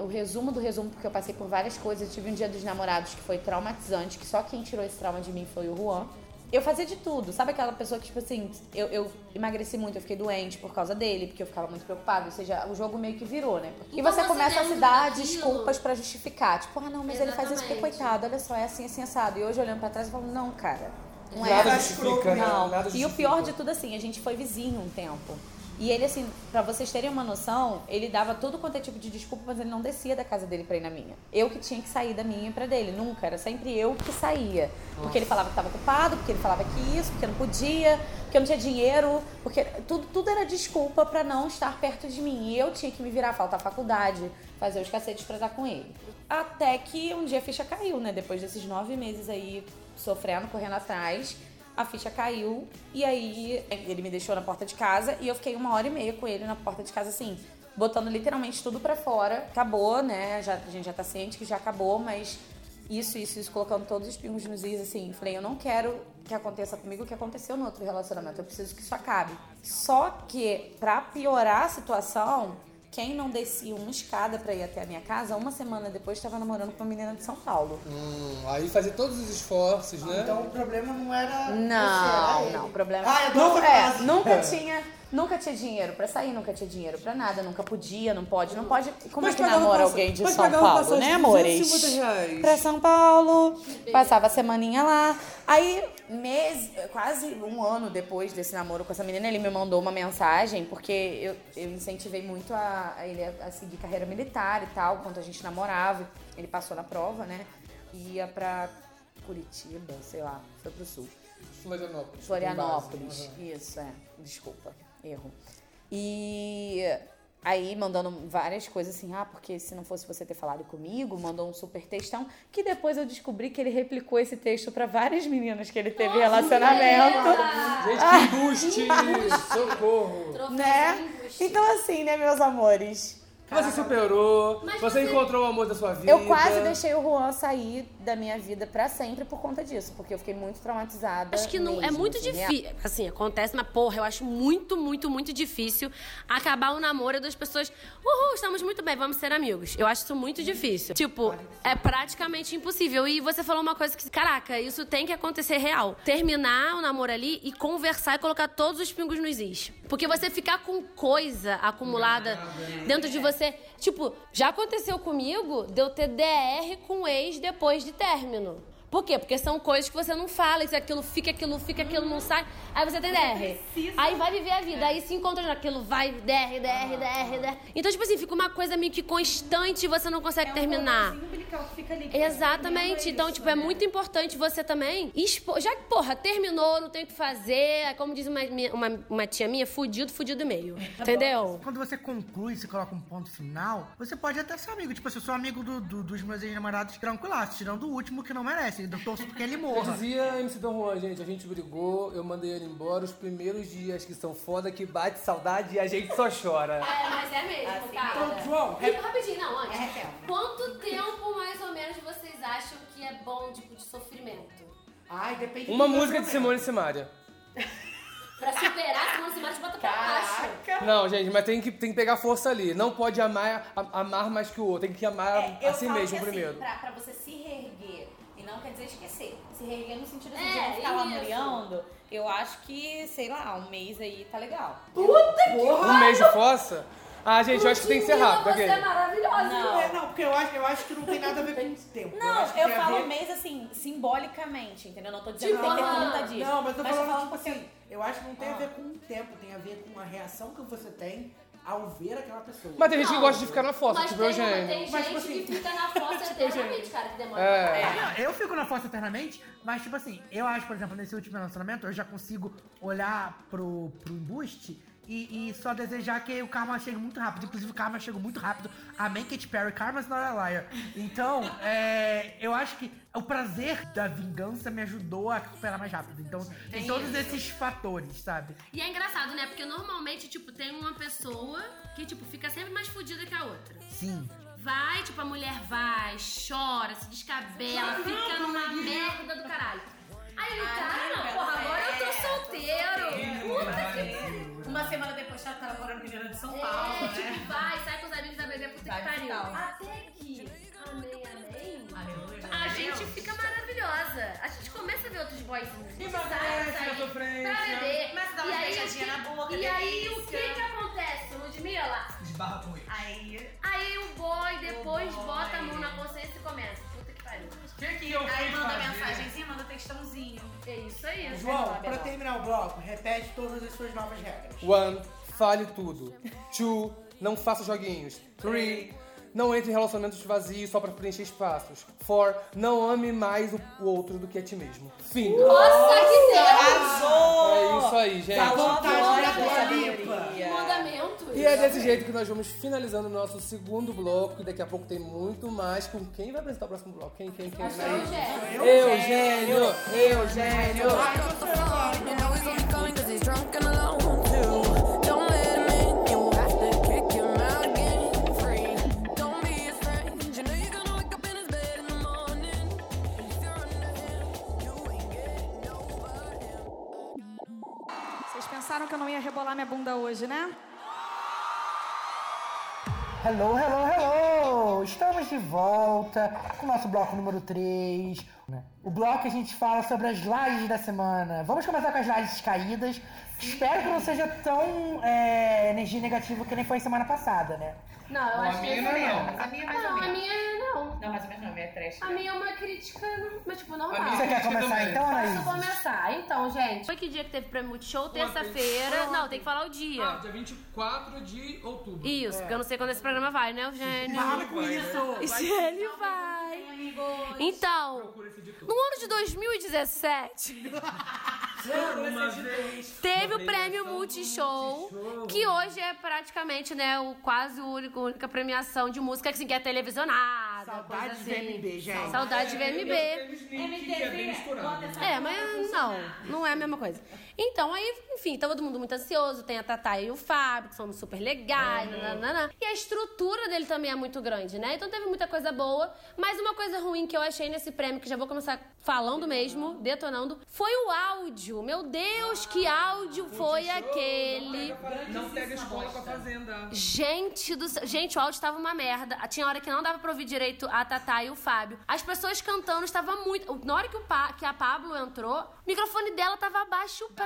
[SPEAKER 5] o resumo do resumo, porque eu passei por várias coisas. Eu tive um dia dos namorados que foi traumatizante, que só quem tirou esse trauma de mim foi o Juan. Eu fazia de tudo, sabe aquela pessoa que, tipo assim, eu, eu emagreci muito, eu fiquei doente por causa dele, porque eu ficava muito preocupada, ou seja, o jogo meio que virou, né? E
[SPEAKER 8] Então
[SPEAKER 5] você
[SPEAKER 8] você
[SPEAKER 5] começa a
[SPEAKER 8] lembra
[SPEAKER 5] se dar
[SPEAKER 8] daquilo?
[SPEAKER 5] desculpas pra justificar, tipo, ah não, mas ele faz isso porque
[SPEAKER 8] Exatamente.
[SPEAKER 5] coitado, olha só, é assim, assim, assado. E hoje olhando pra trás eu falo, não, cara, não é.
[SPEAKER 7] Nada justifica, né?
[SPEAKER 5] Não.
[SPEAKER 7] Nada
[SPEAKER 5] e o
[SPEAKER 7] justifica.
[SPEAKER 5] pior de tudo, assim, a gente foi vizinho um tempo. E ele, assim, pra vocês terem uma noção, ele dava todo quanto é tipo de desculpa, mas ele não descia da casa dele pra ir na minha. Eu que tinha que sair da minha pra dele, nunca, era sempre eu que saía. Porque ele falava que tava ocupado, porque ele falava que isso, porque não podia, porque eu não tinha dinheiro, porque tudo, tudo era desculpa pra não estar perto de mim. E eu tinha que me virar, faltar faculdade, fazer os cacetes pra estar com ele. Até que um dia a ficha caiu, né? Depois desses nove meses aí sofrendo, correndo atrás. A ficha caiu e aí ele me deixou na porta de casa e eu fiquei uma hora e meia com ele na porta de casa, assim, botando literalmente tudo pra fora. Acabou, né? Já, a gente já tá ciente que já acabou, mas isso, isso, isso, colocando todos os pingos nos is, assim. Falei, eu não quero que aconteça comigo o que aconteceu no outro relacionamento, eu preciso que isso acabe. Só que, pra piorar a situação, quem não descia uma escada pra ir até a minha casa, uma semana depois estava namorando com uma menina de São Paulo.
[SPEAKER 7] Hum, aí fazer todos os esforços, né?
[SPEAKER 6] Então o problema não era. você,
[SPEAKER 5] Não,
[SPEAKER 6] era ele.
[SPEAKER 5] não, o problema.
[SPEAKER 6] Ah, eu
[SPEAKER 5] Nun-
[SPEAKER 6] tô
[SPEAKER 5] é, nunca tinha, nunca tinha dinheiro pra sair, nunca tinha dinheiro pra nada, nunca podia, não pode, não pode. Como é que
[SPEAKER 19] pagava
[SPEAKER 5] namora
[SPEAKER 19] passa-
[SPEAKER 5] alguém de
[SPEAKER 19] mas
[SPEAKER 5] São
[SPEAKER 19] pagava
[SPEAKER 5] Paulo,
[SPEAKER 19] passagem
[SPEAKER 5] né,
[SPEAKER 19] de
[SPEAKER 5] amores?
[SPEAKER 19] 250 reais.
[SPEAKER 5] Pra São Paulo, passava a semaninha lá. Aí, mês, quase um ano depois desse namoro com essa menina, ele me mandou uma mensagem, porque eu, eu incentivei muito a, a ele a, a seguir carreira militar e tal, quando a gente namorava. Ele passou na prova, né? Ia pra Curitiba, sei lá, foi pro sul.
[SPEAKER 7] Florianópolis. né?
[SPEAKER 5] Florianópolis. Isso, é. Desculpa, erro. E aí mandando várias coisas assim, ah, porque se não fosse você ter falado comigo, mandou um super textão, que depois eu descobri que ele replicou esse texto pra várias meninas que ele teve
[SPEAKER 8] é
[SPEAKER 5] relacionamento,
[SPEAKER 7] Gente, que embuste! Socorro!
[SPEAKER 5] né? Então assim, né, meus amores?
[SPEAKER 7] Você superou,
[SPEAKER 8] Mas
[SPEAKER 7] você
[SPEAKER 8] você-
[SPEAKER 7] encontrou o amor da sua vida.
[SPEAKER 5] Eu quase deixei o Juan sair da minha vida pra sempre por conta disso, porque eu fiquei muito traumatizada.
[SPEAKER 8] Acho que não é
[SPEAKER 5] mesmo,
[SPEAKER 8] muito
[SPEAKER 5] assim, real.
[SPEAKER 8] difícil. Assim, acontece, mas porra, eu acho muito, muito, muito difícil acabar o namoro das pessoas. Uhul, estamos muito bem, vamos ser amigos. Eu acho isso muito difícil. Tipo, é praticamente impossível. E você falou uma coisa que, caraca, isso tem que acontecer real. Terminar o namoro ali e conversar e colocar todos os pingos nos is. Porque você ficar com coisa acumulada dentro de você. Tipo, já aconteceu comigo de eu ter DR com ex depois de término. Por quê? Porque são coisas que você não fala, isso, é aquilo, fica, aquilo, fica, aquilo, não sai. Aí você tem DR. Aí vai viver a vida, aí se encontra naquilo, vai, DR, DR, DR, DR. Então, tipo assim, fica uma coisa meio que constante e você não consegue terminar. Exatamente. Então, tipo, é muito importante você também expor. Já que, porra, terminou, não tem o que fazer. é Como diz uma, minha- uma, uma tia minha, fudido, fudido e meio. Entendeu?
[SPEAKER 9] Quando você conclui, você coloca um ponto final, você pode até ser amigo. Tipo, eu sou amigo do- do- dos meus ex-namorados tranquilaço, tirando o último que não merece. Eu torço porque ele
[SPEAKER 7] Eu
[SPEAKER 9] morra.
[SPEAKER 7] dizia MC Don Juan, gente, a gente brigou, eu mandei ele embora, os primeiros dias que são foda, que bate saudade e a gente só chora.
[SPEAKER 8] É, mas é mesmo,
[SPEAKER 7] Assim,
[SPEAKER 20] Então, João,
[SPEAKER 7] é-
[SPEAKER 8] E rapidinho, não, antes. Quanto tempo mais ou menos vocês acham que é bom, tipo, de sofrimento?
[SPEAKER 6] Ai, depende
[SPEAKER 7] Uma
[SPEAKER 6] do
[SPEAKER 7] música de
[SPEAKER 6] relacionamento.
[SPEAKER 7] Simone e Simaria.
[SPEAKER 8] Pra superar, senão você mais bota pra baixo.
[SPEAKER 7] Não, gente, mas tem que, tem que pegar força ali. Não pode amar, a- amar mais que o outro, tem que amar
[SPEAKER 21] É, eu
[SPEAKER 7] a si
[SPEAKER 21] falo
[SPEAKER 7] mesmo
[SPEAKER 21] que,
[SPEAKER 7] primeiro.
[SPEAKER 21] Assim,
[SPEAKER 5] tá
[SPEAKER 21] pra, pra você se reerguer, e não quer dizer esquecer, se reerguer no sentido assim,
[SPEAKER 8] É,
[SPEAKER 21] de não ficar
[SPEAKER 8] isso.
[SPEAKER 21] lamuriando, eu acho que, sei lá, um mês aí tá legal.
[SPEAKER 7] Um mês de força? Ah, gente, eu acho que tem que ser rápido,
[SPEAKER 8] Você
[SPEAKER 7] ok?
[SPEAKER 8] é maravilhosa.
[SPEAKER 6] Não, é, não, porque eu acho, eu acho que não tem nada a ver com o tempo.
[SPEAKER 21] Não,
[SPEAKER 6] acho que
[SPEAKER 21] eu
[SPEAKER 6] tem a
[SPEAKER 21] falo
[SPEAKER 6] ver-
[SPEAKER 21] mês assim, simbolicamente, entendeu? Não tô dizendo que tem
[SPEAKER 8] forma-
[SPEAKER 21] que é ter 30 dias.
[SPEAKER 6] Não, mas eu tô falando,
[SPEAKER 21] falando
[SPEAKER 6] tipo
[SPEAKER 21] porque-
[SPEAKER 9] Ah.
[SPEAKER 6] assim, eu acho que não tem a ver com o tempo, tem a ver com a reação que você tem
[SPEAKER 9] ao ver aquela pessoa.
[SPEAKER 7] Mas tem gente que
[SPEAKER 22] Não.
[SPEAKER 7] gosta de ficar na foto,
[SPEAKER 22] Mas
[SPEAKER 7] tipo
[SPEAKER 22] tem-
[SPEAKER 7] o Eugênio.
[SPEAKER 22] tem gente
[SPEAKER 7] Mas, tipo assim,
[SPEAKER 22] que fica na foto
[SPEAKER 7] Tipo,
[SPEAKER 22] eternamente,
[SPEAKER 7] gente.
[SPEAKER 22] cara, que demora
[SPEAKER 7] É.
[SPEAKER 22] pra caralho.
[SPEAKER 7] É.
[SPEAKER 6] Eu fico na foto eternamente, mas tipo assim, eu acho, por exemplo, nesse último relacionamento, eu já consigo olhar pro, pro embuste e, e só desejar que o karma chegue muito rápido. Inclusive, o karma chegou muito rápido. Amém, Katy Perry. Karma's not a liar. Então, é, eu acho que o prazer da vingança me ajudou a recuperar mais rápido. Então, tem
[SPEAKER 8] Tem
[SPEAKER 6] todos
[SPEAKER 8] isso.
[SPEAKER 6] esses fatores, sabe?
[SPEAKER 8] E é engraçado, né? Porque normalmente, tipo, tem uma pessoa que, tipo, fica sempre mais fodida que a outra.
[SPEAKER 6] Sim.
[SPEAKER 8] Vai, tipo, a mulher vai, chora, se descabela, fica numa merda do caralho. Aí o cara, porra, agora eu tô solteiro. Puta que
[SPEAKER 22] Uma semana depois tá tá namorando menina de São
[SPEAKER 8] É,
[SPEAKER 22] Paulo,
[SPEAKER 8] tipo,
[SPEAKER 22] né?
[SPEAKER 8] vai, sai com os amigos da bebê, puta
[SPEAKER 22] Vai
[SPEAKER 8] que pariu.
[SPEAKER 22] ficar.
[SPEAKER 8] Até que, amém, amém,
[SPEAKER 22] Aleluia.
[SPEAKER 8] a gente fica maravilhosa. A gente começa a ver outros boyzinhos.
[SPEAKER 22] E
[SPEAKER 8] sai,
[SPEAKER 22] vai,
[SPEAKER 8] sai,
[SPEAKER 22] pra frente, né?
[SPEAKER 8] pra beber.
[SPEAKER 22] mas dá
[SPEAKER 8] E
[SPEAKER 22] uma
[SPEAKER 8] aí,
[SPEAKER 22] beijadinha
[SPEAKER 8] o que-
[SPEAKER 22] na boca,
[SPEAKER 8] E aí, o
[SPEAKER 22] delícia.
[SPEAKER 8] que que acontece, Ludmilla?
[SPEAKER 23] Esbarra com ele.
[SPEAKER 22] Aí.
[SPEAKER 8] Aí o boy depois
[SPEAKER 22] O boy.
[SPEAKER 8] bota a mão na consciência e começa. Puta que pariu.
[SPEAKER 22] Que
[SPEAKER 24] que eu
[SPEAKER 22] Aí
[SPEAKER 24] fui
[SPEAKER 22] manda
[SPEAKER 24] fazer?
[SPEAKER 22] mensagenzinha, manda textãozinho.
[SPEAKER 8] É isso aí.
[SPEAKER 9] João, pra terminar o bloco, repete todas as suas novas regras.
[SPEAKER 7] One, fale tudo. Two, não faça joguinhos. Three, não entre em relacionamentos vazios só pra preencher espaços. Four, não ame mais o, o outro do que a ti mesmo. Fim.
[SPEAKER 22] Nossa, que
[SPEAKER 7] É
[SPEAKER 22] arrasou!
[SPEAKER 7] isso aí, gente.
[SPEAKER 22] Mandamento.
[SPEAKER 7] E é desse jeito que nós vamos finalizando o nosso segundo bloco. E daqui a pouco tem muito mais. Com quem vai apresentar o próximo bloco? Quem, quem, quem?
[SPEAKER 22] é Eugênio.
[SPEAKER 7] Eugênio! Eugênio!
[SPEAKER 25] Vocês pensaram que eu não ia rebolar minha bunda hoje, né?
[SPEAKER 6] Hello, hello, hello! Estamos de volta com o nosso bloco número 3. O bloco que a gente fala sobre as lajes da semana. Vamos começar com as lajes caídas. Espero que não seja tão é, energia negativa que nem foi semana passada, né?
[SPEAKER 8] Não, eu
[SPEAKER 6] Não,
[SPEAKER 8] acho que
[SPEAKER 6] a minha
[SPEAKER 8] essa
[SPEAKER 6] não é
[SPEAKER 8] é
[SPEAKER 6] não,
[SPEAKER 8] uma.
[SPEAKER 6] mas a minha é mais
[SPEAKER 8] não,
[SPEAKER 6] ou
[SPEAKER 8] a
[SPEAKER 6] menos.
[SPEAKER 8] minha não.
[SPEAKER 22] Não, mais ou menos não, a minha é trash.
[SPEAKER 8] A minha é uma crítica, mas tipo,
[SPEAKER 22] A
[SPEAKER 9] Ah,
[SPEAKER 8] normal.
[SPEAKER 22] minha Você quer crítica começar também. então, Anaís?
[SPEAKER 8] Posso começar. Então, gente, foi que dia que teve prêmio Multishow? Terça-feira. Não, tem que falar o dia.
[SPEAKER 7] Ah, dia 24 de outubro.
[SPEAKER 8] Isso, porque eu não sei quando esse programa vai, né, Eugênio?
[SPEAKER 7] É. Para com isso.
[SPEAKER 8] E se ele vai? Então, no ano de 2017, teve o prêmio Multishow, que hoje é praticamente, né, o quase o único, única premiação de música que, assim, que é televisionada.
[SPEAKER 22] Saudades
[SPEAKER 8] coisa
[SPEAKER 22] do VMB, gente.
[SPEAKER 8] Saudade de
[SPEAKER 22] É,
[SPEAKER 8] VMB.
[SPEAKER 22] MTV, bota essa
[SPEAKER 8] É,
[SPEAKER 22] porra pra
[SPEAKER 8] mas não,
[SPEAKER 22] funcionar.
[SPEAKER 8] não é a mesma coisa. Então, aí, enfim, tava todo mundo muito ansioso. Tem a Tatá e o Fábio, que são super legais.
[SPEAKER 22] Uhum.
[SPEAKER 8] nananana. E a estrutura dele também é muito grande, né? Então teve muita coisa boa. Mas uma coisa ruim que eu achei nesse prêmio, que já vou começar falando mesmo, detonando, foi o áudio. Meu Deus, que
[SPEAKER 24] Ah,
[SPEAKER 8] áudio foi aquele.
[SPEAKER 24] Não pega escola com a fazenda.
[SPEAKER 8] Gente do céu. Gente, o áudio tava uma merda. Tinha hora que não dava pra ouvir direito a Tatá e o Fábio. As pessoas cantando estava muito. Na hora que, o Pa- que a Pablo entrou, o microfone dela tava baixo pra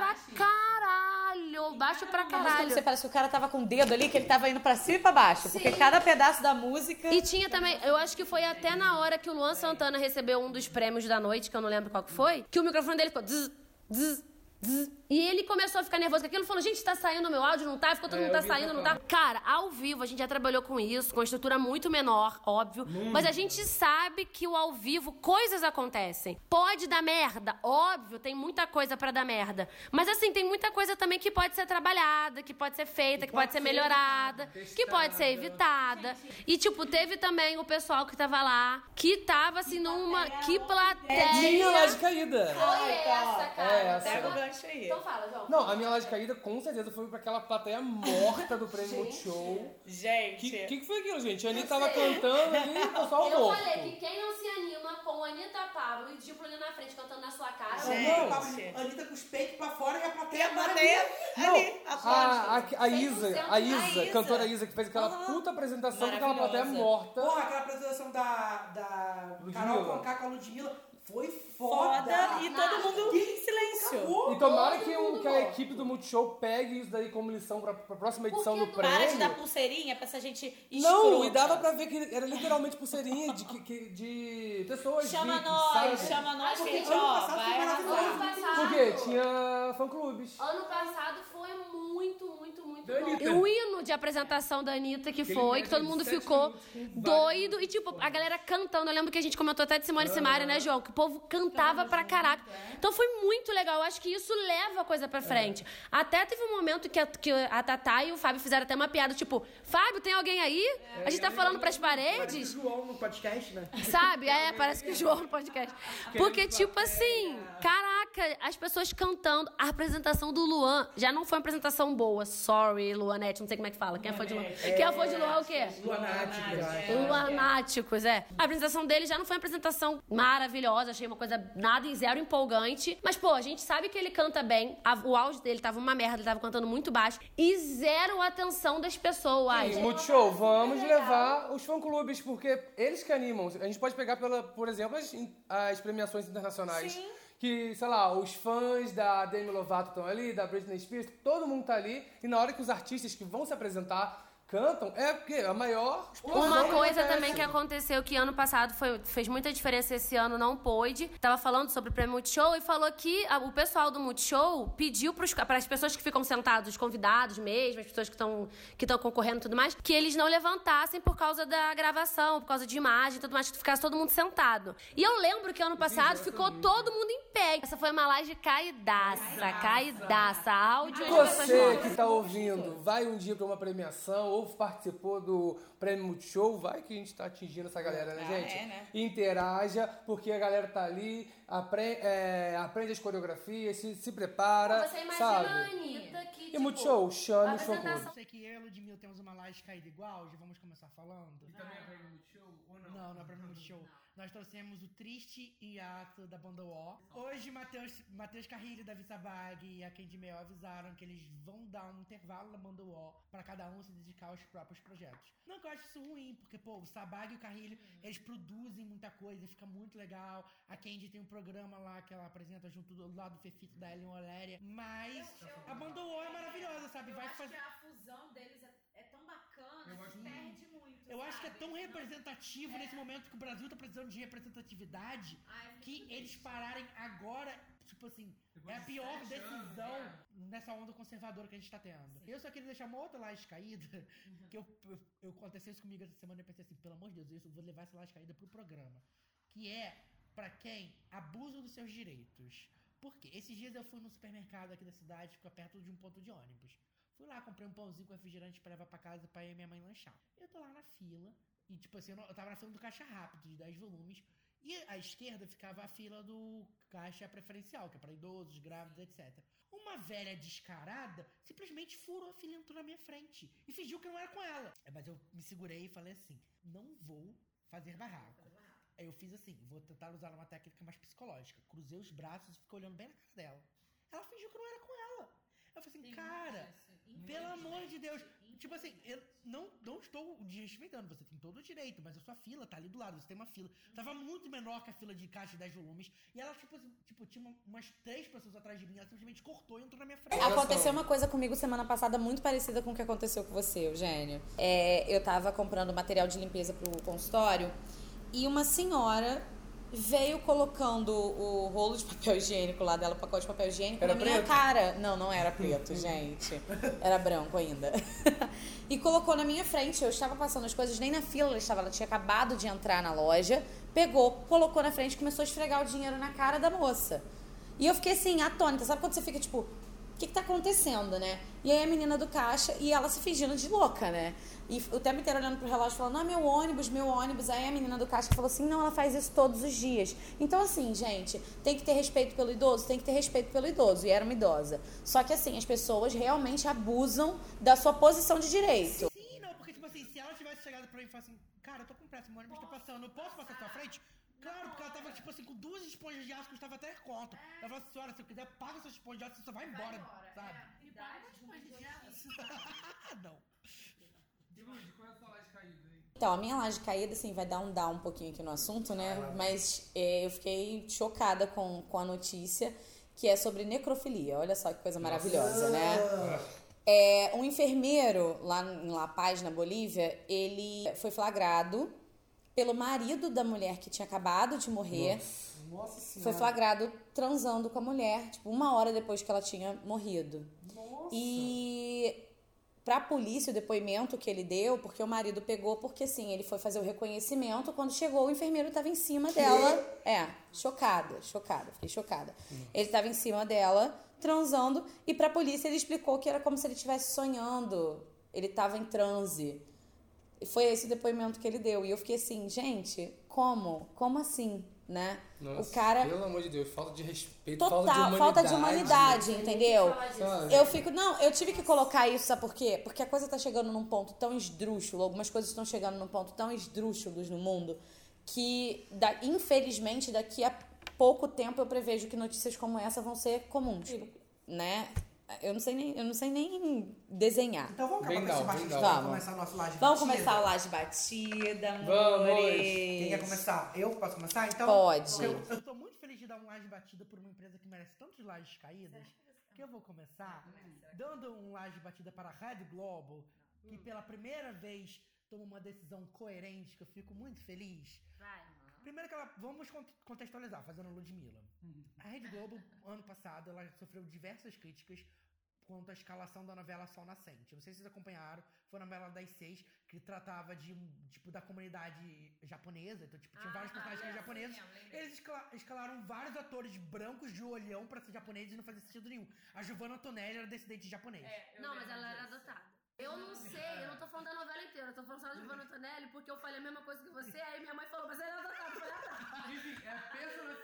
[SPEAKER 8] caralho. Baixo pra
[SPEAKER 5] Caralho.
[SPEAKER 8] caralho.
[SPEAKER 5] Você parece que o cara tava com o dedo ali, que ele tava indo pra cima e pra baixo. Porque cada pedaço da
[SPEAKER 21] é
[SPEAKER 5] música.
[SPEAKER 8] E tinha também, eu acho que foi até na hora que o Luan Santana recebeu um dos prêmios da noite, que eu não lembro qual que foi, que o microfone dele ficou. Zzz, zzz, zzz. E ele começou a ficar nervoso com aquilo, falou: gente, tá saindo meu áudio, não tá? Ficou todo
[SPEAKER 22] É,
[SPEAKER 8] mundo
[SPEAKER 22] eu
[SPEAKER 8] tá
[SPEAKER 22] vi
[SPEAKER 8] saindo, não tá? Cara, ao vivo a gente já trabalhou com isso, com uma estrutura muito menor, óbvio. Mas a gente sabe que o ao vivo coisas acontecem. Pode dar merda, óbvio, tem muita coisa pra dar merda. Mas assim, tem muita coisa também que pode ser trabalhada, que pode ser feita, que pode, ser melhorada, que pode ser evitada. E tipo, teve também o pessoal que tava lá, que tava assim numa que
[SPEAKER 7] Minha
[SPEAKER 8] plateia.
[SPEAKER 7] laje caída.
[SPEAKER 8] Foi essa, cara.
[SPEAKER 7] É essa. Pega o
[SPEAKER 8] gancho aí. Então fala, João.
[SPEAKER 7] Não, a minha laje caída com certeza foi pra aquela plateia morta do prêmio Multishow.
[SPEAKER 5] Gente.
[SPEAKER 7] O que, que, que foi aquilo, gente? A Anitta
[SPEAKER 8] Eu
[SPEAKER 7] tava
[SPEAKER 8] sei.
[SPEAKER 7] cantando ali o pessoal
[SPEAKER 8] Eu
[SPEAKER 7] morto.
[SPEAKER 8] falei que quem não se anima com Anitta Pablo e Diplo ali na frente cantando na sua cara.
[SPEAKER 9] Anitta com- Anitta com os peitos pra fora e a plateia
[SPEAKER 7] Não,
[SPEAKER 9] ali,
[SPEAKER 7] a, a, a Isa, a
[SPEAKER 9] 100%
[SPEAKER 7] Isa,
[SPEAKER 9] a Isa.
[SPEAKER 7] cantora Isa, que fez aquela puta apresentação com aquela plateia morta.
[SPEAKER 9] Porra, aquela apresentação da, da
[SPEAKER 7] Ludmilla.
[SPEAKER 9] Carol Conká com a Ludmilla foi foda.
[SPEAKER 5] Foda, e todo mundo
[SPEAKER 9] em silêncio.
[SPEAKER 7] E tomara que, o, que, a, equipe do Multishow pegue isso daí como lição pra, pra próxima edição do prêmio.
[SPEAKER 5] Para de dar um pulseirinha pra essa gente escrota.
[SPEAKER 7] Não, e dava pra ver que era literalmente pulseirinha de, que- que- de pessoas.
[SPEAKER 5] Chama
[SPEAKER 7] VIPs,
[SPEAKER 5] nós,
[SPEAKER 7] sabe?
[SPEAKER 5] chama nós,
[SPEAKER 7] Porque
[SPEAKER 5] que a gente,
[SPEAKER 7] ano
[SPEAKER 5] ó,
[SPEAKER 7] passado foi
[SPEAKER 5] vai
[SPEAKER 7] maravilhoso.
[SPEAKER 5] arrasar.
[SPEAKER 7] Porque tinha fã-clubes.
[SPEAKER 8] Ano passado foi muito, muito, muito
[SPEAKER 7] Da
[SPEAKER 8] bom.
[SPEAKER 7] Anitta.
[SPEAKER 8] E o hino de apresentação da Anitta que
[SPEAKER 7] Aquele
[SPEAKER 8] foi,
[SPEAKER 7] negócio
[SPEAKER 8] que todo
[SPEAKER 7] de
[SPEAKER 8] mundo
[SPEAKER 7] sete
[SPEAKER 8] ficou
[SPEAKER 7] minutos com várias
[SPEAKER 8] doido. E tipo, a galera cantando. Eu lembro que a gente comentou até de Simone e Simaria, né, João? Que o povo cantava pra caraca. Então foi muito legal. Eu acho que isso leva a coisa
[SPEAKER 7] É.
[SPEAKER 8] pra frente. Até teve um momento que a, que a Tatá e o Fábio fizeram até uma piada, tipo, Fábio, tem alguém aí? a
[SPEAKER 7] É.
[SPEAKER 8] gente tá falando pras
[SPEAKER 6] Parece
[SPEAKER 8] paredes.
[SPEAKER 6] o João no podcast, né?
[SPEAKER 8] Sabe? É, parece que João no podcast. Porque, tipo assim, caraca, as pessoas cantando. A apresentação do Luan já não foi uma apresentação boa. Sorry, Luanete, não sei como é que fala. Quem é fã de Luan? Quem é fã de Luan é o quê?
[SPEAKER 6] Luanático, eu acho.
[SPEAKER 8] Luanáticos, é. A apresentação dele já não foi uma apresentação maravilhosa, achei uma coisa nada em zero empolgante. Mas, pô, a gente sabe que ele canta bem. A- o áudio dele tava uma merda, ele tava cantando muito baixo. E zero atenção das pessoas.
[SPEAKER 7] Sim, Multishow,
[SPEAKER 8] é
[SPEAKER 7] vamos levar os fã-clubes, porque eles que animam. A gente pode pegar, pela, por exemplo, as, in- as premiações internacionais. Que, sei lá, os fãs da Demi Lovato estão ali, da Britney Spears, todo mundo tá ali. E na hora que os artistas que vão se apresentar cantam, é porque a maior...
[SPEAKER 8] Uma
[SPEAKER 7] explosão
[SPEAKER 8] coisa
[SPEAKER 7] acontece.
[SPEAKER 8] também que aconteceu que ano passado foi- fez muita diferença esse ano, não pôde. Tava falando sobre o prêmio Multishow e falou que a- o pessoal do Multishow pediu para as pessoas que ficam sentadas, os convidados mesmo, as pessoas que estão que estão concorrendo e tudo mais, que eles não levantassem por causa da gravação, por causa de imagem e tudo mais, que ficasse todo mundo sentado. E eu lembro que ano passado ficou todo mundo em pé. Essa foi uma live caidaça, caidaça. Áudio e as pessoas
[SPEAKER 7] Você
[SPEAKER 8] mortas.
[SPEAKER 7] que tá ouvindo, vai um dia pra uma premiação ou participou do Prêmio Multishow, vai que a gente tá atingindo essa galera, né,
[SPEAKER 5] Ah,
[SPEAKER 7] gente?
[SPEAKER 5] é, né?
[SPEAKER 7] Interaja, porque a galera tá ali, apre- é, aprende as coreografias, se, se prepara,
[SPEAKER 8] Você imagina a
[SPEAKER 7] sabe?
[SPEAKER 8] Anitta que, tipo,
[SPEAKER 7] E Multishow, chame o socorro.
[SPEAKER 6] Eu sei que eu e a Ludmilla temos uma laje caída igual, já vamos começar falando. E também é pra Multishow ou não? Não, não é pra Multishow. Nós trouxemos o Triste Hiato da banda O. Hoje, Matheus Matheus Carrilho da Vissabag e a Candy Mel avisaram que eles vão dar um intervalo na banda O pra cada um se dedicar aos próprios projetos. Não que eu acho isso ruim, porque, pô, o Sabag e o Carrilho, eles produzem muita coisa, fica muito legal. A Candy tem um programa lá que ela apresenta junto do lado do Fefito da Ellen Oléria. Mas a banda O é maravilhosa, sabe? Vai fazer.
[SPEAKER 26] a fusão deles é, é tão bacana
[SPEAKER 6] Eu acho
[SPEAKER 26] que perde muito.
[SPEAKER 6] Eu acho que é
[SPEAKER 26] sabe? É.
[SPEAKER 6] tão representativo nesse momento que o Brasil tá precisando de representatividade que eles pararem agora, tipo assim, é a pior
[SPEAKER 27] sete
[SPEAKER 6] decisão
[SPEAKER 27] anos, né?
[SPEAKER 6] nessa onda conservadora que a gente tá tendo. Eu só queria deixar uma outra laje caída,
[SPEAKER 26] Uhum.
[SPEAKER 6] que eu, eu, eu aconteceu isso comigo essa semana e eu pensei assim, pelo amor de Deus, eu vou levar essa laje caída pro programa. Que é pra quem abusa dos seus direitos. Porque esses dias eu fui num supermercado aqui da cidade, fica perto de um ponto de ônibus. Fui lá, comprei um pãozinho com refrigerante pra levar pra casa pra eu e minha mãe lanchar. Eu tô lá na fila, e tipo assim, eu, não- eu tava na fila do caixa rápido, de 10 volumes. E à esquerda ficava a fila do caixa preferencial, que é pra idosos, grávidos, etc. Uma velha descarada simplesmente furou a fila e entrou na minha frente. E fingiu que eu não era com ela. É, Mas eu me segurei e falei assim, não vou fazer barraco. Aí eu fiz assim, vou tentar usar uma técnica mais psicológica. Cruzei os braços e fiquei olhando bem na cara dela. Ela fingiu que eu não era com ela. Eu falei assim, cara, pelo amor de Deus. Tipo assim, eu não, não estou desrespeitando. Você tem todo o direito, mas a sua fila tá ali do lado. Você tem uma fila. Tava muito menor que a fila de caixa de 10 volumes. E ela, tipo, assim, tipo tinha uma- umas três pessoas atrás de mim. Ela simplesmente cortou e entrou na minha frente.
[SPEAKER 5] Aconteceu uma coisa comigo semana passada muito parecida com o que aconteceu com você, Eugênio. É, eu tava comprando material de limpeza pro consultório e uma senhora veio colocando o rolo de papel higiênico lá dela, o pacote de papel higiênico,
[SPEAKER 26] Era
[SPEAKER 5] na minha
[SPEAKER 26] preto?
[SPEAKER 5] cara. Não, não era preto, gente. Era branco ainda. e colocou na minha frente. Eu estava passando as coisas, nem na fila ela estava. Ela tinha acabado de entrar na loja, pegou, colocou na frente e começou a esfregar o dinheiro na cara da moça. E eu fiquei assim, atônita. Sabe quando você fica tipo, o que, que tá acontecendo, né? E aí a menina do caixa e ela se fingindo de louca, né? E o tempo inteiro olhando pro relógio, falando, ah, meu ônibus, meu ônibus. Aí a menina do caixa falou assim, não, ela faz isso todos os dias. Então, assim, gente, tem que ter respeito pelo idoso, tem que ter respeito pelo idoso. E era uma idosa. Só que, assim, as pessoas realmente abusam da sua posição de direito.
[SPEAKER 6] Sim, não, porque, tipo assim, se ela tivesse chegado pra mim e falado assim, cara, eu tô com pressa, meu ônibus tá passando, eu posso passar à sua frente? Claro, porque ela tava, tipo assim, com duas esponjas de aço que eu estava até conta. Ela falou assim, senhora, se eu quiser, paga suas esponjas de aço, você só vai embora, é. sabe?
[SPEAKER 28] Me dá uma
[SPEAKER 5] um
[SPEAKER 28] esponja de aço.
[SPEAKER 6] Ah, não.
[SPEAKER 7] Lud, qual é a sua laje caída, hein?
[SPEAKER 5] Então, a minha laje caída, assim, vai dar um dar um pouquinho aqui no assunto, né? Mas é, eu fiquei chocada com, com a notícia que é sobre necrofilia. Olha só que coisa maravilhosa,
[SPEAKER 6] Ah.
[SPEAKER 5] né? É, um enfermeiro lá em La Paz, na Bolívia, ele foi flagrado pelo marido da mulher que tinha acabado de morrer.
[SPEAKER 6] Nossa
[SPEAKER 5] Foi flagrado transando com a mulher, tipo, uma hora depois que ela tinha morrido.
[SPEAKER 6] Nossa.
[SPEAKER 5] E pra polícia, o depoimento que ele deu, porque o marido pegou, porque assim, ele foi fazer o reconhecimento, quando chegou, o enfermeiro tava em cima dela. É, chocada, chocada, fiquei chocada. Ele tava em cima dela, transando, e pra polícia ele explicou que era como se ele estivesse sonhando. Ele tava em transe. E foi esse o depoimento que ele deu. E eu fiquei assim, gente, como? Como assim? Né?
[SPEAKER 29] Nossa,
[SPEAKER 5] o cara
[SPEAKER 29] Pelo amor de Deus, falta de respeito,
[SPEAKER 5] total,
[SPEAKER 29] falta de humanidade.
[SPEAKER 5] falta de humanidade, entendeu?
[SPEAKER 29] Sabe?
[SPEAKER 5] Eu fico, não, eu tive que colocar isso, sabe por quê? Porque a coisa tá chegando num ponto tão esdrúxulo, algumas coisas estão chegando num ponto tão esdrúxulos no mundo que da- infelizmente daqui a pouco tempo eu prevejo que notícias como essa vão ser comuns, né? Eu não sei nem, eu não sei nem desenhar.
[SPEAKER 6] Então vamos acabar
[SPEAKER 29] Bem
[SPEAKER 6] com esse
[SPEAKER 29] dá, bem
[SPEAKER 6] machismo
[SPEAKER 29] dá.
[SPEAKER 6] vamos começar o nosso laje
[SPEAKER 5] Vamos
[SPEAKER 6] batida?
[SPEAKER 5] começar o Laje Batida,
[SPEAKER 29] Vamos.
[SPEAKER 5] amores.
[SPEAKER 6] Quem quer começar? Eu posso começar? Então,
[SPEAKER 5] Pode.
[SPEAKER 6] Eu, eu tô muito feliz de dar um laje batida por uma empresa que merece tantas lajes caídas, que eu vou começar dando um laje batida para a Rede Globo, que pela primeira vez toma uma decisão coerente, que eu fico muito feliz. Primeiro que ela, vamos con- contextualizar, fazendo Ludmilla. A Rede Globo, ano passado, ela sofreu diversas críticas quanto à escalação da novela Sol Nascente. Não sei se vocês acompanharam, foi a novela das seis, que tratava de, um, tipo, da comunidade japonesa, então, tipo, tinha vários personagens que eram japoneses. Eles escala- escalaram vários atores brancos de olhão pra ser japoneses e não fazia sentido nenhum. A Giovanna Antonelli era descendente de japonês.
[SPEAKER 7] É,
[SPEAKER 8] Não, mas ela era adotada. Eu não sei, eu não tô falando da novela inteira, eu tô falando só de Giovanna Antonelli, porque eu falei a mesma coisa que você, aí minha mãe falou, mas ela é adotada, eu falei, ah, tá.
[SPEAKER 7] Dizem, é a persona-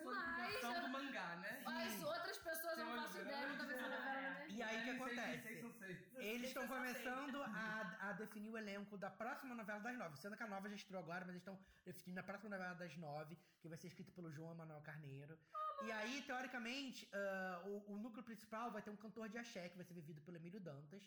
[SPEAKER 7] personificação
[SPEAKER 8] Mas-
[SPEAKER 7] do mangá, né?
[SPEAKER 8] Mas outras pessoas eu não faço ideia, eu nunca vi essa novela né? na minha vida.
[SPEAKER 6] É. E aí o que
[SPEAKER 7] Seis,
[SPEAKER 6] acontece?
[SPEAKER 7] seis, seis, seis, seis.
[SPEAKER 6] Eles estão começando a, a definir o elenco da próxima novela das nove. Sendo que a nova já estreou agora, mas eles estão definindo a próxima novela das nove, que vai ser escrita pelo João Emanuel Carneiro. E aí, teoricamente, ah, o, o núcleo principal vai ter um cantor de axé, que vai ser vivido pelo Emílio Dantas.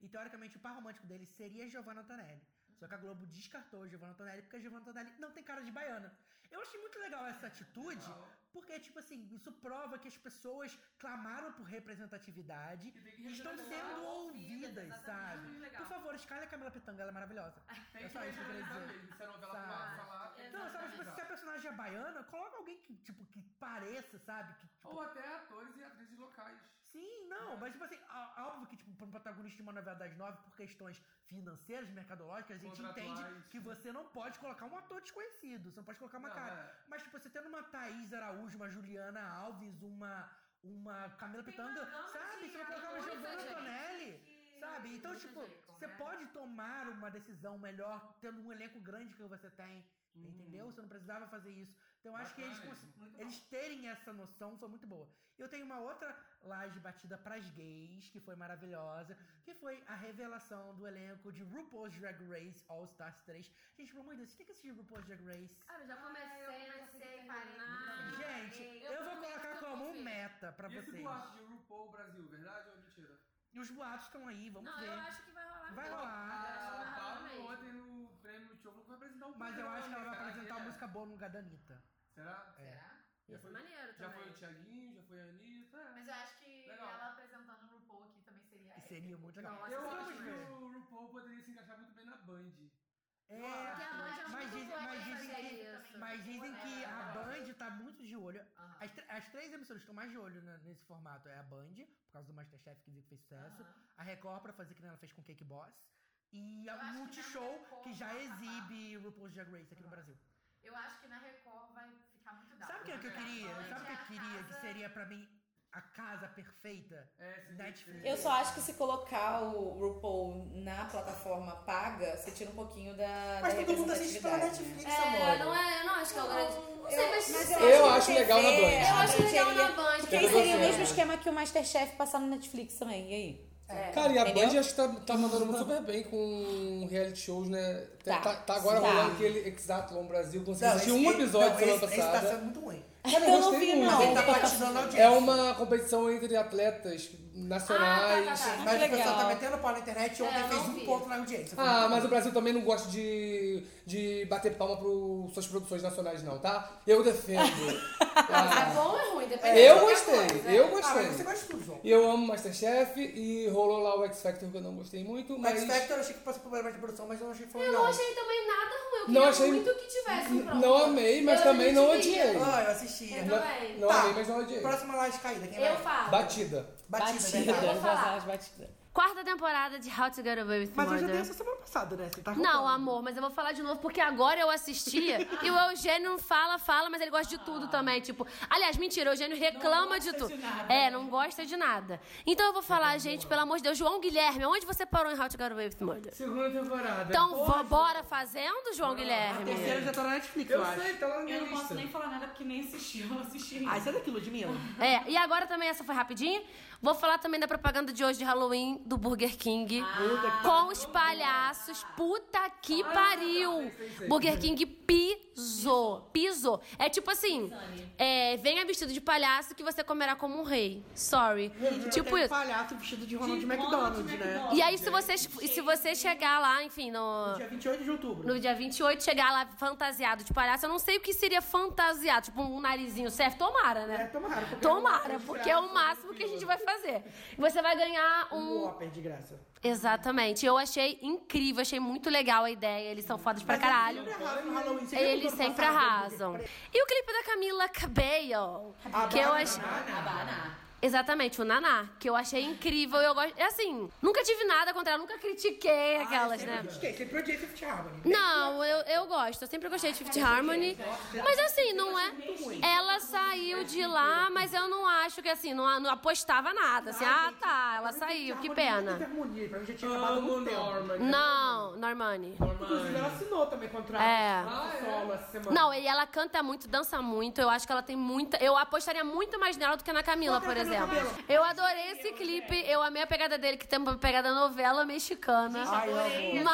[SPEAKER 6] E teoricamente, o par romântico dele seria Giovanna Antonelli. Só que a Globo descartou a Giovanna Antonelli porque a Giovanna Antonelli não tem cara de baiana. Eu achei muito legal essa atitude, porque, tipo assim, isso prova que as pessoas clamaram por representatividade e estão sendo ouvidas, sabe? Por favor, escala a Camila Pitanga, ela é maravilhosa. É só isso que eu queria
[SPEAKER 7] regionalizar
[SPEAKER 6] dizer.
[SPEAKER 7] mesmo, se a novela
[SPEAKER 6] Sabe?
[SPEAKER 7] falar- falar-
[SPEAKER 6] Não, sabe, tipo, se a
[SPEAKER 7] regionalizar.
[SPEAKER 6] personagem é baiana, coloca alguém que, tipo, que pareça, sabe? Que, tipo,
[SPEAKER 7] Ou até atores e atrizes locais.
[SPEAKER 6] Sim, não, mas tipo assim, ó- óbvio que tipo, para um protagonista de uma novela das nove, por questões financeiras, mercadológicas, a gente
[SPEAKER 7] Contratuais,
[SPEAKER 6] entende que você não pode colocar um ator desconhecido, você não pode colocar uma
[SPEAKER 7] Não,
[SPEAKER 6] cara.
[SPEAKER 7] é.
[SPEAKER 6] Mas tipo, você tendo uma Thaís Araújo, uma Juliana Alves, uma, uma Camila Pitanga, sabe? Você vai colocar uma
[SPEAKER 8] muita
[SPEAKER 6] Giovanna
[SPEAKER 8] gente.
[SPEAKER 6] Antonelli, sabe? Então, tipo, você pode tomar uma decisão melhor tendo um elenco grande que você tem, entendeu? Você não precisava fazer isso. Então, eu acho que eles,
[SPEAKER 7] Hum. Bacana
[SPEAKER 6] cons-
[SPEAKER 7] isso, muito bom.
[SPEAKER 6] eles terem essa noção foi muito boa. Eu tenho uma outra laje batida pras gays, que foi maravilhosa,
[SPEAKER 7] Uhum.
[SPEAKER 6] que foi a revelação do elenco de RuPaul's Drag Race All Stars 3. Gente, pelo amor de Deus, o que é esse RuPaul's Drag Race?
[SPEAKER 8] Ah, eu já comecei, não sei parar.
[SPEAKER 6] Gente, eu vou colocar como um meta pra
[SPEAKER 7] E esse
[SPEAKER 6] vocês.
[SPEAKER 7] boato de RuPaul Brasil, verdade ou é mentira?
[SPEAKER 6] E os boatos estão aí, vamos
[SPEAKER 8] Não,
[SPEAKER 6] ver.
[SPEAKER 8] eu acho que vai rolar.
[SPEAKER 6] Vai
[SPEAKER 8] mesmo.
[SPEAKER 7] Ah,
[SPEAKER 6] rolar.
[SPEAKER 8] Eu acho tá que
[SPEAKER 7] A
[SPEAKER 8] vai rolar
[SPEAKER 7] Pablo
[SPEAKER 8] mesmo.
[SPEAKER 7] ontem no prêmio do show vai apresentar um
[SPEAKER 6] Mas eu
[SPEAKER 7] programa,
[SPEAKER 6] acho que ela vai
[SPEAKER 7] cara,
[SPEAKER 6] apresentar
[SPEAKER 7] é.
[SPEAKER 6] uma música boa no lugar da Anitta.
[SPEAKER 7] Será?
[SPEAKER 6] É.
[SPEAKER 7] Já foi,
[SPEAKER 8] Maneiro
[SPEAKER 7] já foi
[SPEAKER 8] também.
[SPEAKER 7] o Thiaguinho, já foi a Anitta. é.
[SPEAKER 25] Mas eu acho que
[SPEAKER 7] Legal.
[SPEAKER 25] ela apresentando o RuPaul aqui também seria.
[SPEAKER 6] E seria muito legal.
[SPEAKER 8] Nossa,
[SPEAKER 7] Eu
[SPEAKER 8] Vamos
[SPEAKER 7] acho que
[SPEAKER 8] ver.
[SPEAKER 7] o RuPaul poderia se encaixar muito bem na Band.
[SPEAKER 6] É,
[SPEAKER 8] Porque a Band é
[SPEAKER 6] mas
[SPEAKER 8] muito
[SPEAKER 6] dizem,
[SPEAKER 8] boa
[SPEAKER 6] mas
[SPEAKER 8] pra
[SPEAKER 6] dizem
[SPEAKER 8] fazer
[SPEAKER 6] que,
[SPEAKER 8] isso.
[SPEAKER 6] mas dizem que a Band tá muito de olho.
[SPEAKER 25] Aham.
[SPEAKER 6] As, tr- as três emissoras estão mais de olho né, nesse formato. É a Band, por causa do Masterchef que viu que fez sucesso.
[SPEAKER 25] Aham.
[SPEAKER 6] A Record, pra fazer que nem ela fez com Cake Boss. E a
[SPEAKER 25] Eu acho que na
[SPEAKER 6] Multishow,
[SPEAKER 25] Record
[SPEAKER 6] que já
[SPEAKER 25] vai acabar.
[SPEAKER 6] exibe RuPaul's Drag Race aqui no Brasil.
[SPEAKER 25] Eu acho que na Record vai ficar muito dado.
[SPEAKER 6] Sabe o que, é que eu
[SPEAKER 25] Porque a
[SPEAKER 6] queria?
[SPEAKER 25] Band
[SPEAKER 6] Sabe o que
[SPEAKER 25] é
[SPEAKER 6] eu
[SPEAKER 25] a
[SPEAKER 6] queria? Que
[SPEAKER 25] casa-
[SPEAKER 6] seria pra mim a casa perfeita?
[SPEAKER 7] É, se
[SPEAKER 6] Netflix.
[SPEAKER 5] Eu só acho que se colocar o RuPaul na plataforma paga, você tira um pouquinho da.
[SPEAKER 6] Mas
[SPEAKER 5] da
[SPEAKER 6] todo mundo assiste pela
[SPEAKER 5] representatividade.
[SPEAKER 6] É, Netflix,
[SPEAKER 8] É,
[SPEAKER 6] amor.
[SPEAKER 8] não é, eu não acho que é o grande. Não sei, mas.
[SPEAKER 5] mas
[SPEAKER 8] sei.
[SPEAKER 29] Eu
[SPEAKER 5] que
[SPEAKER 29] acho legal na
[SPEAKER 5] TV,
[SPEAKER 29] Band.
[SPEAKER 5] a
[SPEAKER 8] Eu acho
[SPEAKER 5] Band
[SPEAKER 8] legal na
[SPEAKER 5] seria-
[SPEAKER 8] Band.
[SPEAKER 5] Que aí
[SPEAKER 8] porque-
[SPEAKER 5] seria
[SPEAKER 29] É.
[SPEAKER 5] o mesmo esquema que o Masterchef passar no Netflix também, e aí?
[SPEAKER 29] É. Cara, e a
[SPEAKER 5] Entendeu?
[SPEAKER 29] Band acho que tá, tá mandando muito super bem com reality shows, né? Tá,
[SPEAKER 5] Tá.
[SPEAKER 29] tá agora
[SPEAKER 5] Tá.
[SPEAKER 29] rolando aquele Exatlon Brasil, consegui
[SPEAKER 6] Não,
[SPEAKER 29] assistir
[SPEAKER 6] esse-
[SPEAKER 29] um episódio
[SPEAKER 6] não,
[SPEAKER 29] semana
[SPEAKER 6] esse- esse tá
[SPEAKER 29] passada.
[SPEAKER 6] sendo muito ruim.
[SPEAKER 7] Cara, eu
[SPEAKER 5] Eu não
[SPEAKER 7] gostei
[SPEAKER 5] vi,
[SPEAKER 7] muito.
[SPEAKER 5] não. Ele tá
[SPEAKER 6] patinando a audiência. Ah, tá,
[SPEAKER 7] É uma competição entre atletas nacionais.
[SPEAKER 6] Mas o pessoal tá metendo pau na internet e ontem fez um ponto na audiência. Foi
[SPEAKER 7] Ah,
[SPEAKER 6] muito
[SPEAKER 7] mas o
[SPEAKER 6] bom.
[SPEAKER 7] Brasil também não gosta de, de bater palma para suas produções nacionais, não, tá? Eu defendo.
[SPEAKER 8] É bom ou é ruim? Depende
[SPEAKER 7] eu
[SPEAKER 8] de qualquer
[SPEAKER 7] gostei,
[SPEAKER 8] coisa.
[SPEAKER 7] eu
[SPEAKER 8] Ah,
[SPEAKER 7] gostei.
[SPEAKER 8] mas você gosta
[SPEAKER 6] de tudo, João.
[SPEAKER 7] Eu amo Masterchef e rolou lá o X Factor que eu não gostei muito,
[SPEAKER 6] O
[SPEAKER 7] mas.
[SPEAKER 6] Max Factor eu achei que passou por problema de produção, mas eu não achei que foi
[SPEAKER 8] Eu
[SPEAKER 6] legal.
[SPEAKER 8] não achei também nada ruim. Eu
[SPEAKER 7] Não
[SPEAKER 8] queria
[SPEAKER 7] achei-
[SPEAKER 8] muito que tivesse um
[SPEAKER 7] N-
[SPEAKER 8] pronto.
[SPEAKER 7] não amei, mas
[SPEAKER 8] Eu
[SPEAKER 7] também não
[SPEAKER 8] admitiria.
[SPEAKER 7] odiei.
[SPEAKER 6] Ah,
[SPEAKER 9] assim,
[SPEAKER 6] eu assisti.
[SPEAKER 8] Eu
[SPEAKER 7] Não-
[SPEAKER 8] também. Tá.
[SPEAKER 7] não amei, mas não odiei.
[SPEAKER 6] Próxima laje caída, quem
[SPEAKER 8] Eu
[SPEAKER 6] vai?
[SPEAKER 8] falo.
[SPEAKER 7] Batida.
[SPEAKER 6] Batida,
[SPEAKER 8] Batida,
[SPEAKER 6] né?
[SPEAKER 8] eu vou falar.
[SPEAKER 5] As batidas.
[SPEAKER 8] Quarta temporada de How to Get Away with
[SPEAKER 6] Mas eu já
[SPEAKER 8] Murder.
[SPEAKER 6] dei essa semana passada, né? Você tá
[SPEAKER 8] Não, amor, mas eu vou falar de novo, porque agora eu assisti e o Eugênio fala, fala, mas ele gosta de tudo também. Tipo, aliás, mentira, o Eugênio reclama de tudo. É, não gosta de nada. Então eu vou falar, gente, pelo amor de Deus, João Guilherme, onde você parou em How to Get Away with Murder?
[SPEAKER 30] Segunda temporada.
[SPEAKER 8] Então, vó, bora fazendo, João Guilherme?
[SPEAKER 30] A terceira já tá na Netflix,
[SPEAKER 8] Eu
[SPEAKER 9] Ah,
[SPEAKER 30] acho.
[SPEAKER 8] sei, tá lá na minha
[SPEAKER 30] Eu não posso
[SPEAKER 8] lista.
[SPEAKER 30] nem
[SPEAKER 9] falar nada porque nem assisti, eu assisti.
[SPEAKER 30] Ai, será que Ludmilla?
[SPEAKER 8] É, e agora também essa foi rapidinho. Vou falar também da propaganda de hoje de Halloween do Burger King. com os palhaços. Puta que pariu! Burger King pisou. Pisou. É tipo assim: é, venha vestido de palhaço que você comerá como um rei. Sorry. tipo
[SPEAKER 9] Tem
[SPEAKER 8] isso.
[SPEAKER 9] palhaço vestido de Ronald
[SPEAKER 8] De
[SPEAKER 9] McDonald,
[SPEAKER 8] Ronald
[SPEAKER 9] né?
[SPEAKER 8] E aí, se você, e se você chegar lá, enfim, no.
[SPEAKER 9] Dia 28 de outubro.
[SPEAKER 8] No dia 28, chegar lá fantasiado de palhaço, eu não sei o que seria fantasiado. Tipo, um narizinho certo. Tomara, né?
[SPEAKER 9] tomara.
[SPEAKER 8] Porque tomara, porque é o máximo que a gente vai fazer. Você vai ganhar
[SPEAKER 9] Um
[SPEAKER 8] um.
[SPEAKER 9] Whopper de graça.
[SPEAKER 8] Exatamente. Eu achei incrível, achei muito legal a ideia. Eles são fodas pra
[SPEAKER 9] Mas eles
[SPEAKER 8] caralho.
[SPEAKER 9] sempre arrasam no Halloween. Você viu
[SPEAKER 8] Eles
[SPEAKER 9] quando
[SPEAKER 8] sempre
[SPEAKER 9] passaram aquele
[SPEAKER 8] arrasam.
[SPEAKER 9] Burger
[SPEAKER 8] E o clipe da Camila Cabello,
[SPEAKER 9] A
[SPEAKER 8] que eu
[SPEAKER 9] Banana.
[SPEAKER 8] achei. Exatamente, o Naná, que eu achei incrível. Eu gosto. É assim, nunca tive nada contra ela, nunca critiquei aquelas, né?
[SPEAKER 6] Esqueci, sempre odiei Fifth Harmony.
[SPEAKER 8] Não, eu, eu gosto. Eu sempre gostei de Fifth Harmony. Mas assim, não é. Ela saiu de lá, mas eu não acho que assim, não, não apostava nada. Assim, ah, tá, ela saiu, que pena.
[SPEAKER 9] Harmonia, pra mim já tinha acabado
[SPEAKER 30] Amo
[SPEAKER 9] muito tempo.
[SPEAKER 30] Norman.
[SPEAKER 8] Não, Normani.
[SPEAKER 9] Inclusive, ela assinou também contrato.
[SPEAKER 8] É.
[SPEAKER 9] Ah, é?
[SPEAKER 30] Solo essa semana.
[SPEAKER 8] Não, e ela canta muito, dança muito. Eu acho que ela tem muita. Eu apostaria muito mais nela do que na Camila,
[SPEAKER 30] é
[SPEAKER 8] por exemplo. Eu adorei esse clipe. Eu amei a pegada dele, que tem uma pegada novela mexicana.
[SPEAKER 9] Ai, eu amo.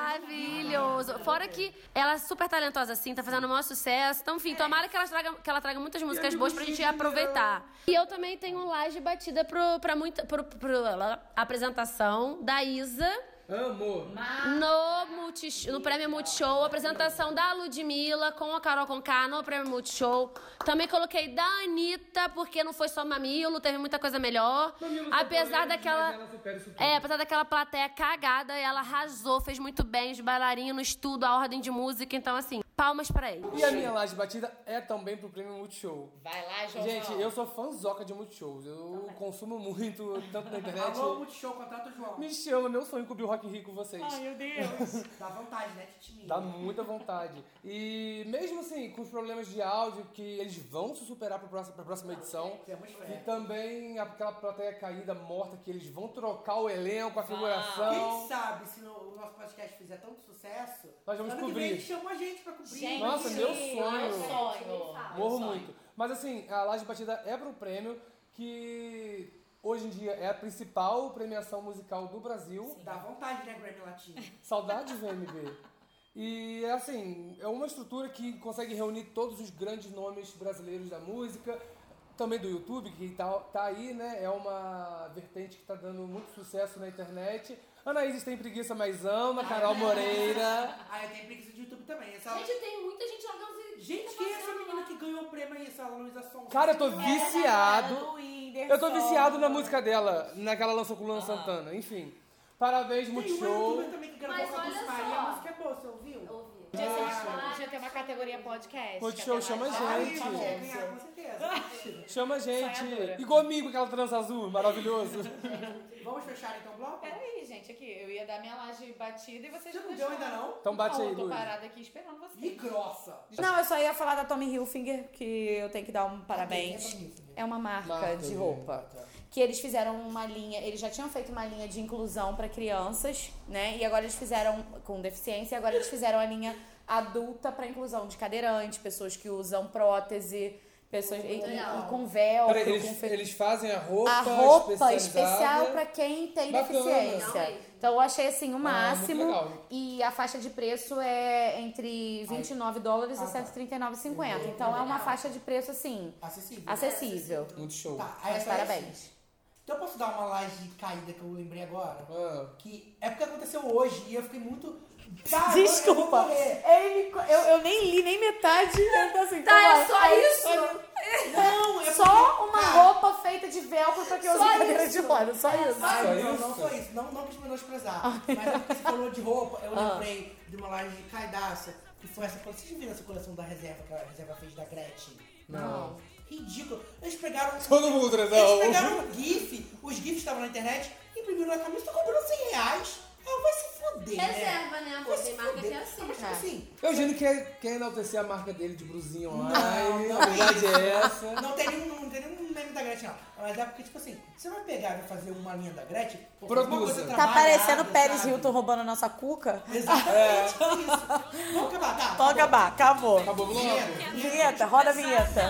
[SPEAKER 8] Maravilhoso. Fora que ela é super talentosa, assim, tá fazendo o maior sucesso. Então, enfim, tomara que ela traga, que ela traga muitas músicas boas pra gente aproveitar. E eu também tenho um laje batida pro, pra muita, pro, pro- a apresentação da Isa.
[SPEAKER 7] Amor.
[SPEAKER 8] No, Multishow- no Prêmio Multishow, apresentação da Ludmilla com a Carol Conká no Prêmio Multishow. Também coloquei da Anitta, porque não foi só Mamilo, teve muita coisa melhor. Apesar
[SPEAKER 7] né?
[SPEAKER 8] daquela. É, apesar daquela plateia cagada, ela arrasou, fez muito bem, os bailarinos, tudo, a ordem de música. Então, assim, palmas pra eles.
[SPEAKER 7] E a minha laje batida é também pro prêmio Multishow.
[SPEAKER 8] Vai lá, Então
[SPEAKER 7] Gente, eu sou fãzoca de Multishows. Eu consumo muito, tanto na internet.
[SPEAKER 6] Alô, Multishow, contrata o João.
[SPEAKER 7] Me chama, meu sonho cobrir o Rock in Rio com vocês.
[SPEAKER 6] Ai, meu Deus. Dá vontade, né, Titi?
[SPEAKER 7] Dá muita vontade. E mesmo assim, com os problemas de áudio, que eles vão se superar para próxima, próxima edição. E também aquela plateia caída, morta, que eles vão trocar o elenco, a
[SPEAKER 6] Quem
[SPEAKER 8] Ah,
[SPEAKER 7] figuração.
[SPEAKER 6] sabe se no- o nosso podcast fizer tanto sucesso,
[SPEAKER 7] Nós vamos
[SPEAKER 6] ano que
[SPEAKER 7] cobrir.
[SPEAKER 6] vem eles chamam a gente pra cobrir.
[SPEAKER 7] Gente, Nossa, meu sonho. Morro muito. Mas assim, a Laje Batida é pro prêmio que hoje em dia é a principal premiação musical do Brasil.
[SPEAKER 6] Dá vontade, né, Grammy Latino?
[SPEAKER 7] Saudade VMB. E é assim, é uma estrutura que consegue reunir todos os grandes nomes brasileiros da música, também do YouTube, que tá, tá aí, né? É uma vertente que tá dando muito sucesso na internet. Anaíses tem preguiça, mas ama, Carol Moreira.
[SPEAKER 6] Ah, eu tenho preguiça de YouTube também. Essa...
[SPEAKER 8] Gente, tem muita gente organizando.
[SPEAKER 6] Gente, quem é essa menina que ganhou o prêmio aí, essa Luísa Sonza? É,
[SPEAKER 7] Cara, eu tô
[SPEAKER 6] né,
[SPEAKER 7] viciado. Eu tô viciado na
[SPEAKER 6] música.
[SPEAKER 7] música dela, naquela lançou com o Luan Santana, enfim. Parabéns, Multishow.
[SPEAKER 6] também que
[SPEAKER 9] Mas
[SPEAKER 6] gravou com a
[SPEAKER 9] olha
[SPEAKER 6] Cris
[SPEAKER 9] só.
[SPEAKER 6] Maria, a música é boa, você ouviu?
[SPEAKER 9] Podia, ser uma,
[SPEAKER 6] Ah.
[SPEAKER 9] podia ter uma categoria podcast.
[SPEAKER 7] Multishow
[SPEAKER 9] que é
[SPEAKER 7] chama
[SPEAKER 9] mais
[SPEAKER 7] a
[SPEAKER 9] fácil.
[SPEAKER 7] gente.
[SPEAKER 9] Ai,
[SPEAKER 6] Quer
[SPEAKER 9] gente.
[SPEAKER 6] ganhar, com certeza.
[SPEAKER 7] Chama a gente.
[SPEAKER 9] Sonhadora.
[SPEAKER 7] E comigo, aquela trança azul, maravilhoso. Então
[SPEAKER 6] Vamos fechar então o bloco?
[SPEAKER 9] Peraí, gente, aqui, eu ia dar minha laje batida e vocês
[SPEAKER 6] Você não
[SPEAKER 9] deixaram.
[SPEAKER 6] deu ainda não?
[SPEAKER 7] Então bate aí,
[SPEAKER 9] Eu tô
[SPEAKER 7] Luiz.
[SPEAKER 9] parada aqui esperando vocês.
[SPEAKER 6] Que grossa.
[SPEAKER 5] Não, eu só ia falar da Tommy Hilfiger, que eu tenho que dar um parabéns. É uma marca,
[SPEAKER 31] Marca
[SPEAKER 5] de
[SPEAKER 31] de
[SPEAKER 5] roupa. Que eles fizeram uma linha, eles já tinham feito uma linha de inclusão pra crianças, né? E agora eles fizeram com deficiência, e agora eles fizeram a linha adulta pra inclusão de cadeirante, pessoas que usam prótese. Pessoas e, e-
[SPEAKER 8] legal.
[SPEAKER 5] e com véu,
[SPEAKER 7] Peraí,
[SPEAKER 5] com
[SPEAKER 7] eles,
[SPEAKER 5] fe-
[SPEAKER 7] eles fazem a roupa,
[SPEAKER 5] a roupa especial
[SPEAKER 7] especializada.
[SPEAKER 5] pra quem tem
[SPEAKER 7] Bacana.
[SPEAKER 5] deficiência.
[SPEAKER 7] Realmente.
[SPEAKER 5] Então eu achei assim o
[SPEAKER 7] muito
[SPEAKER 5] máximo.
[SPEAKER 7] legal.
[SPEAKER 5] e a faixa de preço é entre 29
[SPEAKER 7] Ah,
[SPEAKER 5] dólares e
[SPEAKER 7] tá.
[SPEAKER 5] 139,50. Então é uma faixa de preço assim
[SPEAKER 32] Acessível.
[SPEAKER 5] acessível.
[SPEAKER 7] Muito
[SPEAKER 6] né?
[SPEAKER 7] show.
[SPEAKER 32] Tá, aí
[SPEAKER 5] Mas
[SPEAKER 32] agora
[SPEAKER 5] parabéns.
[SPEAKER 32] sim. Então eu posso dar uma laje caída que eu lembrei agora?
[SPEAKER 7] Ah,
[SPEAKER 32] Que é porque aconteceu hoje e eu fiquei muito. Caramba, Eu vou
[SPEAKER 5] Desculpa.
[SPEAKER 32] morrer.
[SPEAKER 5] Ele me- eu, eu nem li nem metade. Eu tô assim,
[SPEAKER 32] Tá,
[SPEAKER 5] calma
[SPEAKER 32] é
[SPEAKER 5] lá.
[SPEAKER 32] só
[SPEAKER 5] Aí-
[SPEAKER 32] isso? Não, é
[SPEAKER 5] Só
[SPEAKER 32] porque-
[SPEAKER 5] uma
[SPEAKER 7] Ah.
[SPEAKER 32] Cara.
[SPEAKER 5] roupa feita de velcro pra que eu use
[SPEAKER 32] Só
[SPEAKER 5] cadeira
[SPEAKER 32] isso.
[SPEAKER 5] de É. roda. Só isso.
[SPEAKER 32] Ai, não, não foi isso. Não, não quis menosprezar.
[SPEAKER 8] Ah.
[SPEAKER 32] Mas é porque você falou de roupa, eu
[SPEAKER 5] Ah.
[SPEAKER 32] lembrei de uma laje de caidaça, que foi essa coleção. Vocês viram essa coleção da reserva que a reserva fez da Gretchen?
[SPEAKER 7] Não.
[SPEAKER 32] Ridículo. Eles pegaram.
[SPEAKER 7] Todo mundo, né?
[SPEAKER 32] Eles pegaram um GIF, os GIFs estavam na internet, imprimiram na camisa, tô cobrando 100 reais. Ah, vai se foder. né?
[SPEAKER 8] Reserva, né, amor?
[SPEAKER 32] Vai se
[SPEAKER 8] Tem marca que é
[SPEAKER 32] foder.
[SPEAKER 8] assim,
[SPEAKER 32] Ah, Mas tipo
[SPEAKER 8] cara.
[SPEAKER 32] assim,
[SPEAKER 7] Eu imagino que é- quer enaltecer a marca dele de brusinha online.
[SPEAKER 32] não,
[SPEAKER 7] a verdade
[SPEAKER 32] isso.
[SPEAKER 7] é essa.
[SPEAKER 32] Não tem nenhum, não tem nenhum meme da Gretchen, não. Mas é porque, tipo assim, você vai pegar e vai fazer uma linha da Gretchen, pô, faz uma coisa
[SPEAKER 5] Tá
[SPEAKER 32] trabalhada,
[SPEAKER 5] parecendo o Pérez
[SPEAKER 32] sabe?
[SPEAKER 5] Hilton roubando a nossa cuca? É.
[SPEAKER 32] Exatamente isso. Vamos acabar, tá?
[SPEAKER 5] Pode acabar, acabou.
[SPEAKER 7] Acabou
[SPEAKER 32] logo?
[SPEAKER 5] Vinheta, Vinheta, roda a vinheta.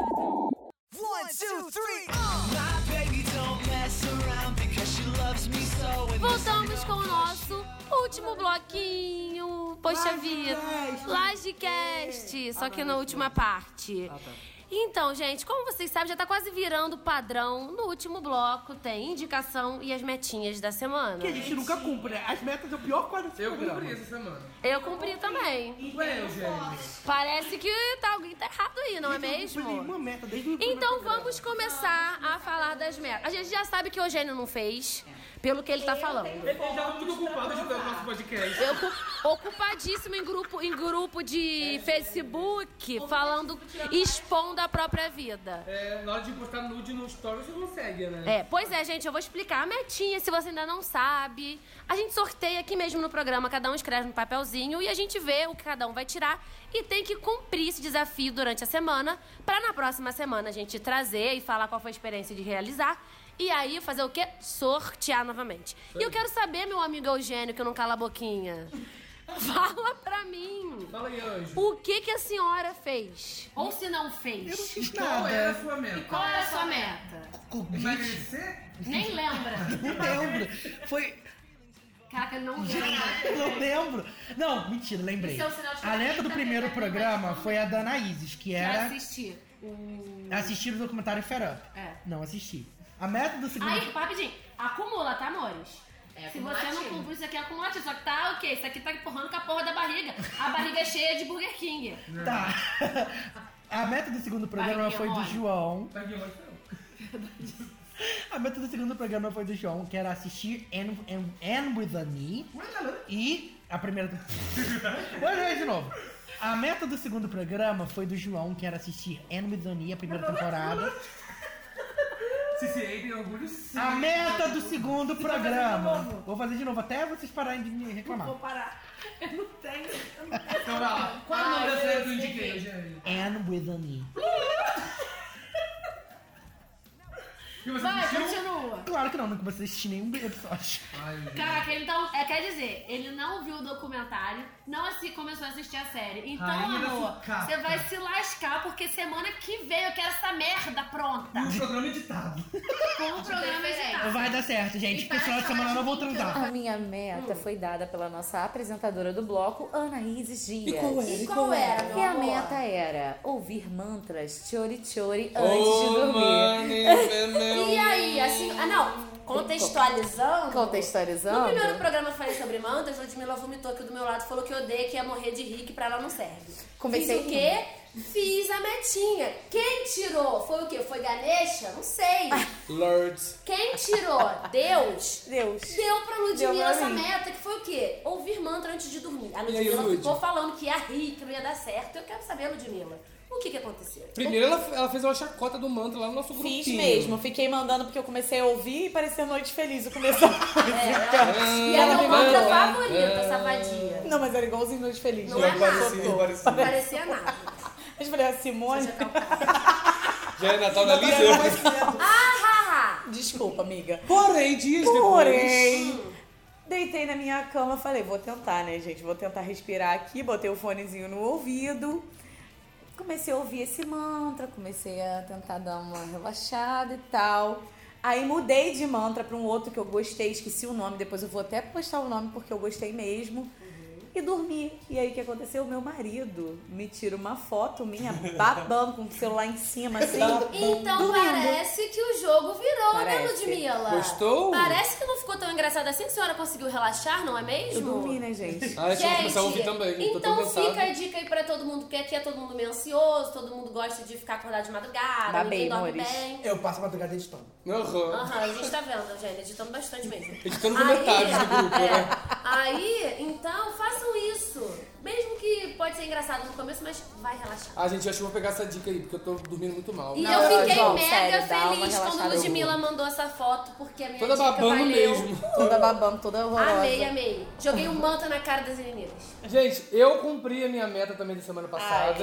[SPEAKER 33] One, two, three. My baby don't mess around because she loves me so. and this
[SPEAKER 8] Voltamos com o nosso último bloquinho. Poxa vida.
[SPEAKER 33] É.
[SPEAKER 8] Lagecast. Só que na última
[SPEAKER 33] Ah,
[SPEAKER 8] parte.
[SPEAKER 33] tá.
[SPEAKER 8] Então, gente, como vocês sabem, já tá quase virando padrão. No último bloco tem indicação e as metinhas da semana.
[SPEAKER 6] Que a gente nunca cumpre, né? As metas é o pior quadro desse
[SPEAKER 7] Eu
[SPEAKER 6] programa.
[SPEAKER 7] cumpri essa semana.
[SPEAKER 8] Eu cumpri também.
[SPEAKER 6] Ué, Eugênio.
[SPEAKER 8] Parece que tá, alguém tá errado aí, não é
[SPEAKER 6] Gente, eu não
[SPEAKER 8] mesmo?
[SPEAKER 6] cumpri nenhuma meta desde o
[SPEAKER 8] Então vamos começar a falar das metas. A gente já sabe que o Eugênio não fez, pelo que ele tá falando.
[SPEAKER 6] Ele já muito ocupado de o nosso podcast.
[SPEAKER 8] Eu cu- ocupadíssimo em grupo, em grupo de Facebook, falando, expondo a própria vida.
[SPEAKER 7] É, na hora de postar nude no story você consegue, né?
[SPEAKER 8] É, pois é, gente, eu vou explicar a metinha, se você ainda não sabe. A gente sorteia aqui mesmo no programa, cada um escreve no papelzinho e a gente vê o que cada um vai tirar e tem que cumprir esse desafio durante a semana pra na próxima semana a gente trazer e falar qual foi a experiência de realizar. E aí fazer o quê? Sortear novamente. E eu quero saber, meu amigo Eugênio, que eu não cala a boquinha. Fala pra mim.
[SPEAKER 7] Fala aí, Anjo.
[SPEAKER 8] O que que a senhora fez? Ou se não fez? Eu não
[SPEAKER 7] fiz Qual nada. era a sua meta?
[SPEAKER 8] E qual era a sua meta?
[SPEAKER 7] Emagrecer?
[SPEAKER 8] Nem lembra.
[SPEAKER 6] Não lembro. Foi.
[SPEAKER 8] Caraca, não
[SPEAKER 6] Não lembro. Não, mentira, lembrei.
[SPEAKER 8] Esse é o sinal de
[SPEAKER 6] A letra do
[SPEAKER 8] que
[SPEAKER 6] primeiro
[SPEAKER 8] tá
[SPEAKER 6] programa foi a da Anaíses, que
[SPEAKER 8] Pra
[SPEAKER 6] era
[SPEAKER 8] assistir. O...
[SPEAKER 6] assistir o documentário Fair Up.
[SPEAKER 8] É.
[SPEAKER 6] Não assisti. A meta do segundo.
[SPEAKER 8] Aí, rapidinho, acumula, tá, amores?
[SPEAKER 34] É
[SPEAKER 8] Se você não
[SPEAKER 34] acumulativo.
[SPEAKER 8] cumpre isso aqui é acumulativo, só que tá ok, isso aqui tá empurrando com a porra da barriga. A barriga é cheia de Burger King.
[SPEAKER 6] Tá. A meta do segundo programa
[SPEAKER 8] Barriguinha
[SPEAKER 6] foi do
[SPEAKER 8] mole.
[SPEAKER 6] João. A meta do segundo programa foi do João, que era assistir Anne, Anne, Anne with a Knee.
[SPEAKER 7] tá
[SPEAKER 6] E a primeira. Vou ler de novo. A meta do segundo programa foi do João, que era assistir Anne with a Knee, a primeira
[SPEAKER 7] Tá
[SPEAKER 6] temporada.
[SPEAKER 7] CCA tem orgulho sim.
[SPEAKER 6] A meta do segundo
[SPEAKER 7] Você vai fazer de
[SPEAKER 6] programa.
[SPEAKER 7] novo?
[SPEAKER 6] Vou fazer de novo até vocês pararem de me reclamar.
[SPEAKER 34] parar. Eu não tenho.
[SPEAKER 7] Então vai lá. Qual é o nome da série que eu é, indiquei, Eugênio?
[SPEAKER 6] Anne with a Knee.
[SPEAKER 7] E você
[SPEAKER 8] Vai,
[SPEAKER 7] assistiu?
[SPEAKER 8] continua.
[SPEAKER 6] Claro que não, nunca você assistir nenhum episódio.
[SPEAKER 7] Ai, meu Deus.
[SPEAKER 8] Caraca, ele então, é, quer dizer, ele não viu o documentário, não assi- começou a assistir a série. Então,
[SPEAKER 6] Rainha da
[SPEAKER 8] amor,
[SPEAKER 6] sucata.
[SPEAKER 8] você vai se lascar, porque semana que vem eu quero essa merda pronta.
[SPEAKER 6] E o programa editado.
[SPEAKER 8] Com o programa editado.
[SPEAKER 6] Não vai dar certo, gente. Porque final de semana eu não vou transar.
[SPEAKER 5] A minha
[SPEAKER 7] Hum.
[SPEAKER 5] meta foi dada pela nossa apresentadora do bloco, Anaíses Dias.
[SPEAKER 35] E qual era? E
[SPEAKER 5] E
[SPEAKER 35] qual era, meu
[SPEAKER 5] E a
[SPEAKER 35] amor?
[SPEAKER 5] meta era ouvir mantras chori-chori antes de
[SPEAKER 35] Oh,
[SPEAKER 5] dormir.
[SPEAKER 35] E aí, assim, ah não, contextualizando.
[SPEAKER 5] Contextualizando.
[SPEAKER 35] No
[SPEAKER 8] No primeiro programa eu falei sobre mantas, Ludmilla vomitou aqui do meu lado, falou que odeia, que ia morrer de rir, que pra ela não serve.
[SPEAKER 5] Comecei
[SPEAKER 8] Fiz o
[SPEAKER 5] a
[SPEAKER 8] quê? Fiz a metinha. Quem tirou? Foi o quê? Foi Ganesha? Não sei.
[SPEAKER 7] Lords.
[SPEAKER 8] Quem tirou? Deus?
[SPEAKER 5] Deus.
[SPEAKER 8] Deu pra
[SPEAKER 5] Deu
[SPEAKER 8] Ludmilla
[SPEAKER 5] pra
[SPEAKER 8] essa
[SPEAKER 5] mim.
[SPEAKER 8] meta, que foi o quê? Ouvir mantra antes de dormir. A
[SPEAKER 7] E aí,
[SPEAKER 8] Ludmilla
[SPEAKER 7] Lud?
[SPEAKER 8] ficou falando que ia rir, que não ia dar certo. Eu quero saber, Ludmilla, o que que aconteceu?
[SPEAKER 7] Primeiro ela, ela fez uma chacota do manto lá no nosso grupinho.
[SPEAKER 5] Fiz mesmo, fiquei mandando porque eu comecei a ouvir e parecia noite feliz o começo da
[SPEAKER 7] Ah,
[SPEAKER 5] música.
[SPEAKER 8] E era
[SPEAKER 5] me
[SPEAKER 8] o mantra
[SPEAKER 5] mandou. né?
[SPEAKER 8] favorito, essa vadia.
[SPEAKER 5] Não, mas era igualzinho noite feliz.
[SPEAKER 8] Não é nada. Parecia,
[SPEAKER 7] parecia.
[SPEAKER 8] Não parecia nada.
[SPEAKER 5] Mas eu falei, a Simone...
[SPEAKER 7] Já é Natal na Lisa?
[SPEAKER 8] Ah, ha, ha.
[SPEAKER 5] um Desculpa, amiga.
[SPEAKER 7] Porém, dias
[SPEAKER 5] Porém, Deitei na minha cama, falei, vou tentar, né, gente? Vou tentar respirar aqui, botei o fonezinho no ouvido. Comecei a ouvir esse mantra, comecei a tentar dar uma relaxada e tal. Aí mudei de mantra para um outro que eu gostei, esqueci o nome, depois eu vou até postar o nome porque eu gostei mesmo e dormi. E aí o que aconteceu? Meu marido me tira uma foto minha babando com o celular em cima, assim.
[SPEAKER 8] Então
[SPEAKER 5] dormindo.
[SPEAKER 8] parece que o jogo virou, né,
[SPEAKER 5] Parece.
[SPEAKER 8] Ludmilla?
[SPEAKER 7] Gostou?
[SPEAKER 8] Parece que não ficou tão engraçado assim. A senhora conseguiu relaxar, não é mesmo?
[SPEAKER 5] Eu dormi, né, gente?
[SPEAKER 7] Ah, deixa eu começar a ouvir também, que eu tô tão
[SPEAKER 8] então
[SPEAKER 7] cansado.
[SPEAKER 8] fica a dica aí pra todo mundo, porque aqui é todo mundo meio ansioso, todo mundo gosta de ficar acordado de madrugada, ninguém dorme bem.
[SPEAKER 6] Eu passo a madrugada editando.
[SPEAKER 7] Aham.
[SPEAKER 8] Aham, a gente tá vendo, Eugênia, editando bastante mesmo.
[SPEAKER 7] Editando comentários do grupo,
[SPEAKER 8] é.
[SPEAKER 7] né?
[SPEAKER 8] Aí, então, façam isso. Mesmo que pode ser engraçado no começo, mas vai relaxar.
[SPEAKER 7] Ah, gente, eu acho que eu vou pegar essa dica aí, porque eu tô dormindo muito mal.
[SPEAKER 8] E eu fiquei
[SPEAKER 5] João,
[SPEAKER 8] mega
[SPEAKER 5] sério, dá uma
[SPEAKER 8] feliz quando
[SPEAKER 5] relaxada,
[SPEAKER 8] Ludmilla
[SPEAKER 5] eu
[SPEAKER 8] mandou essa foto, porque a minha
[SPEAKER 7] Toda
[SPEAKER 8] dica
[SPEAKER 7] babando
[SPEAKER 8] valeu.
[SPEAKER 7] mesmo.
[SPEAKER 5] Toda babando, toda horrorosa.
[SPEAKER 8] Amei, amei. Joguei um manto na cara das meninas.
[SPEAKER 7] Gente, eu cumpri a minha meta também da semana passada.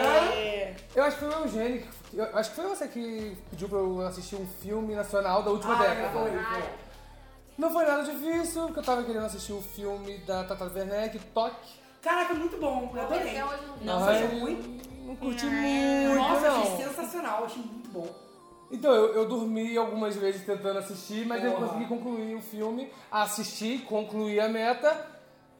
[SPEAKER 8] Aê!
[SPEAKER 7] Eu acho que foi o Eugênio, que- eu acho que foi você que pediu pra eu assistir um filme nacional da última
[SPEAKER 8] Ai,
[SPEAKER 7] década.
[SPEAKER 8] foi, foi.
[SPEAKER 7] Não foi nada difícil, porque eu tava querendo assistir o filme da Tata Werneck, Toque.
[SPEAKER 6] Caraca, muito bom. Eu adorei.
[SPEAKER 8] Até hoje eu não-
[SPEAKER 6] Não,
[SPEAKER 7] Ai,
[SPEAKER 6] foi ruim.
[SPEAKER 7] Não curti muito,
[SPEAKER 6] Nossa,
[SPEAKER 7] não.
[SPEAKER 6] achei sensacional. Achei muito bom.
[SPEAKER 7] Então, eu, eu dormi algumas vezes tentando assistir, mas eu
[SPEAKER 6] Porra.
[SPEAKER 7] consegui concluir o filme, assisti, concluí a meta.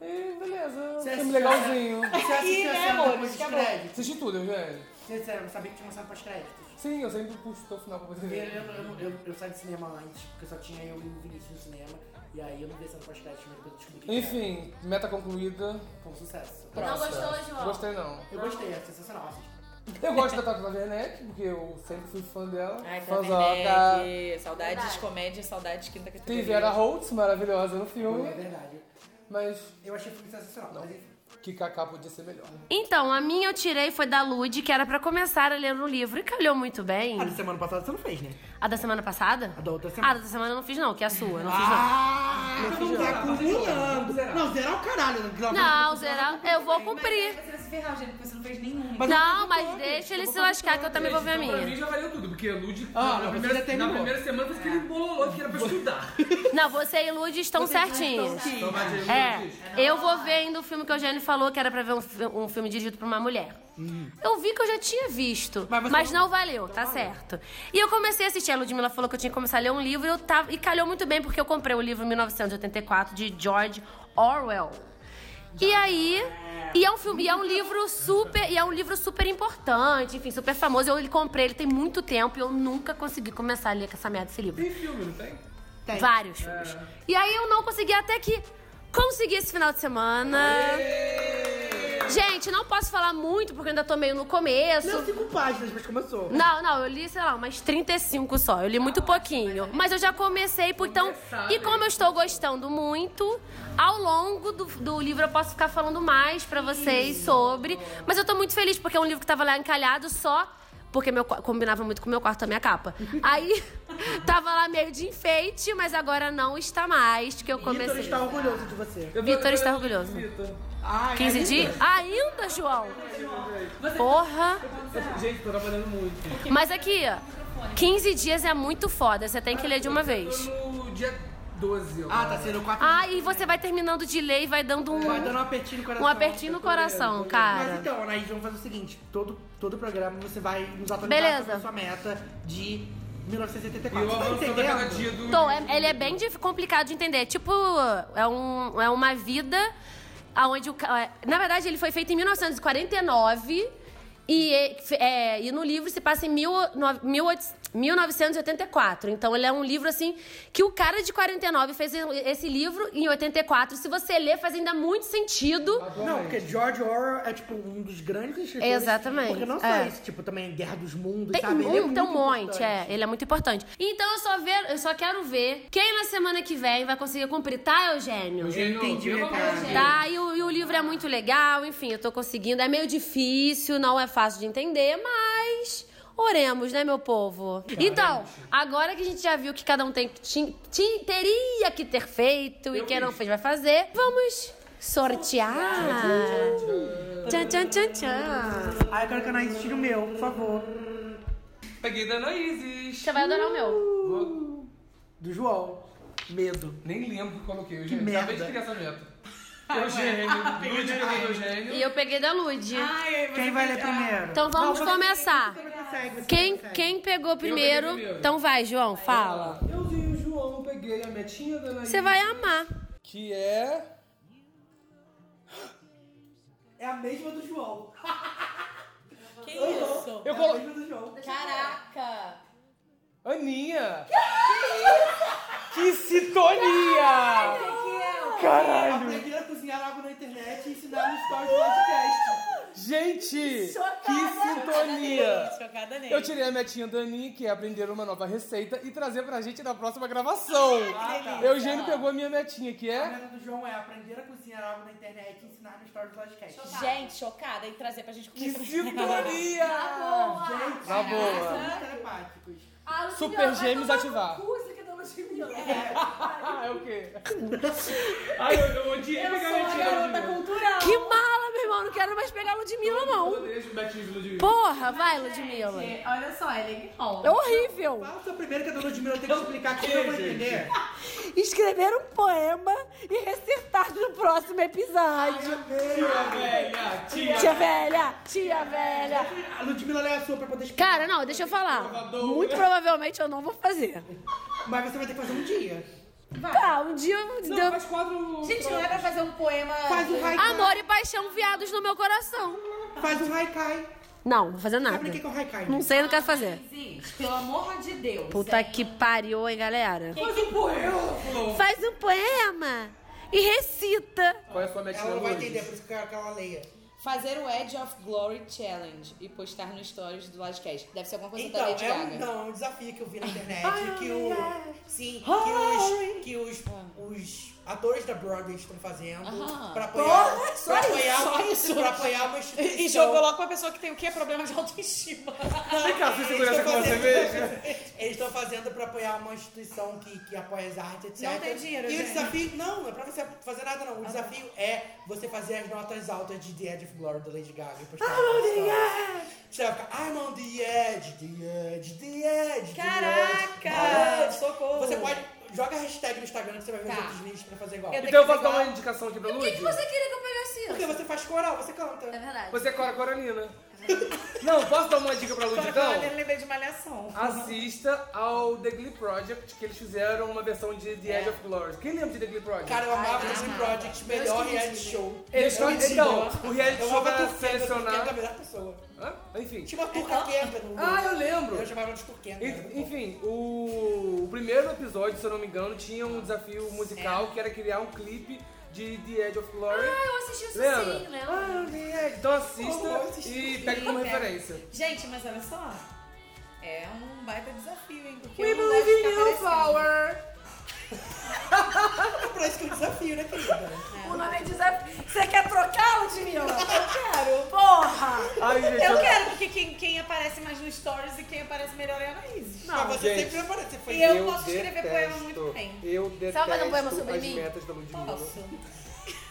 [SPEAKER 7] E beleza,
[SPEAKER 6] Você
[SPEAKER 7] filme
[SPEAKER 6] assistiu-
[SPEAKER 7] legalzinho.
[SPEAKER 6] Você assistiu a cena depois dos créditos?
[SPEAKER 7] Assisti tudo, Eugênio.
[SPEAKER 6] Você você sabia que tinha uma cena pós-créditos?
[SPEAKER 7] Sim, eu sempre puxo até o final pra poder
[SPEAKER 6] Eu,
[SPEAKER 7] ver.
[SPEAKER 6] eu, eu, eu, eu saí do cinema antes, porque só tinha eu e o Vinícius no cinema. E aí eu não vi essa pós-créditos, mas depois eu descobri que
[SPEAKER 7] Enfim, meta concluída.
[SPEAKER 6] Foi um sucesso.
[SPEAKER 7] Praça.
[SPEAKER 8] gostou, João?
[SPEAKER 7] Gostei não.
[SPEAKER 6] Eu gostei, é sensacional. assim.
[SPEAKER 7] Eu gosto da Tata Werneck, porque eu sempre fui fã dela.
[SPEAKER 5] Ai,
[SPEAKER 7] Fãzoca.
[SPEAKER 5] Werneck, saudades
[SPEAKER 8] Verdade.
[SPEAKER 5] de comédia, saudades de quinta
[SPEAKER 7] Tem
[SPEAKER 5] categoria.
[SPEAKER 7] Vera Holtz, maravilhosa no
[SPEAKER 6] Foi,
[SPEAKER 7] filme.
[SPEAKER 6] É verdade.
[SPEAKER 7] Mas
[SPEAKER 6] Eu achei o filme sensacional. Mas enfim.
[SPEAKER 7] que Kaká podia ser melhor.
[SPEAKER 8] Então, a minha eu tirei foi da Lud, que era pra começar a ler um livro. E calhou muito bem.
[SPEAKER 6] A da Ah, semana passada você não fez, né?
[SPEAKER 8] A da semana passada?
[SPEAKER 6] A da outra
[SPEAKER 8] Ah,
[SPEAKER 6] semana.
[SPEAKER 8] da semana eu não fiz, não, que é a sua. eu Não fiz, não.
[SPEAKER 6] Ah, você não tá acumulando. Não, zerar o caralho. né?
[SPEAKER 36] tá
[SPEAKER 8] Não, será? Eu vou cumprir.
[SPEAKER 36] Você vai se ferrar, gente, porque você não fez nenhum.
[SPEAKER 6] Mas eu
[SPEAKER 8] Não,
[SPEAKER 6] tô
[SPEAKER 8] mas
[SPEAKER 6] contando,
[SPEAKER 8] deixa
[SPEAKER 6] eu
[SPEAKER 8] ele
[SPEAKER 6] tô
[SPEAKER 8] se lascar, que eu também vou ver a
[SPEAKER 9] Então, Pra mim
[SPEAKER 8] minha.
[SPEAKER 9] já valeu tudo, porque a Lud
[SPEAKER 6] Ah,
[SPEAKER 9] na,
[SPEAKER 6] não, você
[SPEAKER 9] primeira,
[SPEAKER 6] já
[SPEAKER 9] na
[SPEAKER 6] terminou.
[SPEAKER 9] primeira semana fez aquele bololô que era pra estudar.
[SPEAKER 8] Não, você e Lud estão certinhos.
[SPEAKER 9] Então, mas eu-
[SPEAKER 8] É, eu vou ver ainda o filme que o Eugênio falou, que era pra ver um, fi- um filme dirigido por uma mulher. Eu vi que eu já tinha visto, Hum. mas, não, valeu, tá certo. E eu comecei a assistir, a Ludmilla falou que eu tinha que começar a ler um livro, eu tava, e calhou muito bem, porque eu comprei o livro 1984, de George Orwell. E aí, e é um filme, e é um livro super, e é um livro super importante, enfim, super famoso. Eu comprei ele tem muito tempo e eu nunca consegui começar a ler com essa merda desse livro.
[SPEAKER 9] Tem filme, não tem?
[SPEAKER 8] Vários filmes. E aí eu não consegui até que consegui esse final de semana. Gente, não posso falar muito porque eu ainda tô meio no começo.
[SPEAKER 6] Leu cinco páginas, mas começou.
[SPEAKER 8] Não, não, eu li, sei lá, umas 35 só. Eu li muito
[SPEAKER 6] é
[SPEAKER 8] pouquinho. Mas eu já comecei, por então. E como eu estou gostando muito, ao longo do, do livro eu posso ficar falando mais pra vocês sobre. Mas eu tô muito feliz porque é um livro que tava lá encalhado só. Porque meu, qua- combinava muito com o meu quarto e a minha capa. Aí tava lá meio de enfeite, mas agora não está mais, que eu comecei.
[SPEAKER 6] Vitor está um orgulhoso de você.
[SPEAKER 8] Vitor está orgulhoso.
[SPEAKER 6] Ai,
[SPEAKER 8] 15
[SPEAKER 6] ainda?
[SPEAKER 8] dias? Ainda, João? Porra!
[SPEAKER 7] Gente, tô trabalhando muito.
[SPEAKER 8] Mas aqui, ó, 15 dias é muito foda, você tem que ler de uma vez.
[SPEAKER 9] No dia 12. eu-
[SPEAKER 6] Ah, tá sendo quatro
[SPEAKER 8] Ah, e você vai terminando de ler e vai dando um,
[SPEAKER 6] Vai dando um apertinho no coração.
[SPEAKER 8] um apertinho no coração,
[SPEAKER 6] Mas
[SPEAKER 8] cara.
[SPEAKER 6] então, Anaís, vamos fazer o seguinte: todo, todo programa você vai nos atualizar
[SPEAKER 8] Beleza.
[SPEAKER 6] sobre a sua meta de
[SPEAKER 9] E eu
[SPEAKER 6] 1974. Você tá
[SPEAKER 9] avançando a cada dia
[SPEAKER 6] entendendo?
[SPEAKER 9] do.
[SPEAKER 8] Então, é- ele é bem dif- complicado de entender. Tipo, é, um, é uma vida onde o. ca- é, Na verdade, ele foi feito em 1949 e, é- é, e no livro se passa em mil, no- mil oito- 1984. Então, ele é um livro assim que o cara de 49 fez esse livro em 84. Se você ler, faz ainda muito sentido.
[SPEAKER 6] Não, porque George Orwell é, tipo, um dos grandes escritores.
[SPEAKER 8] Exatamente,
[SPEAKER 6] Porque não só
[SPEAKER 8] é.
[SPEAKER 6] isso, tipo, também Guerra dos Mundos,
[SPEAKER 8] Tem
[SPEAKER 6] sabe? Ele é
[SPEAKER 8] um, tem um
[SPEAKER 6] muito
[SPEAKER 8] monte, é.
[SPEAKER 6] importante.
[SPEAKER 8] Ele é muito importante. Então eu só, ver, eu só quero ver quem na semana que vem vai conseguir cumprir, tá, Eugênio?
[SPEAKER 9] Eugênio,
[SPEAKER 6] Entendi,
[SPEAKER 7] né,
[SPEAKER 9] pelo
[SPEAKER 6] cara.
[SPEAKER 9] amor de Deus.
[SPEAKER 8] Tá, e o, e o livro é muito legal, enfim, eu tô conseguindo. É meio difícil, não é fácil de entender, mas oremos, né, meu povo? Então, agora que a gente já viu que cada um tem, ti- ti- teria que ter feito e quem não fez vai fazer, vamos sortear. Tchan, tchan, tchan, tchan.
[SPEAKER 6] Ai, eu quero que a Anaís tire o meu, por favor.
[SPEAKER 9] Peguei da Anaíses.
[SPEAKER 8] Você vai adorar o meu.
[SPEAKER 9] Vou-
[SPEAKER 6] Do João. Medo.
[SPEAKER 7] Nem lembro que coloquei. Eu
[SPEAKER 6] Que
[SPEAKER 7] já acabei
[SPEAKER 6] merda.
[SPEAKER 7] de criar essa meta.
[SPEAKER 6] Ah, ué.
[SPEAKER 7] Eugênio,
[SPEAKER 6] Peguei
[SPEAKER 7] Lud
[SPEAKER 6] da
[SPEAKER 7] pegou
[SPEAKER 6] Lud.
[SPEAKER 7] Eugênio.
[SPEAKER 8] E eu peguei da Lud.
[SPEAKER 6] Ai, você Quem vai ler pegou- primeiro?
[SPEAKER 8] Então vamos
[SPEAKER 6] Não, você-
[SPEAKER 8] começar. Quem, quem pegou primeiro?
[SPEAKER 7] primeiro.
[SPEAKER 8] Então vai, João, fala.
[SPEAKER 7] Eu vi o João, peguei a metinha da Anaí.
[SPEAKER 8] Você vai amar.
[SPEAKER 7] Que é...
[SPEAKER 6] É a mesma do João.
[SPEAKER 5] Que
[SPEAKER 6] Aham.
[SPEAKER 5] isso?
[SPEAKER 7] Eu
[SPEAKER 6] É a
[SPEAKER 7] coloquei...
[SPEAKER 6] mesma do João.
[SPEAKER 5] Caraca!
[SPEAKER 7] Aninha! Que sintonia! Caralho!
[SPEAKER 6] Aprender a cozinhar algo na internet e ensinar no story do podcast.
[SPEAKER 7] Gente,
[SPEAKER 6] Chocada.
[SPEAKER 7] que sintonia!
[SPEAKER 5] Chocada nele.
[SPEAKER 7] Eu tirei a metinha da Aninha, que é aprender uma nova receita e trazer pra gente na próxima gravação.
[SPEAKER 6] Ah, tá.
[SPEAKER 7] Eugênio pegou a minha metinha, que
[SPEAKER 6] A
[SPEAKER 7] é...
[SPEAKER 6] meta do João é aprender a cozinhar algo na internet e ensinar no story do podcast.
[SPEAKER 5] Gente, chocada e trazer pra gente comer.
[SPEAKER 7] Que sintonia!
[SPEAKER 5] Na boa!
[SPEAKER 6] Gente,
[SPEAKER 7] Na boa.
[SPEAKER 6] somos telepáticos.
[SPEAKER 7] Super Gêmeos ativar.
[SPEAKER 6] É
[SPEAKER 7] o quê? Ai, eu, eu odiei pegar a metinha da Ludmilla.
[SPEAKER 5] cultural.
[SPEAKER 8] Que mala, meu irmão. Não quero mais pegar a Ludmilla,
[SPEAKER 7] Eu
[SPEAKER 8] não.
[SPEAKER 7] odeio as metinhas da Ludmilla.
[SPEAKER 8] Porra, vai, Ludmilla.
[SPEAKER 9] Olha só, ele é
[SPEAKER 8] É horrível.
[SPEAKER 6] Fala só primeiro que é a dona Ludmilla tem que explicar que eu vou entender.
[SPEAKER 8] Escrever um poema e recitar no próximo episódio.
[SPEAKER 6] Tia velha,
[SPEAKER 8] Tia velha, tia velha.
[SPEAKER 6] A Ludmilla lê a sua pra poder explicar.
[SPEAKER 8] Cara, não, deixa eu falar. Muito provavelmente eu não vou fazer.
[SPEAKER 6] Mas você vai ter que fazer um dia.
[SPEAKER 8] Tá, um dia eu...
[SPEAKER 6] Não, faz quadro...
[SPEAKER 5] Gente, não é pra fazer um poema.
[SPEAKER 6] Faz um haikai.
[SPEAKER 8] Amor e paixão viados no meu coração.
[SPEAKER 6] Faz um haikai.
[SPEAKER 8] Não, não vou fazer nada.
[SPEAKER 6] Sabe o que que é um haikai?
[SPEAKER 8] Não sei, não quero fazer.
[SPEAKER 5] Gente, pelo amor de Deus.
[SPEAKER 8] Puta
[SPEAKER 5] hein?
[SPEAKER 8] que pariu, hein, galera.
[SPEAKER 6] Faz um poema.
[SPEAKER 8] Faz um poema e recita.
[SPEAKER 7] Qual é a sua metinha
[SPEAKER 6] Ela não vai entender,
[SPEAKER 7] hoje?
[SPEAKER 6] por isso que ela- que ela leia.
[SPEAKER 5] Fazer o Edge of Glory Challenge e postar no stories do Lodcast. Deve ser alguma coisa
[SPEAKER 6] Então,
[SPEAKER 5] da Lady
[SPEAKER 6] é um,
[SPEAKER 5] Gaga.
[SPEAKER 6] não, é um desafio que eu vi na internet, que o... Sim, que os, que os, os atores da Broadway estão fazendo
[SPEAKER 5] Aham.
[SPEAKER 6] pra apoiar...
[SPEAKER 5] Porra, só
[SPEAKER 6] pra
[SPEAKER 5] isso,
[SPEAKER 6] apoiar,
[SPEAKER 5] só isso.
[SPEAKER 6] Pra apoiar uma instituição.
[SPEAKER 5] E jogou logo pra pessoa que tem o quê? Problema de autoestima.
[SPEAKER 7] Vem cá, você
[SPEAKER 6] Eles
[SPEAKER 7] segurança
[SPEAKER 6] estão
[SPEAKER 7] com você, veja.
[SPEAKER 6] fazendo pra apoiar uma instituição que, que apoia as artes, etc.
[SPEAKER 5] Não tem dinheiro,
[SPEAKER 6] E o
[SPEAKER 5] gente. Ah, tá.
[SPEAKER 6] desafio, não, é pra você fazer nada, não. O desafio é você fazer as notas altas de The Edge of Glory da Lady Gaga. e postar
[SPEAKER 5] I'm on the
[SPEAKER 6] stories. Você vai ficar, I'm on the edge, the edge, the edge. the edge,
[SPEAKER 5] Caraca,
[SPEAKER 6] the edge."
[SPEAKER 5] socorro.
[SPEAKER 6] Você pode, joga a hashtag no Instagram que você vai ver
[SPEAKER 5] Tá.
[SPEAKER 6] os outros vídeos pra fazer igual.
[SPEAKER 5] Eu tenho
[SPEAKER 7] Então eu
[SPEAKER 5] que
[SPEAKER 7] posso dar
[SPEAKER 5] fazer
[SPEAKER 7] uma
[SPEAKER 5] igual.
[SPEAKER 7] indicação aqui pra
[SPEAKER 8] O que, que
[SPEAKER 7] Lud?
[SPEAKER 8] você queria que eu pegasse
[SPEAKER 6] Porque
[SPEAKER 8] isso?
[SPEAKER 6] você faz coral, você canta.
[SPEAKER 8] É verdade.
[SPEAKER 7] Você é Cora Coralina. Não, posso dar uma dica pra Lud, então?
[SPEAKER 5] Eu lembrei de malhação.
[SPEAKER 7] Assista ao The Glee Project, que eles fizeram uma versão de The Edge of Glory. Quem lembra de The Glee Project?
[SPEAKER 6] Cara, eu amava esse project, melhor reality show.
[SPEAKER 7] Eles
[SPEAKER 6] Eu
[SPEAKER 7] só-
[SPEAKER 6] ridículo.
[SPEAKER 7] então, o reality
[SPEAKER 6] Eu
[SPEAKER 7] show
[SPEAKER 6] amava
[SPEAKER 7] era
[SPEAKER 6] Turquenda, Turquenda
[SPEAKER 7] selecionar-
[SPEAKER 6] é a melhor pessoa.
[SPEAKER 7] Hã? Enfim.
[SPEAKER 9] tipo,
[SPEAKER 6] Tinha uma turca quenta no...
[SPEAKER 7] Ah, eu lembro.
[SPEAKER 6] Eu chamava de né? turquenta.
[SPEAKER 7] E-
[SPEAKER 6] era muito bom.
[SPEAKER 7] Enfim, o, o primeiro episódio, se eu não me engano, tinha um desafio musical que era criar um clipe de The Edge of Glory.
[SPEAKER 8] Ah, eu assisti né? isso
[SPEAKER 7] Lembra?
[SPEAKER 8] sim,
[SPEAKER 7] Ah,
[SPEAKER 8] lembro.
[SPEAKER 7] The Edge. Então
[SPEAKER 6] Como eu
[SPEAKER 7] assista
[SPEAKER 6] assisti.
[SPEAKER 7] e pega como
[SPEAKER 5] Sim, pega.
[SPEAKER 7] referência.
[SPEAKER 5] Gente, mas olha só. É um baita desafio, hein? Porque não deve ficar aparecendo.
[SPEAKER 6] É pra isso que é um desafio, né, querida?
[SPEAKER 9] O nome é desafio. Você quer trocar, Ludmilla?
[SPEAKER 5] Eu quero.
[SPEAKER 9] Porra!
[SPEAKER 7] Ai, gente,
[SPEAKER 5] Eu quero, porque quem, quem aparece mais no Stories e quem aparece melhor é a Anaís.
[SPEAKER 6] Mas você
[SPEAKER 7] gente.
[SPEAKER 6] sempre aparece. Foi
[SPEAKER 5] E eu posso escrever poema muito bem.
[SPEAKER 7] Eu
[SPEAKER 8] vai fazer
[SPEAKER 7] detesto
[SPEAKER 8] um poema sobre
[SPEAKER 7] as
[SPEAKER 8] mim?
[SPEAKER 7] metas da Ludmilla.
[SPEAKER 5] Posso.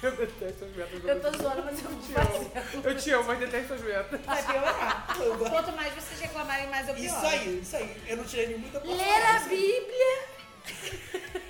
[SPEAKER 7] Eu detesto as metas da
[SPEAKER 8] Eu tô
[SPEAKER 7] Ludmilla.
[SPEAKER 8] zoando, mas eu vou fazer.
[SPEAKER 7] Eu te amo, mas detesto as metas.
[SPEAKER 5] Vai piorar.
[SPEAKER 6] eu.
[SPEAKER 5] Quanto mais vocês reclamarem, mais eu pioro.
[SPEAKER 6] Isso aí, isso aí. Eu não tirei nem muita
[SPEAKER 8] Ler a Bíblia.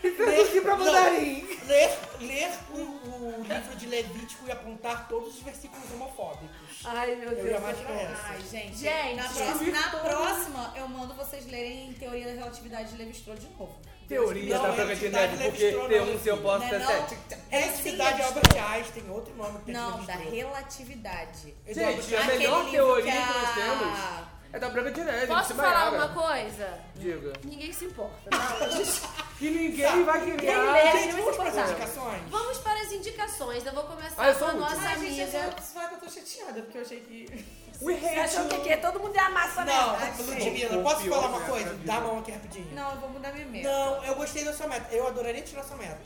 [SPEAKER 6] Ler aqui pra
[SPEAKER 7] mandarim.
[SPEAKER 6] Ler, ler o, o livro de Levítico e apontar todos os versículos homofóbicos.
[SPEAKER 8] Ai, meu
[SPEAKER 6] Eu ia
[SPEAKER 8] Deus.
[SPEAKER 6] imaginar essa.
[SPEAKER 5] Ai, gente.
[SPEAKER 8] Gente.
[SPEAKER 5] na próxima, na próxima, eu mando vocês lerem Teoria da Relatividade de Levi-Strauss de novo.
[SPEAKER 7] Teoria
[SPEAKER 6] Não,
[SPEAKER 7] da
[SPEAKER 6] é
[SPEAKER 7] probabilidade,
[SPEAKER 6] atividade
[SPEAKER 7] tá porque T1 se eu posso,
[SPEAKER 5] Não é
[SPEAKER 7] T7.
[SPEAKER 5] não?
[SPEAKER 7] tic, tac.
[SPEAKER 6] Relatividade é
[SPEAKER 5] sim,
[SPEAKER 6] obra de Einstein, outro nome. que tem
[SPEAKER 5] Não,
[SPEAKER 6] que
[SPEAKER 5] da
[SPEAKER 6] existir.
[SPEAKER 5] relatividade.
[SPEAKER 7] Gente, é a
[SPEAKER 5] Aquele
[SPEAKER 7] melhor
[SPEAKER 5] livro
[SPEAKER 7] teoria
[SPEAKER 5] que
[SPEAKER 7] que
[SPEAKER 5] a-
[SPEAKER 7] nós temos é da Branca de Neve.
[SPEAKER 8] Posso
[SPEAKER 7] de
[SPEAKER 8] falar
[SPEAKER 7] Maiara.
[SPEAKER 8] uma coisa?
[SPEAKER 7] Diga.
[SPEAKER 8] Ninguém se importa. tá?
[SPEAKER 7] Que ninguém vai
[SPEAKER 8] Quem
[SPEAKER 7] criar.
[SPEAKER 8] lê,
[SPEAKER 6] Gente,
[SPEAKER 8] ninguém vai
[SPEAKER 6] vamos
[SPEAKER 8] se
[SPEAKER 6] para as
[SPEAKER 8] importar.
[SPEAKER 6] indicações?
[SPEAKER 8] Vamos para as indicações. Eu vou começar
[SPEAKER 7] Ah, eu
[SPEAKER 8] com
[SPEAKER 7] sou
[SPEAKER 8] a
[SPEAKER 7] o último.
[SPEAKER 8] nossa
[SPEAKER 5] Ai, gente, eu
[SPEAKER 8] amiga.
[SPEAKER 5] só preciso falar que eu tô chateada, porque eu achei que...
[SPEAKER 7] We
[SPEAKER 9] Você achou que
[SPEAKER 7] hate
[SPEAKER 9] aqui é todo mundo é a massa, né?
[SPEAKER 6] Não,
[SPEAKER 9] Ai, gente.
[SPEAKER 6] Ludmilla,
[SPEAKER 7] Ou
[SPEAKER 6] posso
[SPEAKER 7] pior,
[SPEAKER 6] falar uma
[SPEAKER 7] né,
[SPEAKER 6] coisa?
[SPEAKER 7] pra vida.
[SPEAKER 6] Dá a mão aqui rapidinho.
[SPEAKER 5] Não, eu vou mudar minha meta.
[SPEAKER 6] Não, eu gostei da sua meta. Eu adoraria tirar sua meta.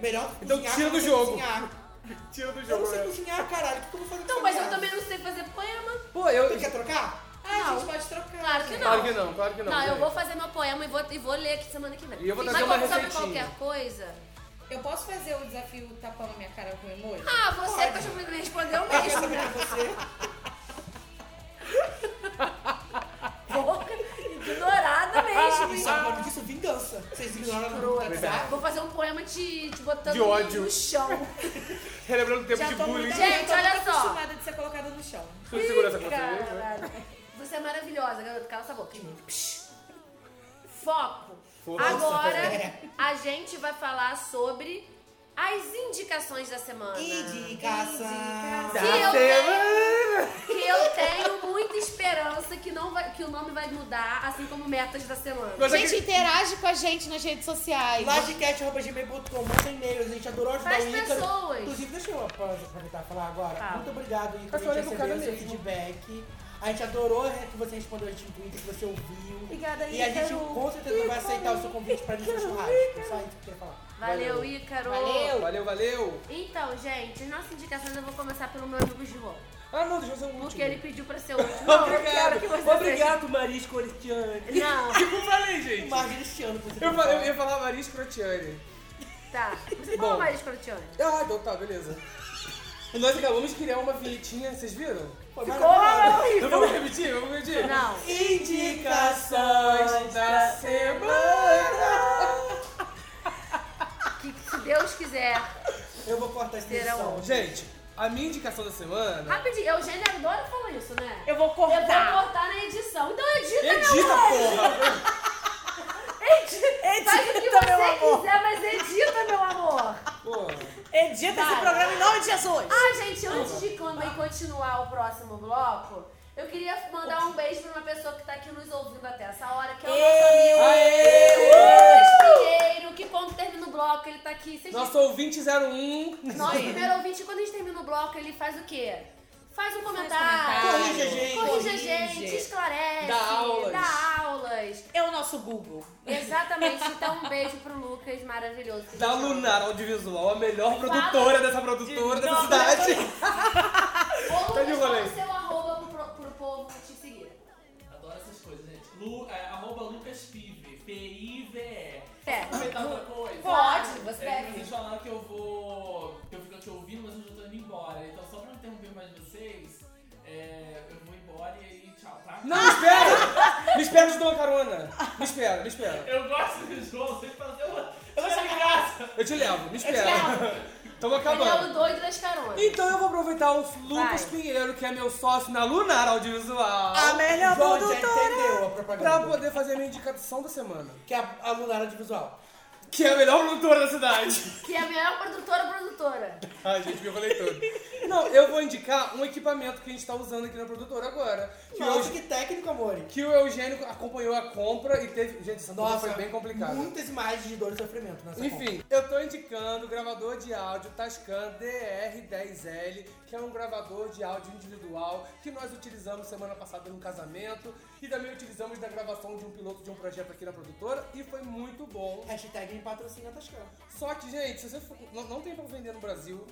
[SPEAKER 6] Melhor que
[SPEAKER 7] Então
[SPEAKER 6] cozinhar,
[SPEAKER 7] tira do
[SPEAKER 6] eu não sei
[SPEAKER 7] jogo.
[SPEAKER 6] cozinhar.
[SPEAKER 7] you. Tira do
[SPEAKER 6] Eu não
[SPEAKER 7] jogo,
[SPEAKER 6] sei
[SPEAKER 7] né?
[SPEAKER 6] cozinhar, caralho. O que eu vou fazer
[SPEAKER 8] Então, mas eu também não sei fazer poema.
[SPEAKER 7] Pô, eu.
[SPEAKER 6] Tu quer trocar?
[SPEAKER 5] Ai, a
[SPEAKER 8] Não.
[SPEAKER 5] gente pode trocar.
[SPEAKER 8] Claro que
[SPEAKER 7] Claro
[SPEAKER 8] não.
[SPEAKER 7] que não, claro que não.
[SPEAKER 8] Não, eu
[SPEAKER 7] gente.
[SPEAKER 8] vou fazer meu poema e vou, e vou ler aqui semana que vem.
[SPEAKER 7] E eu vou
[SPEAKER 8] Mas
[SPEAKER 7] trazer uma
[SPEAKER 8] como sabe
[SPEAKER 7] receitinha.
[SPEAKER 8] qualquer coisa?
[SPEAKER 5] Eu posso fazer o desafio tapando minha cara com emoji?
[SPEAKER 8] Ah, você que achou que me respondeu
[SPEAKER 6] Eu quero
[SPEAKER 8] mesmo. né?
[SPEAKER 6] saber de você.
[SPEAKER 8] Porra, ignorada mesmo.
[SPEAKER 6] Isso é o nome disso, vingança. Você
[SPEAKER 9] vocês ignoram no WhatsApp.
[SPEAKER 8] Vou fazer um poema te, te botando
[SPEAKER 9] De ódio.
[SPEAKER 8] no chão.
[SPEAKER 7] Relembrando o tempo
[SPEAKER 8] Já
[SPEAKER 7] de
[SPEAKER 8] tô
[SPEAKER 7] bullying.
[SPEAKER 8] muito- Gente, olha só.
[SPEAKER 5] acostumada de ser colocada no chão.
[SPEAKER 7] Sua segurança com você,
[SPEAKER 8] Caralho.
[SPEAKER 7] né?
[SPEAKER 8] Você é maravilhosa, garoto. Cala essa boca. Foco.
[SPEAKER 7] Força.
[SPEAKER 8] Agora
[SPEAKER 7] É.
[SPEAKER 8] a gente vai falar sobre as indicações da semana.
[SPEAKER 9] Indicação.
[SPEAKER 8] Que eu tenho, que eu tenho muita esperança que, não vai- que o nome vai mudar, assim como metas da semana.
[SPEAKER 5] Gente, interage com a gente nas redes sociais.
[SPEAKER 9] Lodcast.gmail.com, manda e-mail, a gente adorou ajudar
[SPEAKER 8] Pras
[SPEAKER 9] o Ícaro.
[SPEAKER 8] pessoas.
[SPEAKER 9] Inclusive, deixa eu aproveitar aproveitar e falar agora.
[SPEAKER 8] Fala.
[SPEAKER 9] Muito obrigado, Ícaro,
[SPEAKER 8] Eu sou
[SPEAKER 9] a gente
[SPEAKER 8] educada
[SPEAKER 9] recebeu seu
[SPEAKER 8] mesmo.
[SPEAKER 9] feedback. A gente adorou que você respondeu a gente no Twitter, que você ouviu.
[SPEAKER 8] Obrigada,
[SPEAKER 9] E a gente
[SPEAKER 8] Ícaro.
[SPEAKER 9] com certeza não vai
[SPEAKER 8] Ícaro.
[SPEAKER 9] aceitar o seu convite pra gente no churrasco. Só isso que eu queria falar.
[SPEAKER 8] Valeu, Ícaro.
[SPEAKER 7] Valeu, valeu.
[SPEAKER 8] Então, gente, as nossas indicações eu vou começar pelo meu amigo João.
[SPEAKER 7] Ah, não, deixa eu fazer um
[SPEAKER 8] Porque
[SPEAKER 7] último.
[SPEAKER 8] ele pediu pra ser o último. Não, eu quero que você
[SPEAKER 7] Obrigado, Maris Corotiani.
[SPEAKER 8] Não.
[SPEAKER 7] Eu não falei, gente.
[SPEAKER 9] Mariciano,
[SPEAKER 7] Eu, falei, eu ia falar Maris Corotiani.
[SPEAKER 8] seja- Tá. Você
[SPEAKER 7] Bom.
[SPEAKER 8] falou mais Scrotione.
[SPEAKER 7] Ah, então tá, beleza. E nós acabamos de criar uma vinhetinha, vocês viram?
[SPEAKER 9] Ficou
[SPEAKER 7] Eu vou repetir, vamos repetir?
[SPEAKER 8] Então Não.
[SPEAKER 9] é
[SPEAKER 7] Indicações da semana.
[SPEAKER 8] Que se Deus quiser.
[SPEAKER 9] Eu vou cortar esse
[SPEAKER 8] Será
[SPEAKER 9] edição.
[SPEAKER 8] onde?
[SPEAKER 7] Gente, a minha indicação da semana...
[SPEAKER 8] Rapidinho, Eugênio adora falar isso, né?
[SPEAKER 5] Eu vou cortar.
[SPEAKER 8] Eu vou cortar na edição. Então edita,
[SPEAKER 7] Edita,
[SPEAKER 8] meu amor.
[SPEAKER 7] é porra!
[SPEAKER 8] Edita, Faz o que
[SPEAKER 5] Edita, meu
[SPEAKER 8] você
[SPEAKER 5] amor.
[SPEAKER 8] quiser, mas edita, meu amor.
[SPEAKER 7] porra.
[SPEAKER 5] Edita esse
[SPEAKER 8] Vai.
[SPEAKER 5] programa em nome de Jesus.
[SPEAKER 8] Ah, gente, antes de Clamba e continuar o próximo bloco, eu queria mandar um beijo pra uma pessoa que tá aqui nos ouvindo até essa hora, que é o nosso amigo Lucas Pinheiro, que quando termina o bloco, ele tá aqui. Vocês
[SPEAKER 7] Nosso ouvinte 01.
[SPEAKER 8] Nosso primeiro ouvinte, quando a gente termina o bloco, ele faz o quê? Faz um comentário.
[SPEAKER 9] comentário. Corrige a gente.
[SPEAKER 8] Corrige a
[SPEAKER 9] Corrige.
[SPEAKER 8] gente, esclarece.
[SPEAKER 9] Dá aulas.
[SPEAKER 8] Dá aulas.
[SPEAKER 5] É o nosso Google.
[SPEAKER 8] Exatamente. Então, um beijo pro Lucas, maravilhoso. que
[SPEAKER 7] Da
[SPEAKER 8] a gente ama.
[SPEAKER 7] Lunar Audiovisual, a melhor produtora dessa produtora dessa cidade.
[SPEAKER 8] Ô,
[SPEAKER 7] Tá de
[SPEAKER 8] Lucas,
[SPEAKER 7] rolê.
[SPEAKER 8] qual o seu arroba pro, pro- pro povo te seguir?
[SPEAKER 37] Adoro essas coisas, gente. Lu, é, arroba Lucas Pive, P-I-V-E.
[SPEAKER 8] É.
[SPEAKER 37] Posso Aproveitar outra coisa?
[SPEAKER 8] Pode, você
[SPEAKER 37] é,
[SPEAKER 8] deve.
[SPEAKER 37] Vocês falaram que eu vou. que eu fico te ouvindo, mas eu já tô indo embora. Então, só pra não interromper mais vocês, é, eu vou embora e aí tchau, tá?
[SPEAKER 7] Não, me espera! Me espera, eu te dou uma carona. Me espera, me espera.
[SPEAKER 37] Eu gosto de João, vocês fazem uma. Eu vou graça.
[SPEAKER 7] Eu te levo, me espera. Estamos
[SPEAKER 8] Ele é o
[SPEAKER 7] acabando.
[SPEAKER 8] doido das caronas.
[SPEAKER 7] Então eu vou aproveitar o Lucas Pinheiro, que é meu sócio na Lunar Audiovisual.
[SPEAKER 9] A melhor
[SPEAKER 7] João, já
[SPEAKER 9] produtora.
[SPEAKER 7] entendeu a
[SPEAKER 9] propaganda.
[SPEAKER 7] Pra poder fazer a minha indicação da semana.
[SPEAKER 9] Que é a, a Lunar Audiovisual.
[SPEAKER 7] Que é a melhor produtora da cidade.
[SPEAKER 8] Que é a melhor produtora produtora.
[SPEAKER 7] Ai, Ah, gente, me falei tudo. Não, eu vou indicar um equipamento que a gente tá usando aqui na produtora agora. Que
[SPEAKER 9] Nossa,
[SPEAKER 7] o Eug-
[SPEAKER 9] que técnico, amore.
[SPEAKER 7] que o Eugênio acompanhou a compra e teve. Gente, essa compra
[SPEAKER 9] Nossa,
[SPEAKER 7] foi bem complicada.
[SPEAKER 9] Muitas imagens de dor e sofrimento nessa
[SPEAKER 7] Enfim, eu tô indicando o gravador de áudio Tascam DR10L, que é um gravador de áudio individual que nós utilizamos semana passada num casamento e também utilizamos na gravação de um piloto de um projeto aqui na produtora e foi muito bom.
[SPEAKER 9] Hashtag em patrocina tá Tascam.
[SPEAKER 7] Só que, gente, se você for- não, não tem pra vender no Brasil.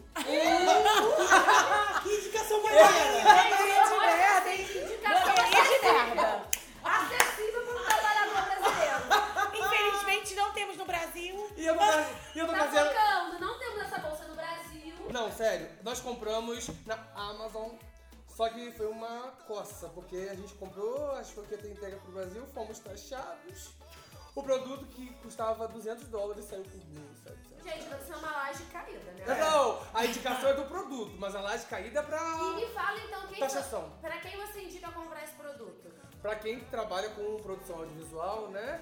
[SPEAKER 9] que indicação maneira!
[SPEAKER 8] merda, hein? Indicação
[SPEAKER 5] de merda.
[SPEAKER 8] Acessível pro trabalhador
[SPEAKER 7] um
[SPEAKER 8] brasileiro.
[SPEAKER 5] Infelizmente não temos no Brasil.
[SPEAKER 7] E eu tô, e eu tô
[SPEAKER 8] Tá
[SPEAKER 7] fazendo.
[SPEAKER 8] focando, não temos essa bolsa no Brasil.
[SPEAKER 7] Não, sério, nós compramos na Amazon, só que foi uma coça, porque a gente comprou as croquetas entrega pro Brasil, fomos taxados. O produto que custava 200 dólares saiu por 1.700.
[SPEAKER 8] Gente, você é uma laje caída, né?
[SPEAKER 7] Não, a indicação é do produto, mas a laje caída é
[SPEAKER 8] E me
[SPEAKER 7] pra,
[SPEAKER 8] fala então quem
[SPEAKER 7] Taxação.
[SPEAKER 8] pra quem você indica comprar esse produto?
[SPEAKER 7] pra quem trabalha com produção audiovisual, né?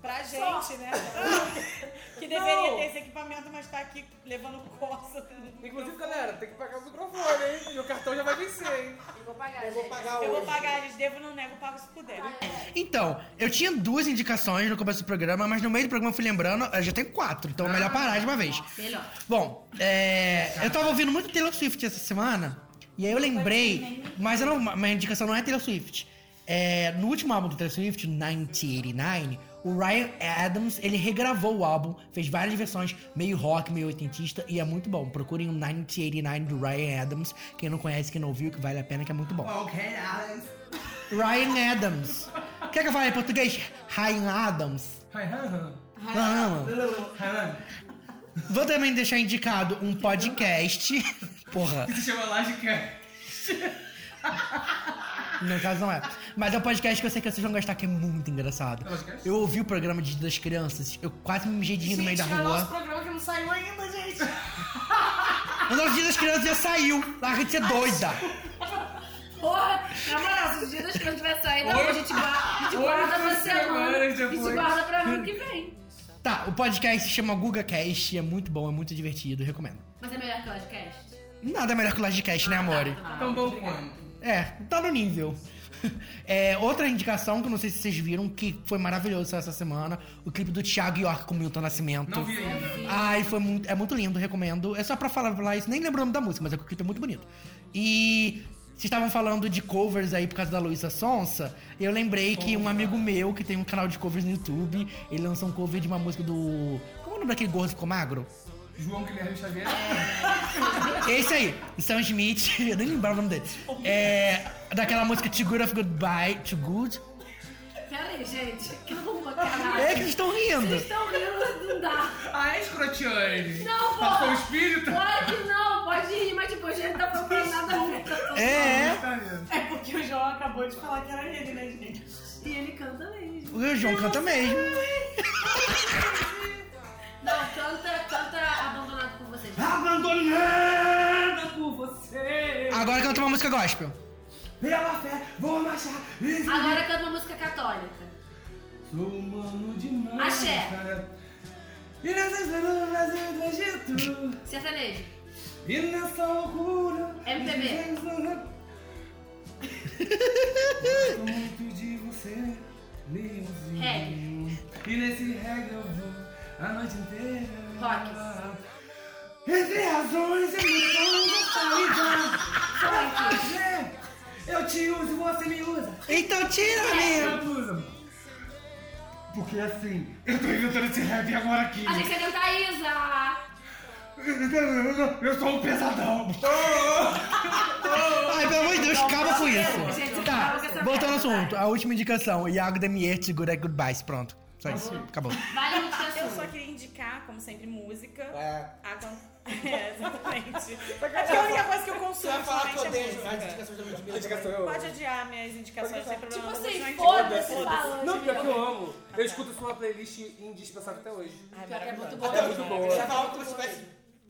[SPEAKER 5] Pra
[SPEAKER 8] Só.
[SPEAKER 5] gente, né? que deveria
[SPEAKER 7] Não.
[SPEAKER 5] ter esse equipamento, mas tá aqui levando coça.
[SPEAKER 7] Inclusive, galera, tem que pagar o microfone, hein? Meu cartão já vai vencer, hein?
[SPEAKER 8] Eu vou pagar,
[SPEAKER 7] Eu vou pagar
[SPEAKER 5] Eu vou
[SPEAKER 7] hoje.
[SPEAKER 5] pagar, eles devo, não nego, pago se puder.
[SPEAKER 6] Então, eu tinha duas indicações no começo do programa, mas no meio do programa eu fui lembrando, eu já tenho quatro, então é melhor parar de uma vez.
[SPEAKER 8] Melhor.
[SPEAKER 6] Bom, é, eu tava ouvindo muito Taylor Swift essa semana, e aí eu lembrei, mas eu não, minha indicação não é Taylor Swift. É, no último álbum do Taylor Swift, 1989, o Ryan Adams, ele regravou o álbum, fez várias versões, meio rock, meio oitentista, e é muito bom. Procurem o 1989 do Ryan Adams, quem não conhece, quem não ouviu, que vale a pena, que é muito bom. Ryan Adams. Quer que eu fale em português? Ryan Adams. Ryan Vou também deixar indicado um podcast. Porra.
[SPEAKER 37] chama Laje Cast.
[SPEAKER 6] No caso não é. Mas é um podcast que eu sei que vocês vão gostar, que é muito engraçado. Eu ouvi o programa de, das crianças, eu quase me mijei de rir no meio da
[SPEAKER 8] é
[SPEAKER 6] rua.
[SPEAKER 8] nosso programa que não saiu ainda, gente.
[SPEAKER 6] O nosso dia das crianças já saiu. Larga de ser é doida.
[SPEAKER 8] Porra, na moral, se os dias das crianças tiver saído,
[SPEAKER 6] Oito-
[SPEAKER 8] a gente guarda, a gente
[SPEAKER 6] oito
[SPEAKER 8] guarda pra semana. A
[SPEAKER 6] semanas
[SPEAKER 8] gente
[SPEAKER 6] depois.
[SPEAKER 8] guarda pra ano que vem.
[SPEAKER 6] Tá, o podcast se chama GugaCast, é muito bom, é muito divertido, recomendo.
[SPEAKER 8] Mas é melhor que o podcast?
[SPEAKER 6] Nada melhor que o Lodcast, né, amore?
[SPEAKER 8] Tão bom
[SPEAKER 6] É, tá no nível. É, outra indicação que eu não sei se vocês viram, que foi maravilhoso essa semana, o clipe do Thiago York com Milton Nascimento.
[SPEAKER 7] Não vi ainda.
[SPEAKER 6] Ai, foi muito, é muito lindo, recomendo. É só pra falar pra isso, nem lembro o nome da música, mas é que o clipe é muito bonito. E vocês estavam falando de covers aí por causa da Luísa Sonsa. Eu lembrei que um amigo meu que tem um canal de covers no YouTube, ele lançou um cover de uma música do. Como é o nome daquele gordo que ficou magro?
[SPEAKER 7] João Guilherme Xavier.
[SPEAKER 6] Esse é aí, Sam Smith, eu nem lembrava o nome dele. É. Daquela música Too Good of Goodbye, Too Good.
[SPEAKER 8] Pera aí, gente. Calma, caralho.
[SPEAKER 6] É que eles estão rindo.
[SPEAKER 8] Vocês estão rindo, não dá.
[SPEAKER 7] Ah, é escrotiane.
[SPEAKER 8] Não, porra.
[SPEAKER 7] Passou o espírito?
[SPEAKER 8] Claro que não. Pode rir, mas tipo, a gente não tá procurando nada a ver. tá todo
[SPEAKER 6] É,
[SPEAKER 8] mundo.
[SPEAKER 6] é.
[SPEAKER 8] É porque o João acabou de falar que era ele, né, gente? E ele canta mesmo.
[SPEAKER 6] O João canta mesmo.
[SPEAKER 8] Não, canta, canta Abandonado por Você.
[SPEAKER 9] Abandonada por você.
[SPEAKER 6] Agora canta uma música gospel.
[SPEAKER 9] Pela fé, vou marchar.
[SPEAKER 8] Agora canta uma música católica.
[SPEAKER 9] Sou humano demais.
[SPEAKER 8] Axé.
[SPEAKER 9] E nessa no Brasil do Egito.
[SPEAKER 8] Sertanejo.
[SPEAKER 9] E nessa loucura.
[SPEAKER 8] MPB.
[SPEAKER 9] Gosto muito de você, Leozinho.
[SPEAKER 8] É. Reggae.
[SPEAKER 9] E nesse reggae eu vou a noite inteira.
[SPEAKER 8] Rock.
[SPEAKER 9] Entre razões e emoções eu saída. Vai fazer. Eu te uso e você me usa.
[SPEAKER 6] Então tira,
[SPEAKER 9] minha
[SPEAKER 6] amigo.
[SPEAKER 9] blusa. Porque assim, eu tô inventando esse rap agora aqui.
[SPEAKER 8] A gente quer cantar Isa.
[SPEAKER 9] Eu sou um pesadão.
[SPEAKER 6] Ai, pelo amor de Deus, acaba com
[SPEAKER 8] Gente,
[SPEAKER 6] isso. Tá,
[SPEAKER 8] acaba com essa
[SPEAKER 6] voltando ao
[SPEAKER 8] merda,
[SPEAKER 6] assunto. A última indicação, Iago Demier, Too Good of Goodbye. Pronto. Só isso. Acabou.
[SPEAKER 8] Vale muito esse
[SPEAKER 5] Eu
[SPEAKER 8] assunto.
[SPEAKER 5] só queria indicar, como sempre, música.
[SPEAKER 37] É.
[SPEAKER 5] A can- É, exatamente. É porque a única coisa que eu consumo
[SPEAKER 37] Você vai falar que eu
[SPEAKER 5] ultimamente é
[SPEAKER 37] odeio né? as
[SPEAKER 5] música.
[SPEAKER 37] indicações da Ludmilla.
[SPEAKER 7] é
[SPEAKER 5] Pode adiar minhas indicações, não tem problema.
[SPEAKER 8] Tipo
[SPEAKER 5] não é vou
[SPEAKER 8] assim,
[SPEAKER 5] continuar
[SPEAKER 8] foda-se,
[SPEAKER 5] indicando.
[SPEAKER 8] falando.
[SPEAKER 7] Não, pior que eu amo. Eu escuto isso numa playlist indispensável até hoje.
[SPEAKER 5] Ai, Pior que é muito
[SPEAKER 7] É muito boa.
[SPEAKER 37] Já falava como se tivesse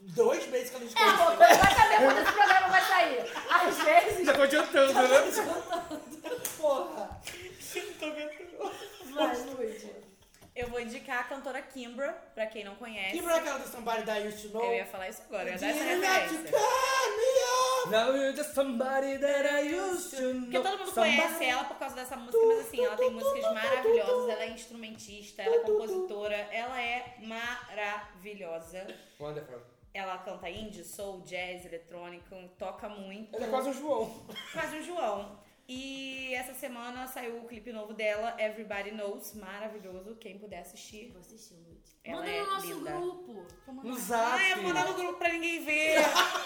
[SPEAKER 37] dois meses que ela
[SPEAKER 8] É, amor,
[SPEAKER 37] escolheu.
[SPEAKER 8] vai saber quando esse programa vai sair. Às vezes.
[SPEAKER 7] Já tô adiantando, né?
[SPEAKER 37] Porra.
[SPEAKER 8] Vai, Luiz.
[SPEAKER 5] Eu vou indicar a cantora Kimbra, pra quem não conhece.
[SPEAKER 37] Que pra aquela do Somebody That I Used To Know?
[SPEAKER 5] Eu ia falar isso agora, eu ia dar essa
[SPEAKER 37] Didn't let you
[SPEAKER 5] referência.
[SPEAKER 37] cut me off.
[SPEAKER 7] Now you're just somebody that I used to know.
[SPEAKER 5] Porque todo mundo
[SPEAKER 7] Somebody-
[SPEAKER 5] conhece ela por causa dessa música, mas assim, ela tem músicas maravilhosas, ela é instrumentista, ela é compositora, ela é maravilhosa.
[SPEAKER 7] Wonderful.
[SPEAKER 5] Ela canta indie, soul, jazz, eletrônico, toca muito.
[SPEAKER 7] Ela é quase um João.
[SPEAKER 5] Quase um João. E essa semana saiu o clipe novo dela, Everybody Knows, maravilhoso. Quem puder assistir. Vou assistir, Luiz.
[SPEAKER 8] Manda no nosso grupo.
[SPEAKER 7] No zap.
[SPEAKER 37] Ah,
[SPEAKER 5] Ai, mandar no grupo pra ninguém ver.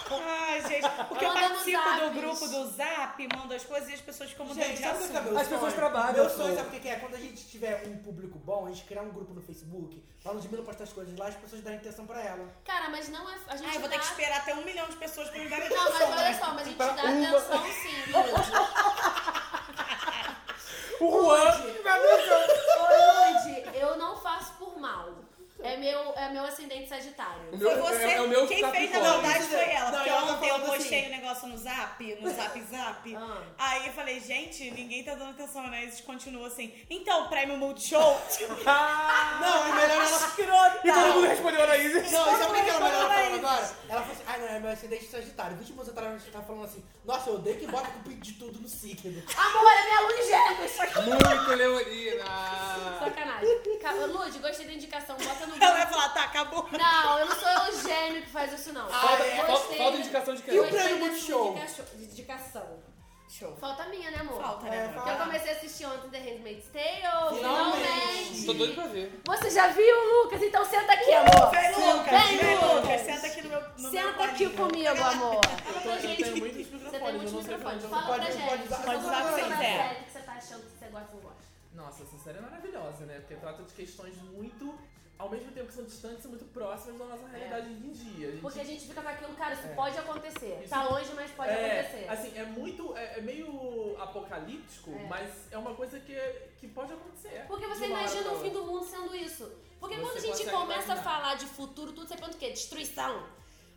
[SPEAKER 5] Ai, gente. Porque eu
[SPEAKER 8] Manda nos
[SPEAKER 5] participo do
[SPEAKER 8] zaps.
[SPEAKER 5] grupo do Zap, mando as coisas e as pessoas ficam mudando
[SPEAKER 37] Gente,
[SPEAKER 5] de
[SPEAKER 37] sabe o que é
[SPEAKER 5] assunto.
[SPEAKER 37] meu
[SPEAKER 7] As pessoas
[SPEAKER 37] sonho?
[SPEAKER 7] trabalham, pô.
[SPEAKER 37] Meu sonho, sabe o que que é? Quando a gente tiver um público bom, a gente criar um grupo no Facebook, lá no Ludmilla postar as coisas lá, as pessoas darem atenção pra ela.
[SPEAKER 38] Cara, mas não é. A gente
[SPEAKER 5] Ai, vou
[SPEAKER 38] dá...
[SPEAKER 5] ter que esperar até um milhão de pessoas pra me dar
[SPEAKER 38] Não, mas
[SPEAKER 5] atenção.
[SPEAKER 38] olha só, mas a gente dá
[SPEAKER 7] Uma.
[SPEAKER 38] atenção sim, Luiz.
[SPEAKER 7] O Juan vai atenção.
[SPEAKER 38] Ô, Luiz, eu não faço por mal. É meu, é meu ascendente sagitário.
[SPEAKER 7] O meu-
[SPEAKER 5] Foi você,
[SPEAKER 7] é- é o meu
[SPEAKER 5] quem fez na
[SPEAKER 7] Capricórnio.
[SPEAKER 5] maldade foi ela.
[SPEAKER 37] Não,
[SPEAKER 5] Porque
[SPEAKER 37] ela tá
[SPEAKER 5] ontem eu
[SPEAKER 37] falando
[SPEAKER 5] postei o
[SPEAKER 37] assim.
[SPEAKER 5] negócio no zap, no zap zap.
[SPEAKER 8] Ah.
[SPEAKER 5] Aí eu falei, gente, ninguém tá dando atenção, né? Eles continuam assim. Então, prêmio Multishow.
[SPEAKER 37] Não, é melhor ela...
[SPEAKER 5] Escrota.
[SPEAKER 7] Ah, E todo mundo respondeu a Isa.
[SPEAKER 37] Não, sabe o que que ela melhor ela falando
[SPEAKER 5] Mas-
[SPEAKER 37] agora? Ela falou assim, ai não, é meu ascendente sagitário. 20 minutos atrás ela tava falando assim, nossa, eu odeio que bota culpa de tudo no signo.
[SPEAKER 8] Amor, é minha luz gêmea. Isso aqui.
[SPEAKER 7] Muito
[SPEAKER 37] Ah,
[SPEAKER 7] Leonina.
[SPEAKER 38] Sacanagem. Ca- Lud, gostei da indicação. Bota no
[SPEAKER 7] é
[SPEAKER 5] Ela vai
[SPEAKER 38] grupo.
[SPEAKER 5] falar, tá, acabou.
[SPEAKER 38] Não, eu não sou eu gêmeo que faz isso, não.
[SPEAKER 7] Ah, é. Falta,
[SPEAKER 38] Gostei
[SPEAKER 7] falta, falta
[SPEAKER 38] da-
[SPEAKER 7] indicação de
[SPEAKER 37] E o
[SPEAKER 7] quem?
[SPEAKER 38] Gostei
[SPEAKER 37] prêmio
[SPEAKER 38] da
[SPEAKER 37] Multishow?
[SPEAKER 38] indicação- de Indicação.
[SPEAKER 5] Show.
[SPEAKER 38] Falta a minha, né, amor?
[SPEAKER 5] Falta, né?
[SPEAKER 37] É,
[SPEAKER 5] amor?
[SPEAKER 38] Eu
[SPEAKER 37] fala.
[SPEAKER 38] comecei a assistir ontem The Handmaid's Tale,
[SPEAKER 37] Finalmente.
[SPEAKER 38] finalmente.
[SPEAKER 7] Tô doido pra ver.
[SPEAKER 38] Você já viu, Lucas? Então senta aqui, amor.
[SPEAKER 5] Vem, Lucas,
[SPEAKER 38] Vem,
[SPEAKER 5] vem,
[SPEAKER 38] Lucas.
[SPEAKER 5] Lucas. Senta aqui no meu no meu
[SPEAKER 38] Senta aqui
[SPEAKER 5] colinho.
[SPEAKER 38] comigo, amor.
[SPEAKER 37] Eu tenho muitos
[SPEAKER 38] Você tem
[SPEAKER 37] microfones, eu
[SPEAKER 38] muitos
[SPEAKER 37] não sei
[SPEAKER 38] microfones.
[SPEAKER 37] se
[SPEAKER 38] Fala pra
[SPEAKER 37] pode,
[SPEAKER 38] gente.
[SPEAKER 37] pode usar.
[SPEAKER 5] Pode usar o que você
[SPEAKER 38] Fala pra
[SPEAKER 5] quiser.
[SPEAKER 38] série que você tá
[SPEAKER 25] achando é que você gosta ou não gosta?
[SPEAKER 37] Nossa, essa série é maravilhosa, né? Porque trata de questões muito. Ao mesmo tempo que são distantes e muito próximas da nossa realidade hoje em dia. A gente-
[SPEAKER 25] Porque a gente fica naquilo, cara, isso
[SPEAKER 37] É.
[SPEAKER 25] pode acontecer.
[SPEAKER 37] Isso-
[SPEAKER 25] Tá longe, mas pode
[SPEAKER 37] É,
[SPEAKER 25] acontecer.
[SPEAKER 37] Assim, é muito. É, é meio apocalíptico,
[SPEAKER 25] É.
[SPEAKER 37] mas é uma coisa que, que pode acontecer.
[SPEAKER 25] Porque você
[SPEAKER 37] De uma hora
[SPEAKER 25] imagina
[SPEAKER 37] pra
[SPEAKER 25] o fim
[SPEAKER 37] outra.
[SPEAKER 25] do mundo sendo isso. Porque
[SPEAKER 37] Você
[SPEAKER 25] quando a gente
[SPEAKER 37] consegue
[SPEAKER 25] começa a
[SPEAKER 37] imaginar.
[SPEAKER 25] falar de futuro, tudo você pensa o quê? Destruição,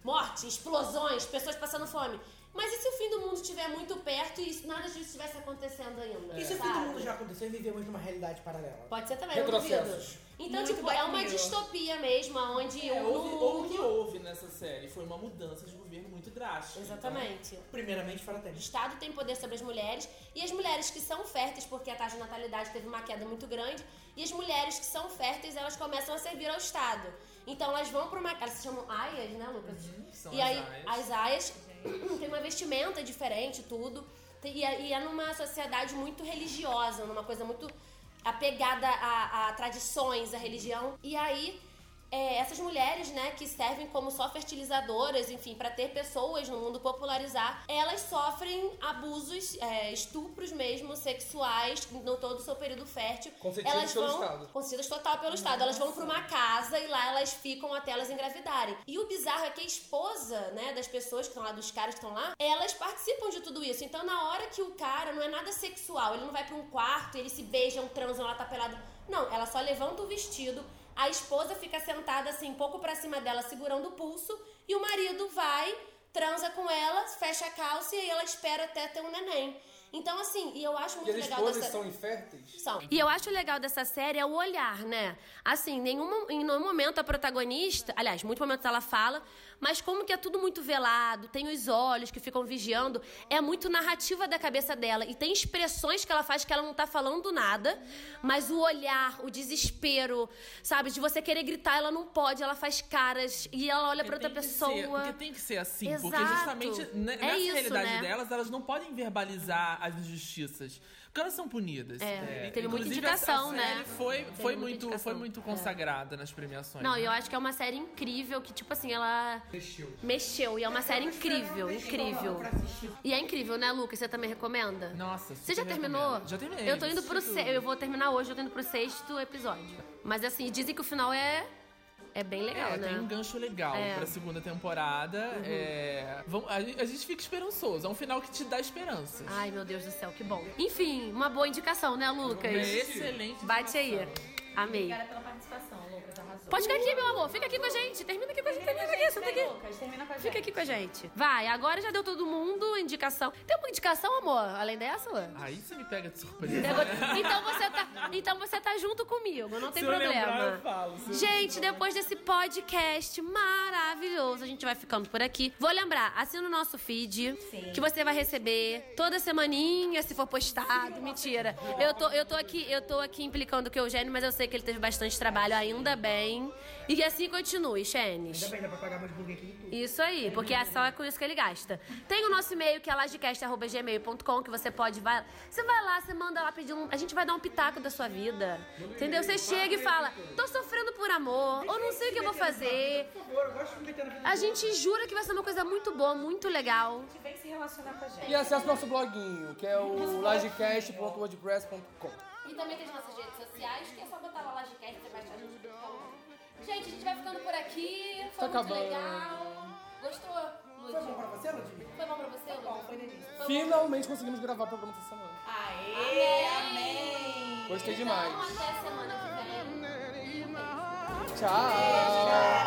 [SPEAKER 25] morte, explosões, pessoas passando fome. Mas e se o fim do mundo estiver muito perto e isso- nada disso estivesse acontecendo ainda?
[SPEAKER 6] E se o fim
[SPEAKER 25] sabe?
[SPEAKER 6] do mundo já aconteceu e vivemos numa realidade paralela?
[SPEAKER 25] Pode ser também, eu não
[SPEAKER 37] Retrocessos.
[SPEAKER 25] duvido. Então,
[SPEAKER 37] Muito
[SPEAKER 25] tipo, é
[SPEAKER 37] Black
[SPEAKER 25] uma
[SPEAKER 37] Mirror.
[SPEAKER 25] distopia mesmo, onde
[SPEAKER 37] É,
[SPEAKER 25] o
[SPEAKER 37] houve,
[SPEAKER 25] mundo...
[SPEAKER 37] ou o que houve nessa série foi uma mudança de governo muito drástica.
[SPEAKER 25] Exatamente.
[SPEAKER 6] Primeiramente, fora
[SPEAKER 25] O
[SPEAKER 6] tênis.
[SPEAKER 25] Estado tem poder sobre as mulheres e as mulheres que são férteis, porque a taxa de natalidade teve uma queda muito grande, e as mulheres que são férteis, elas começam a servir ao Estado. Então elas vão para uma. Elas se chamam aias, né, Lucas?
[SPEAKER 37] Então, são
[SPEAKER 25] e
[SPEAKER 37] as
[SPEAKER 25] aí
[SPEAKER 37] aias.
[SPEAKER 25] as aias tem uma vestimenta diferente, tudo. Tem- E é, e é numa sociedade muito religiosa, numa coisa muito apegada a, a tradições, a religião. E aí é, essas mulheres, né, que servem como só fertilizadoras, enfim, pra ter pessoas no mundo popularizar, elas sofrem abusos, é, estupros mesmo, sexuais, no todo o seu período fértil.
[SPEAKER 39] Concedidos
[SPEAKER 25] elas
[SPEAKER 39] pelo
[SPEAKER 25] vão,
[SPEAKER 39] Estado.
[SPEAKER 25] Concedidas total pelo Estado. Elas vão pra uma casa e lá elas ficam até elas engravidarem. E o bizarro é que a esposa, né, das pessoas que estão lá, dos caras que estão lá, elas participam de tudo isso. Então, na hora que o cara não é nada sexual, ele não vai pra um quarto, eles se beijam, transam, ela tá pelada. Não, ela só levanta o vestido, a esposa fica sentada assim, um pouco pra cima dela, segurando o pulso, e o marido vai, transa com ela, fecha a calça e aí ela espera até ter um neném. Então, assim, e eu acho muito
[SPEAKER 7] E as
[SPEAKER 25] legal
[SPEAKER 7] esposas
[SPEAKER 25] dessa...
[SPEAKER 7] são inférteis?
[SPEAKER 25] São. E eu acho legal dessa série é o olhar, né? Assim, nenhum, em nenhum momento a protagonista, aliás, muitos momentos ela fala, mas como que é tudo muito velado, tem os olhos que ficam vigiando, é muito narrativa da cabeça dela. E tem expressões que ela faz que ela não tá falando nada, mas o olhar, o desespero, sabe? De você querer gritar, ela não pode, ela faz caras e ela olha pra outra
[SPEAKER 37] Tem que
[SPEAKER 25] pessoa.
[SPEAKER 37] ser- porque tem que ser assim, porque
[SPEAKER 25] Exato.
[SPEAKER 37] justamente ne-
[SPEAKER 25] É
[SPEAKER 37] nessa
[SPEAKER 25] isso,
[SPEAKER 37] realidade
[SPEAKER 25] né?
[SPEAKER 37] delas, elas não podem verbalizar as injustiças. Porque elas são punidas.
[SPEAKER 25] É, teve muita
[SPEAKER 37] Inclusive,
[SPEAKER 25] indicação,
[SPEAKER 37] a, a
[SPEAKER 25] né?
[SPEAKER 37] série Foi,
[SPEAKER 25] Teve
[SPEAKER 37] foi,
[SPEAKER 25] muita É.
[SPEAKER 37] muito, foi muito consagrada nas premiações.
[SPEAKER 25] Não,
[SPEAKER 37] né?
[SPEAKER 25] eu acho que é uma série incrível que, tipo assim, ela.
[SPEAKER 37] Mexeu.
[SPEAKER 25] Mexeu. E é uma série incrível, incrível. E é incrível, né, Lucas? Você também recomenda?
[SPEAKER 37] Nossa,
[SPEAKER 25] Você já terminou?
[SPEAKER 37] recomendo. Já terminei,
[SPEAKER 25] Eu tô indo pro
[SPEAKER 37] assisti
[SPEAKER 25] se...
[SPEAKER 37] tudo.
[SPEAKER 25] Eu vou terminar hoje, eu tô indo pro sexto episódio. Mas assim, dizem que o final é. É bem legal,
[SPEAKER 37] é,
[SPEAKER 25] né?
[SPEAKER 37] tem um gancho legal
[SPEAKER 25] É.
[SPEAKER 37] pra segunda temporada.
[SPEAKER 25] Uhum.
[SPEAKER 37] É, vamos- a, gente- a gente fica esperançoso. É um final que te dá esperanças.
[SPEAKER 25] Ai, meu Deus do céu, que bom. Enfim, uma boa indicação, né, Lucas?
[SPEAKER 37] É excelente
[SPEAKER 25] Bate aí. Amei.
[SPEAKER 40] Obrigada pela participação, Lucas, arrasou.
[SPEAKER 25] Pode ficar aqui, meu amor. Fica aqui com a gente. Termina aqui com a gente. Termina aqui. Senta aqui.
[SPEAKER 40] Termina com a
[SPEAKER 25] Fica aqui com a gente. Vai, agora já deu todo mundo indicação. Tem uma indicação, amor? Além dessa?
[SPEAKER 37] Aí você me pega de surpresa.
[SPEAKER 25] Então você tá, então você tá junto comigo, não tem
[SPEAKER 37] Se eu
[SPEAKER 25] problema.
[SPEAKER 37] lembrar, eu falo. Se eu
[SPEAKER 25] Gente, depois desse podcast maravilhoso, a gente vai ficando por aqui. Vou lembrar, assina o nosso feed, que você vai receber toda semaninha, se for postado. Mentira. Eu tô, eu tô aqui, eu tô aqui implicando que o Eugênio, mas eu sei que ele teve bastante trabalho, ainda bem. E que assim continue, Xenes.
[SPEAKER 6] Ainda bem, dá pra pagar mais burguês aqui e tudo.
[SPEAKER 25] Isso aí, porque é só é com isso que ele gasta. Tem o nosso e-mail, que é lajecast.gmail.com, que você pode... Vai, você vai lá, você manda lá pedir um... A gente vai dar um pitaco da sua vida, entendeu? Você chega e fala, tô sofrendo por amor, ou não sei o que eu vou fazer.
[SPEAKER 6] Por favor, eu gosto de me meter na vida
[SPEAKER 25] A
[SPEAKER 6] dos outros.
[SPEAKER 25] gente jura que vai ser uma coisa muito boa, muito legal.
[SPEAKER 40] Vem se relacionar com a gente.
[SPEAKER 7] E acesse nosso bloguinho, que é o lagecast.wordpress.com.
[SPEAKER 25] E também tem as nossas redes sociais, que é só botar lá Lajecast, você vai achar a gente. Então, Gente, a gente vai ficando por aqui. Foi
[SPEAKER 7] Tá
[SPEAKER 25] muito
[SPEAKER 7] acabando.
[SPEAKER 25] legal. Gostou, Lud? Foi bom pra você, Lud? Foi bom pra você, Lud? Foi bom?
[SPEAKER 7] Finalmente conseguimos gravar o programa essa semana.
[SPEAKER 25] Aê, amém!
[SPEAKER 7] Gostei demais.
[SPEAKER 25] Então, até semana que vem.
[SPEAKER 7] Tchau!